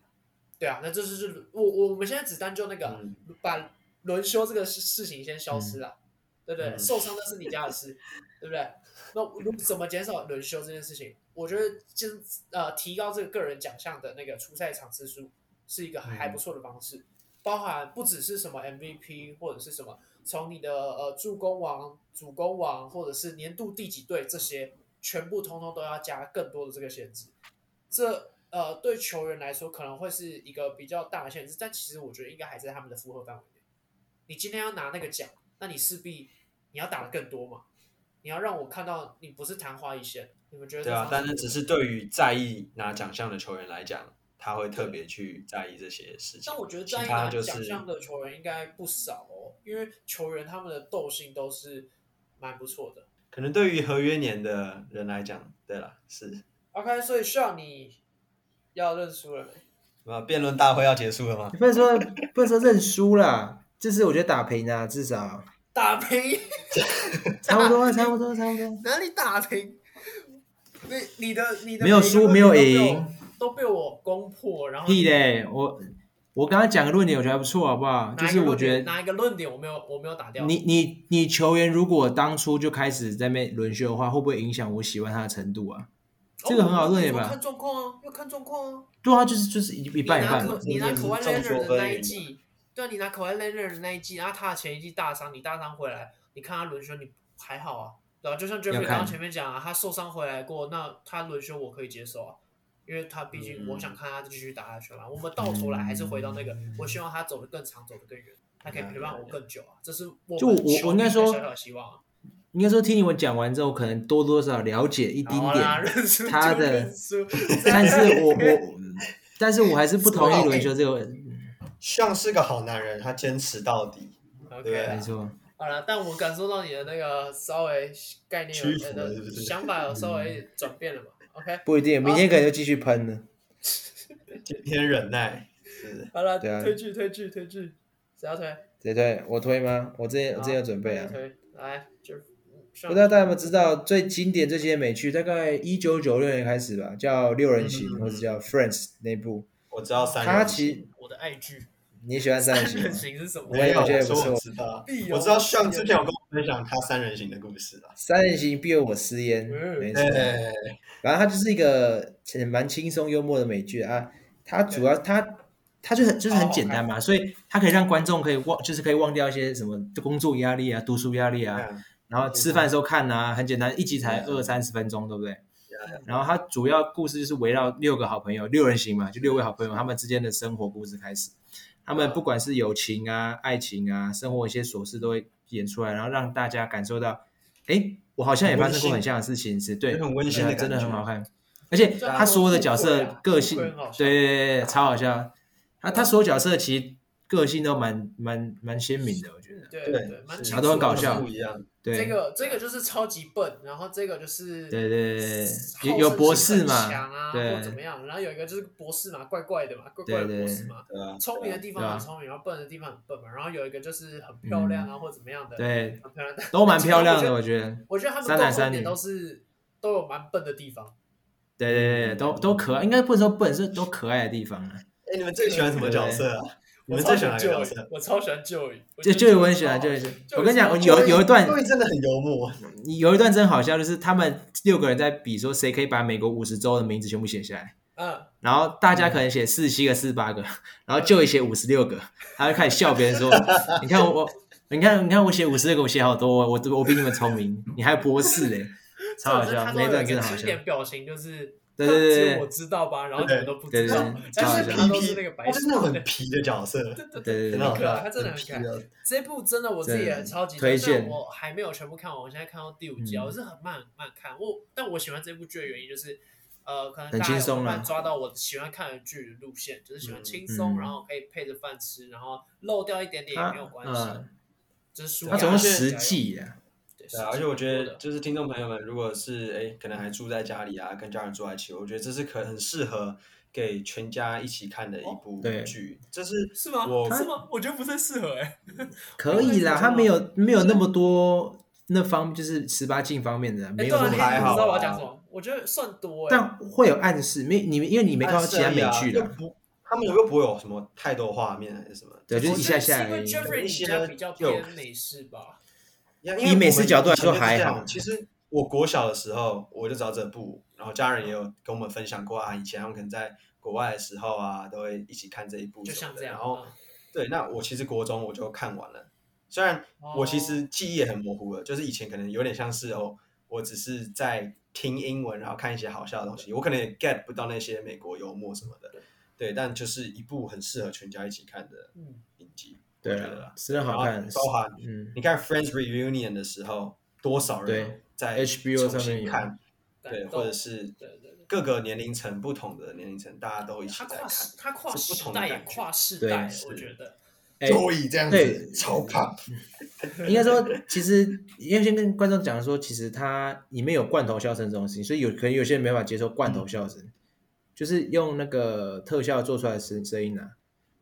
Speaker 1: 对啊，那这就是我我我们现在只单就那个、
Speaker 3: 嗯
Speaker 1: 把轮休这个事事情先消失了，对不对？
Speaker 3: 嗯
Speaker 1: 受伤那是你家的事， 对不对？那如怎么减少轮休这件事情？我觉得就是呃提高这个个人奖项的那个出赛场次数是一个
Speaker 3: 嗯
Speaker 1: 还不错的方式，包含不只是什么 MVP 或者是什么，从你的呃助攻王、主攻王或者是年度第几队这些，全部通通都要加更多的这个限制。这呃对球员来说可能会是一个比较大的限制，但其实我觉得应该还在他们的负荷范围内。你今天要拿那个奖，那你势必你要打的更多嘛，你要让我看到你不是昙花一现。你们觉得？
Speaker 3: 对啊，但是只是对于在意拿奖项的球员来讲，他会特别去在意这些事情
Speaker 1: 但。我觉得
Speaker 3: 其
Speaker 1: 在意
Speaker 3: 他
Speaker 1: 拿
Speaker 3: 就
Speaker 1: 奖
Speaker 3: 是
Speaker 1: 项的球员应该不少哦，因为球员他们的斗性都是蛮不错的。
Speaker 3: 可能对于合约年的人来讲，对了，是
Speaker 1: OK，所以需要你要认输了没？
Speaker 3: 啊，辩论大会要结束了吗？
Speaker 2: 你不能说不能说认输啦，这次我觉得打平啊，至少
Speaker 1: 打平
Speaker 2: 差不多啊，差不多，差不多。
Speaker 1: 哪里打平？你你的你的
Speaker 2: 没有
Speaker 1: 每一个
Speaker 2: 输
Speaker 1: 论
Speaker 2: 没有
Speaker 1: 点都被
Speaker 2: 赢
Speaker 1: 我，都被我攻破，然后
Speaker 2: 屁嘞！我我刚刚讲的论点我觉得还不错，好不好？就
Speaker 1: 哪一
Speaker 2: 是
Speaker 1: 个
Speaker 2: 我
Speaker 1: 论点
Speaker 2: 觉得
Speaker 1: 哪一个论点我没有我没有打掉，
Speaker 2: 你你你球员如果当初就开始在那边轮休的话，会不会影响我喜欢他的程度啊？这个很好论点
Speaker 1: 哦
Speaker 2: 吧
Speaker 1: 要看状况啊，要看状况啊。
Speaker 2: 对啊，就是就是一一
Speaker 1: 你
Speaker 2: 半一半
Speaker 1: 拿
Speaker 2: 嘛
Speaker 1: 可。你拿
Speaker 3: 这
Speaker 1: 可外
Speaker 3: 这
Speaker 1: l e n
Speaker 3: 么说
Speaker 1: e 的那
Speaker 3: 分
Speaker 1: 一季，对啊，你拿可外 l e n 的那一季，然后他的前一季大伤，你大伤回来，你看他轮休，你还好啊，对吧、就像 Jeffrey
Speaker 2: 看
Speaker 1: 刚刚前面讲啊，他受伤回来过，那他轮休我可以接受啊，因为他毕竟
Speaker 3: 嗯
Speaker 1: 我想看他继续打下去嘛。我们到头来还是回到那个，我希望他走得更长，走得更远，他可以陪伴我更久啊，这是我
Speaker 2: 就
Speaker 1: 们
Speaker 2: 我
Speaker 1: 球
Speaker 2: 我应
Speaker 1: 迷
Speaker 2: 该
Speaker 1: 的
Speaker 2: 说
Speaker 1: 小小的希望啊。
Speaker 2: 应该说听你们讲完之后，可能多多少少了解一丁
Speaker 1: 好啦，
Speaker 2: 点，
Speaker 1: 认输
Speaker 2: 他
Speaker 1: 就
Speaker 2: 的
Speaker 1: 认输，
Speaker 2: 但是我 我，但是我还是不同意轮休这个。
Speaker 3: 像是个好男人，他坚持到底。
Speaker 1: OK
Speaker 3: 对
Speaker 1: 啦
Speaker 2: 没。错，
Speaker 1: 好了，但我感受到你的那个稍微概念有
Speaker 3: 屈服了
Speaker 1: 呃
Speaker 3: 是不是
Speaker 1: 想法有稍微转变了嘛？OK，
Speaker 2: 不一定，明天可能就继续喷了。
Speaker 3: 今天忍耐，是
Speaker 1: 好了，
Speaker 2: 对啊
Speaker 1: 推剧推剧推剧，谁要推？
Speaker 2: 对对，我推吗？我之前我之前有准备啊
Speaker 1: 好。推来就上
Speaker 2: 不知道大家有没有知道最经典这些美剧，大概一九九六年开始吧，叫《六人行》
Speaker 3: 嗯
Speaker 2: 或者叫《Friends》那部。
Speaker 3: 我知道三人行。
Speaker 2: 它其
Speaker 1: 我的爱剧
Speaker 2: 你喜欢三人行吗
Speaker 1: 人？行是什么？
Speaker 2: 我也
Speaker 3: 没有，
Speaker 2: 觉
Speaker 3: 我
Speaker 2: 得不错
Speaker 3: 说我知道
Speaker 1: 必，有
Speaker 3: 我知道像之前有跟我分享他三人行的故事啊。
Speaker 2: 三人行必有我师焉，
Speaker 1: 嗯
Speaker 2: 没错。
Speaker 3: 对，
Speaker 2: 然后它就是一个呃蛮轻松幽默的美剧啊。它主要它它就很就是很简单嘛，所以它可以让观众可以忘，就是可以忘掉一些什么工作压力啊、读书压力啊，
Speaker 3: 嗯
Speaker 2: 然后吃饭的时候看啊，很简单，一集才
Speaker 3: 对
Speaker 2: 二三十分钟，对不对
Speaker 3: Yeah.？
Speaker 2: 然后它主要故事就是围绕六个好朋友，六人行嘛，就六位好朋友他们之间的生活故事开始。他们不管是友情啊、爱情啊、生活一些琐事都会演出来，然后让大家感受到，哎，我好像也发生过很像的事情，是对，
Speaker 3: 有很温馨的
Speaker 2: 呃真的
Speaker 3: 感
Speaker 2: 很
Speaker 3: 觉
Speaker 2: 好看。而且他所有的角
Speaker 1: 对
Speaker 2: 色
Speaker 1: 啊
Speaker 2: 个性
Speaker 1: 富贵很好，笑
Speaker 2: 对对对对，超好笑。他他所有角色其实个性都蛮蛮蛮鲜明的，我觉得。
Speaker 1: 对
Speaker 3: 对
Speaker 1: 对，蛮
Speaker 3: 是
Speaker 1: 清
Speaker 2: 啊都很
Speaker 1: 楚
Speaker 2: 搞
Speaker 1: 的
Speaker 2: 笑
Speaker 3: 不一样。
Speaker 2: 对，
Speaker 1: 这个这个就是超级笨，然后这个就是
Speaker 2: 对对对对有
Speaker 1: 好
Speaker 2: 有
Speaker 1: 胜
Speaker 2: 博
Speaker 1: 心
Speaker 2: 士
Speaker 1: 很
Speaker 2: 嘛
Speaker 1: 强啊，
Speaker 2: 对
Speaker 1: 或怎么样，然后有一个就是博士嘛，怪怪的嘛，怪怪的
Speaker 2: 对
Speaker 1: 博
Speaker 2: 对
Speaker 1: 士嘛，
Speaker 3: 对啊，
Speaker 1: 聪明的地
Speaker 2: 对
Speaker 1: 方
Speaker 2: 啊嗯
Speaker 1: 很聪明，然后笨的地方很笨嘛。然后有一个就是很漂亮啊，或怎么样的，
Speaker 2: 对，
Speaker 1: 很漂亮。但
Speaker 2: 都蛮漂亮
Speaker 1: 其实
Speaker 2: 的，
Speaker 1: 我
Speaker 2: 我
Speaker 1: 觉得
Speaker 2: 觉得。
Speaker 1: 我觉得他们
Speaker 2: 三男
Speaker 1: 共同
Speaker 2: 三
Speaker 1: 点
Speaker 2: 女
Speaker 1: 都是都有蛮笨的地方。
Speaker 2: 对对对，都都可爱，应该不能说笨，是都可爱的地方啊。
Speaker 3: 哎，你们最喜欢什么角色啊？你
Speaker 1: 我
Speaker 3: 们
Speaker 1: 超
Speaker 3: 最
Speaker 1: 喜
Speaker 3: 喜
Speaker 1: 欢
Speaker 3: 欢哪个角
Speaker 1: Joey，
Speaker 3: 色？啊
Speaker 1: 我超喜欢 Joey，我觉
Speaker 2: 就
Speaker 1: 得
Speaker 2: 就有我很喜欢，
Speaker 1: 超
Speaker 2: 就
Speaker 1: 好
Speaker 2: 有
Speaker 1: 就
Speaker 2: 我跟你讲，
Speaker 1: 是
Speaker 2: 我有有一段
Speaker 3: 因为真的很幽 默，
Speaker 2: 有一段真好笑，就是他们六个人在比说谁可以把美国五十州的名字全部写下来，
Speaker 1: 嗯，
Speaker 2: 然后大家可能写四十七个、四十八个，然后就也写五十六个，他就开始笑别人说：“ 你看我，你看你看我写五十六个，我写好多，我我比你们聪明，你还博士嘞，超好
Speaker 1: 重点是
Speaker 2: 笑
Speaker 1: 他，都
Speaker 2: 那一
Speaker 1: 有
Speaker 2: 段
Speaker 1: 一
Speaker 2: 真
Speaker 1: 个
Speaker 2: 的好
Speaker 1: 经
Speaker 2: 笑。”
Speaker 1: 典表情，就是
Speaker 2: 对对对
Speaker 1: 只
Speaker 2: 对
Speaker 1: 有我知道吧，然后你们都不知道
Speaker 2: 对对对，
Speaker 1: 但
Speaker 2: 超好
Speaker 1: 是
Speaker 2: 笑哦
Speaker 1: 他都
Speaker 3: 皮
Speaker 1: 是那个白
Speaker 3: 他
Speaker 1: 痴
Speaker 3: 是， 那种很皮的角色，
Speaker 1: 对对
Speaker 2: 对对对
Speaker 3: 很好
Speaker 1: 很可爱
Speaker 3: 看，
Speaker 1: 他真的很
Speaker 3: 皮
Speaker 1: 可爱
Speaker 3: 的
Speaker 1: 这部真的我自己也超级
Speaker 2: 推荐
Speaker 1: 但我还没有全部看完，我现在看到第五集啊，
Speaker 2: 嗯
Speaker 1: 我是很慢很慢看。我但我喜欢这部剧的原因就是，呃，可能
Speaker 2: 很
Speaker 1: 大
Speaker 2: 轻
Speaker 1: 家有
Speaker 2: 松啊
Speaker 1: 慢慢抓到我喜欢看的剧的路线，就是喜欢轻松，
Speaker 2: 嗯嗯
Speaker 1: 然后可以配着饭吃，然后漏掉一点点也没有关系，
Speaker 2: 嗯，
Speaker 1: 就是舒
Speaker 2: 他
Speaker 1: 压
Speaker 2: 总共
Speaker 1: 一下
Speaker 2: 十，季啊，
Speaker 1: 对
Speaker 3: 对啊，而且我觉
Speaker 1: 多
Speaker 3: 得
Speaker 1: 的
Speaker 3: 就是听众朋友们，如果是哎、诶可能还住在家里啊，跟家人住在一起，我觉得这是可很适合给全家一起看的一部
Speaker 2: 哦对
Speaker 3: 剧。这是
Speaker 1: 是吗
Speaker 3: 我？
Speaker 1: 是吗？我觉得不太适合哎，
Speaker 2: 可以啦，他没有没有那么多那方就是十八禁方面的，没有
Speaker 1: 哎
Speaker 2: 那
Speaker 1: 对
Speaker 2: 么
Speaker 1: 啊
Speaker 3: 还
Speaker 1: 你
Speaker 3: 好
Speaker 1: 不知
Speaker 2: 多，
Speaker 1: 道我要讲什么，我觉得算多哎。
Speaker 2: 但会有暗示，没你们因为你没看到其他美剧
Speaker 3: 啊的，又
Speaker 2: 啦，
Speaker 3: 不，他们又不会有什么太多画面还是什么。
Speaker 2: 对，就是一下下
Speaker 1: 我觉
Speaker 2: 而
Speaker 1: 得是。因为 Jeffrey
Speaker 2: 已
Speaker 3: 一
Speaker 1: 你
Speaker 3: 些
Speaker 1: 家比较
Speaker 3: 就
Speaker 1: 偏美式吧，
Speaker 3: 因为
Speaker 2: 以
Speaker 3: 我们
Speaker 2: 美式角度来说
Speaker 3: 以前就是这样
Speaker 2: 还好
Speaker 3: 其实我国小的时候我就找这部，然后家人也有跟我们分享过啊，以前他们可能在国外的时候啊，都会一起看这一部
Speaker 1: 就
Speaker 3: 什么
Speaker 1: 像
Speaker 3: 的
Speaker 1: 这样。
Speaker 3: 然后
Speaker 1: 嗯
Speaker 3: 对，那我其实国中我就看完了，虽然我其
Speaker 1: 哦
Speaker 3: 实记忆也很模糊了，就是以前可能有点像是哦，我只是在听英文，然后看一些好笑的东西，我可能也 get 不到那些美国幽默什么的。对，但就是一部很适合全家一起看的
Speaker 1: 嗯
Speaker 3: 影集，
Speaker 2: 对
Speaker 3: 我觉得
Speaker 2: 啊
Speaker 3: 啦，
Speaker 2: 真的好看
Speaker 3: 然后，包含
Speaker 2: 嗯，
Speaker 3: 你看《Friends Reunion》的时候，多少人
Speaker 2: 对
Speaker 3: 再
Speaker 2: HBO
Speaker 3: 重
Speaker 2: 上面
Speaker 3: 新
Speaker 2: 有
Speaker 3: 看，对，
Speaker 1: 感
Speaker 3: 或
Speaker 1: 动
Speaker 3: 者是
Speaker 1: 对对对，
Speaker 3: 各个年龄层不同的年龄层，大家都一起
Speaker 1: 他
Speaker 3: 在
Speaker 1: 跨
Speaker 3: 看。
Speaker 1: 时他跨
Speaker 3: 是不
Speaker 1: 时
Speaker 3: 同的
Speaker 1: 代也
Speaker 3: 感觉
Speaker 1: 跨世代
Speaker 2: 对，
Speaker 1: 我
Speaker 3: 是
Speaker 1: 觉得
Speaker 2: 哎
Speaker 4: 周以这样
Speaker 2: 对
Speaker 4: 子超胖，
Speaker 2: 应该说，其实因为先跟观众讲说，其实它里面有罐头笑声这种事情，所以有可能有些人没法接受罐头笑声，就是用那个特效做出来的声声音啊。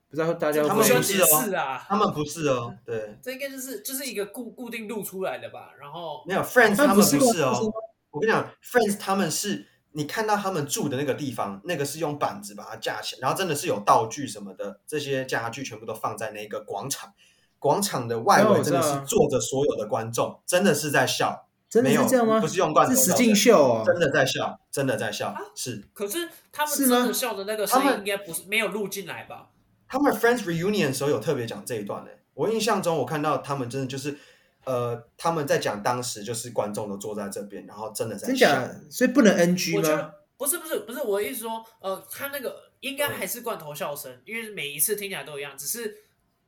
Speaker 2: 不知道大家会
Speaker 3: 他们
Speaker 1: 不
Speaker 2: 不
Speaker 1: 需
Speaker 2: 会
Speaker 1: 要
Speaker 3: 不是
Speaker 1: 解
Speaker 3: 哦
Speaker 1: 释啊，
Speaker 3: 他们不是哦，对，
Speaker 1: 这应该就是就是一个固固定录出来的吧，然后
Speaker 3: 没有 Friends 他
Speaker 2: 不
Speaker 3: 们不
Speaker 2: 是
Speaker 3: 是
Speaker 2: 公司
Speaker 3: 哦。我跟你讲，Friends 他们是你看到他们住的那个地方，那个是用板子把它架起来，然后真的是有道具什么的，这些家具全部都放在那个广场。广场的外
Speaker 2: 哦我
Speaker 3: 围
Speaker 2: 知
Speaker 3: 真
Speaker 2: 道
Speaker 3: 的
Speaker 2: 啊
Speaker 3: 是坐着所有的观众，真的是在笑，
Speaker 2: 真的
Speaker 3: 没有
Speaker 2: 是这样吗
Speaker 3: 不？是用罐头
Speaker 2: 是
Speaker 3: 笑
Speaker 2: 实
Speaker 3: 的，
Speaker 2: 境秀哦，啊
Speaker 3: 真的在笑，真的在笑，是
Speaker 1: 可是他们
Speaker 2: 是
Speaker 1: 真
Speaker 2: 吗
Speaker 1: 的笑的那个声
Speaker 3: 他
Speaker 1: 音
Speaker 3: 们
Speaker 1: 应该不是没有录进来吧？
Speaker 3: 他们 Friends reunion 的时候有特别讲这一段呢、我印象中，我看到他们真的就是，呃，他们在讲当时就是观众都坐在这边，然后真的在
Speaker 2: 真
Speaker 3: 笑。
Speaker 2: 假？所以不能 NG
Speaker 1: 我觉
Speaker 2: 吗？
Speaker 1: 得不是不是不是，我的意思说，呃，他那个应该还是罐头笑声，因为每一次听起来都一样，只是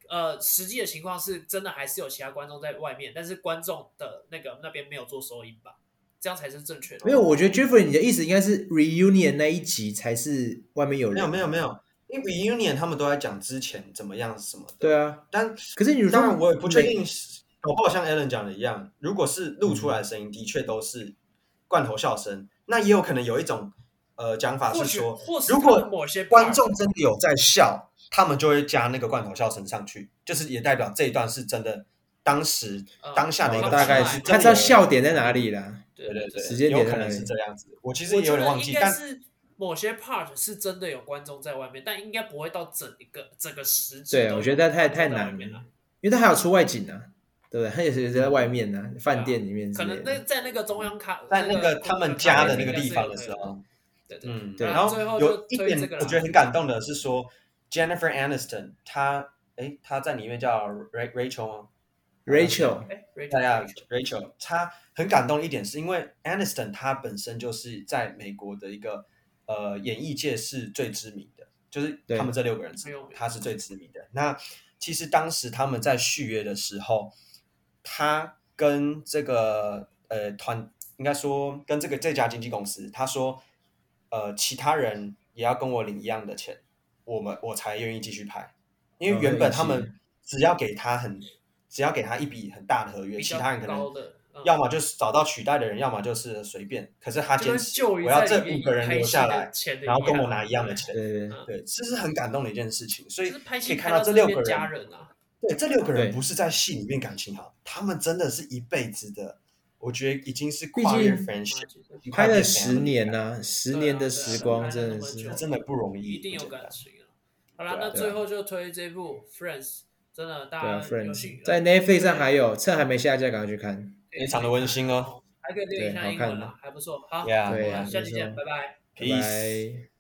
Speaker 1: 呃，实际的情况是真的还是有其他观众在外面，但是观众的那个那边没有做收音吧，这样才是正确的。哦
Speaker 2: 没有，我觉得 Jeffrey 你的意思应该是 reunion 那一集才是外面有人，
Speaker 3: 没有没有没有，因为 reunion 他们都在讲之前怎么样什么的，
Speaker 2: 对啊。
Speaker 3: 但
Speaker 2: 可是你说
Speaker 3: 当然我也不确
Speaker 2: 每
Speaker 3: 定是，搞不好像 Alan 讲的一样，如果是录出来的声音，的确都是罐头笑声，那也有可能有一种呃讲法
Speaker 1: 或
Speaker 3: 是
Speaker 1: 许
Speaker 3: 说，
Speaker 1: 或许
Speaker 3: 如
Speaker 1: 他
Speaker 3: 果
Speaker 1: 们某些
Speaker 3: 观众真的有在笑，他们就会加那个罐头笑声上去，就是也代表这一段是真的，当时
Speaker 1: 呃
Speaker 3: 当下的一个
Speaker 2: 哦
Speaker 1: 哦
Speaker 2: 大概
Speaker 3: 是
Speaker 2: 是
Speaker 3: 真
Speaker 2: 他
Speaker 3: 的
Speaker 2: 知道
Speaker 3: 有
Speaker 2: 笑点在哪里啦。
Speaker 1: 对
Speaker 3: 对对对，
Speaker 2: 时间点
Speaker 3: 有可
Speaker 2: 在哪
Speaker 3: 能
Speaker 2: 里
Speaker 3: 是这样子。我其实
Speaker 1: 我
Speaker 3: 也有
Speaker 1: 觉
Speaker 3: 点忘
Speaker 1: 得应
Speaker 3: 记，
Speaker 1: 该
Speaker 3: 但
Speaker 1: 是某些 part 是真的有观众在外面，但应该不会到整一个整个实质都
Speaker 2: 对，
Speaker 1: 有
Speaker 2: 我觉得太
Speaker 1: 观众啊在
Speaker 2: 太
Speaker 1: 外
Speaker 2: 难
Speaker 1: 面了嗯
Speaker 2: 了。，因为他还有出外景啊，对不对？他也是在外面啊，饭店里面之
Speaker 1: 可
Speaker 2: 类
Speaker 1: 能那
Speaker 2: 的。
Speaker 1: 在那个中央卡，
Speaker 3: 在那个
Speaker 1: 个
Speaker 3: 他们
Speaker 1: 中央
Speaker 3: 家
Speaker 1: 卡
Speaker 3: 的那
Speaker 1: 应
Speaker 3: 个
Speaker 1: 该
Speaker 3: 地
Speaker 1: 是
Speaker 3: 方
Speaker 1: 有
Speaker 3: 的
Speaker 1: 那
Speaker 3: 时
Speaker 1: 个
Speaker 3: 候，
Speaker 1: 对对，
Speaker 3: 嗯，
Speaker 2: 对
Speaker 3: 然
Speaker 1: 最后就
Speaker 3: 有一
Speaker 1: 推
Speaker 3: 点
Speaker 1: 这个啦
Speaker 3: 我觉得很感动的是说，Jennifer Aniston，她诶，她在里面叫 Ra- Rachel 吗
Speaker 2: Rachel，
Speaker 1: 哎
Speaker 3: 大家
Speaker 1: ，Rachel，
Speaker 3: Rachel，她很感动的一点是因为 Aniston 她本身就是在美国的一个呃演艺界是最知名的，就是
Speaker 2: 对
Speaker 3: 他们这六个人之
Speaker 1: 很有名
Speaker 3: 她是最知名的。那其实当时他们在续约的时候，她跟这个呃团应该说跟这个这家经纪公司，她说呃其他人也要跟我领一样的钱，我们我才愿意继续拍，因为
Speaker 2: 哦
Speaker 3: 原本他
Speaker 2: 那也是
Speaker 3: 们只要给他很。只要给他一笔很大的合约，
Speaker 1: 比
Speaker 3: 其
Speaker 1: 较
Speaker 3: 他人可能
Speaker 1: 高的，嗯
Speaker 3: 要么就是找到取代的人，要么就是随便。可是他
Speaker 1: 就
Speaker 3: 坚
Speaker 1: 跟
Speaker 3: 持，
Speaker 1: 旧
Speaker 3: 我
Speaker 1: 一
Speaker 3: 要
Speaker 1: 代
Speaker 3: 这
Speaker 1: 里面
Speaker 3: 五个人
Speaker 1: 拍
Speaker 3: 留
Speaker 1: 戏
Speaker 3: 下
Speaker 1: 的
Speaker 3: 来，
Speaker 1: 钱的
Speaker 3: 然后跟我
Speaker 1: 样
Speaker 3: 拿一样的钱。
Speaker 2: 对对对，
Speaker 1: 嗯
Speaker 3: 对，这是很感动的一件事情。所以
Speaker 1: 就是拍
Speaker 3: 可
Speaker 1: 戏
Speaker 3: 以看
Speaker 1: 到
Speaker 3: 到这
Speaker 1: 边
Speaker 3: 六个
Speaker 1: 家
Speaker 3: 人，
Speaker 1: 人啊，
Speaker 3: 对，这六个人
Speaker 2: 对
Speaker 3: 不是在戏里面感情好，他们真的是一辈子的，我觉得已经是
Speaker 2: 毕
Speaker 3: 跨越
Speaker 2: 竟
Speaker 3: friendship，已
Speaker 1: 嗯
Speaker 3: 经跨
Speaker 2: 拍
Speaker 3: 越
Speaker 2: 了
Speaker 3: family
Speaker 2: 十年呐、十
Speaker 1: 对啊
Speaker 2: 年
Speaker 1: 对啊
Speaker 2: 的时光
Speaker 1: 拍了
Speaker 2: 真
Speaker 1: 那么
Speaker 2: 的是啊
Speaker 1: 久
Speaker 3: 感，真的不容易，
Speaker 1: 一定有
Speaker 3: 不简单
Speaker 1: 感情啊。好啦，
Speaker 3: 对啊
Speaker 1: 那
Speaker 3: 对啊
Speaker 1: 最后就推这部《Friends》，真的
Speaker 2: 对啊
Speaker 1: 大家有兴
Speaker 2: ，Friends 在 Netflix 上还有，趁还没下架，赶快去看。
Speaker 3: 非常的温馨哦，
Speaker 1: 还可以练一下
Speaker 2: 对
Speaker 1: 英
Speaker 2: 好
Speaker 1: 文
Speaker 2: 看
Speaker 1: 啦，还不错。好，
Speaker 3: ，Yeah，
Speaker 2: 对
Speaker 1: 我
Speaker 2: 啊
Speaker 1: 们下期
Speaker 2: 没错
Speaker 1: 见，拜拜。
Speaker 2: 拜
Speaker 3: peace
Speaker 2: 拜。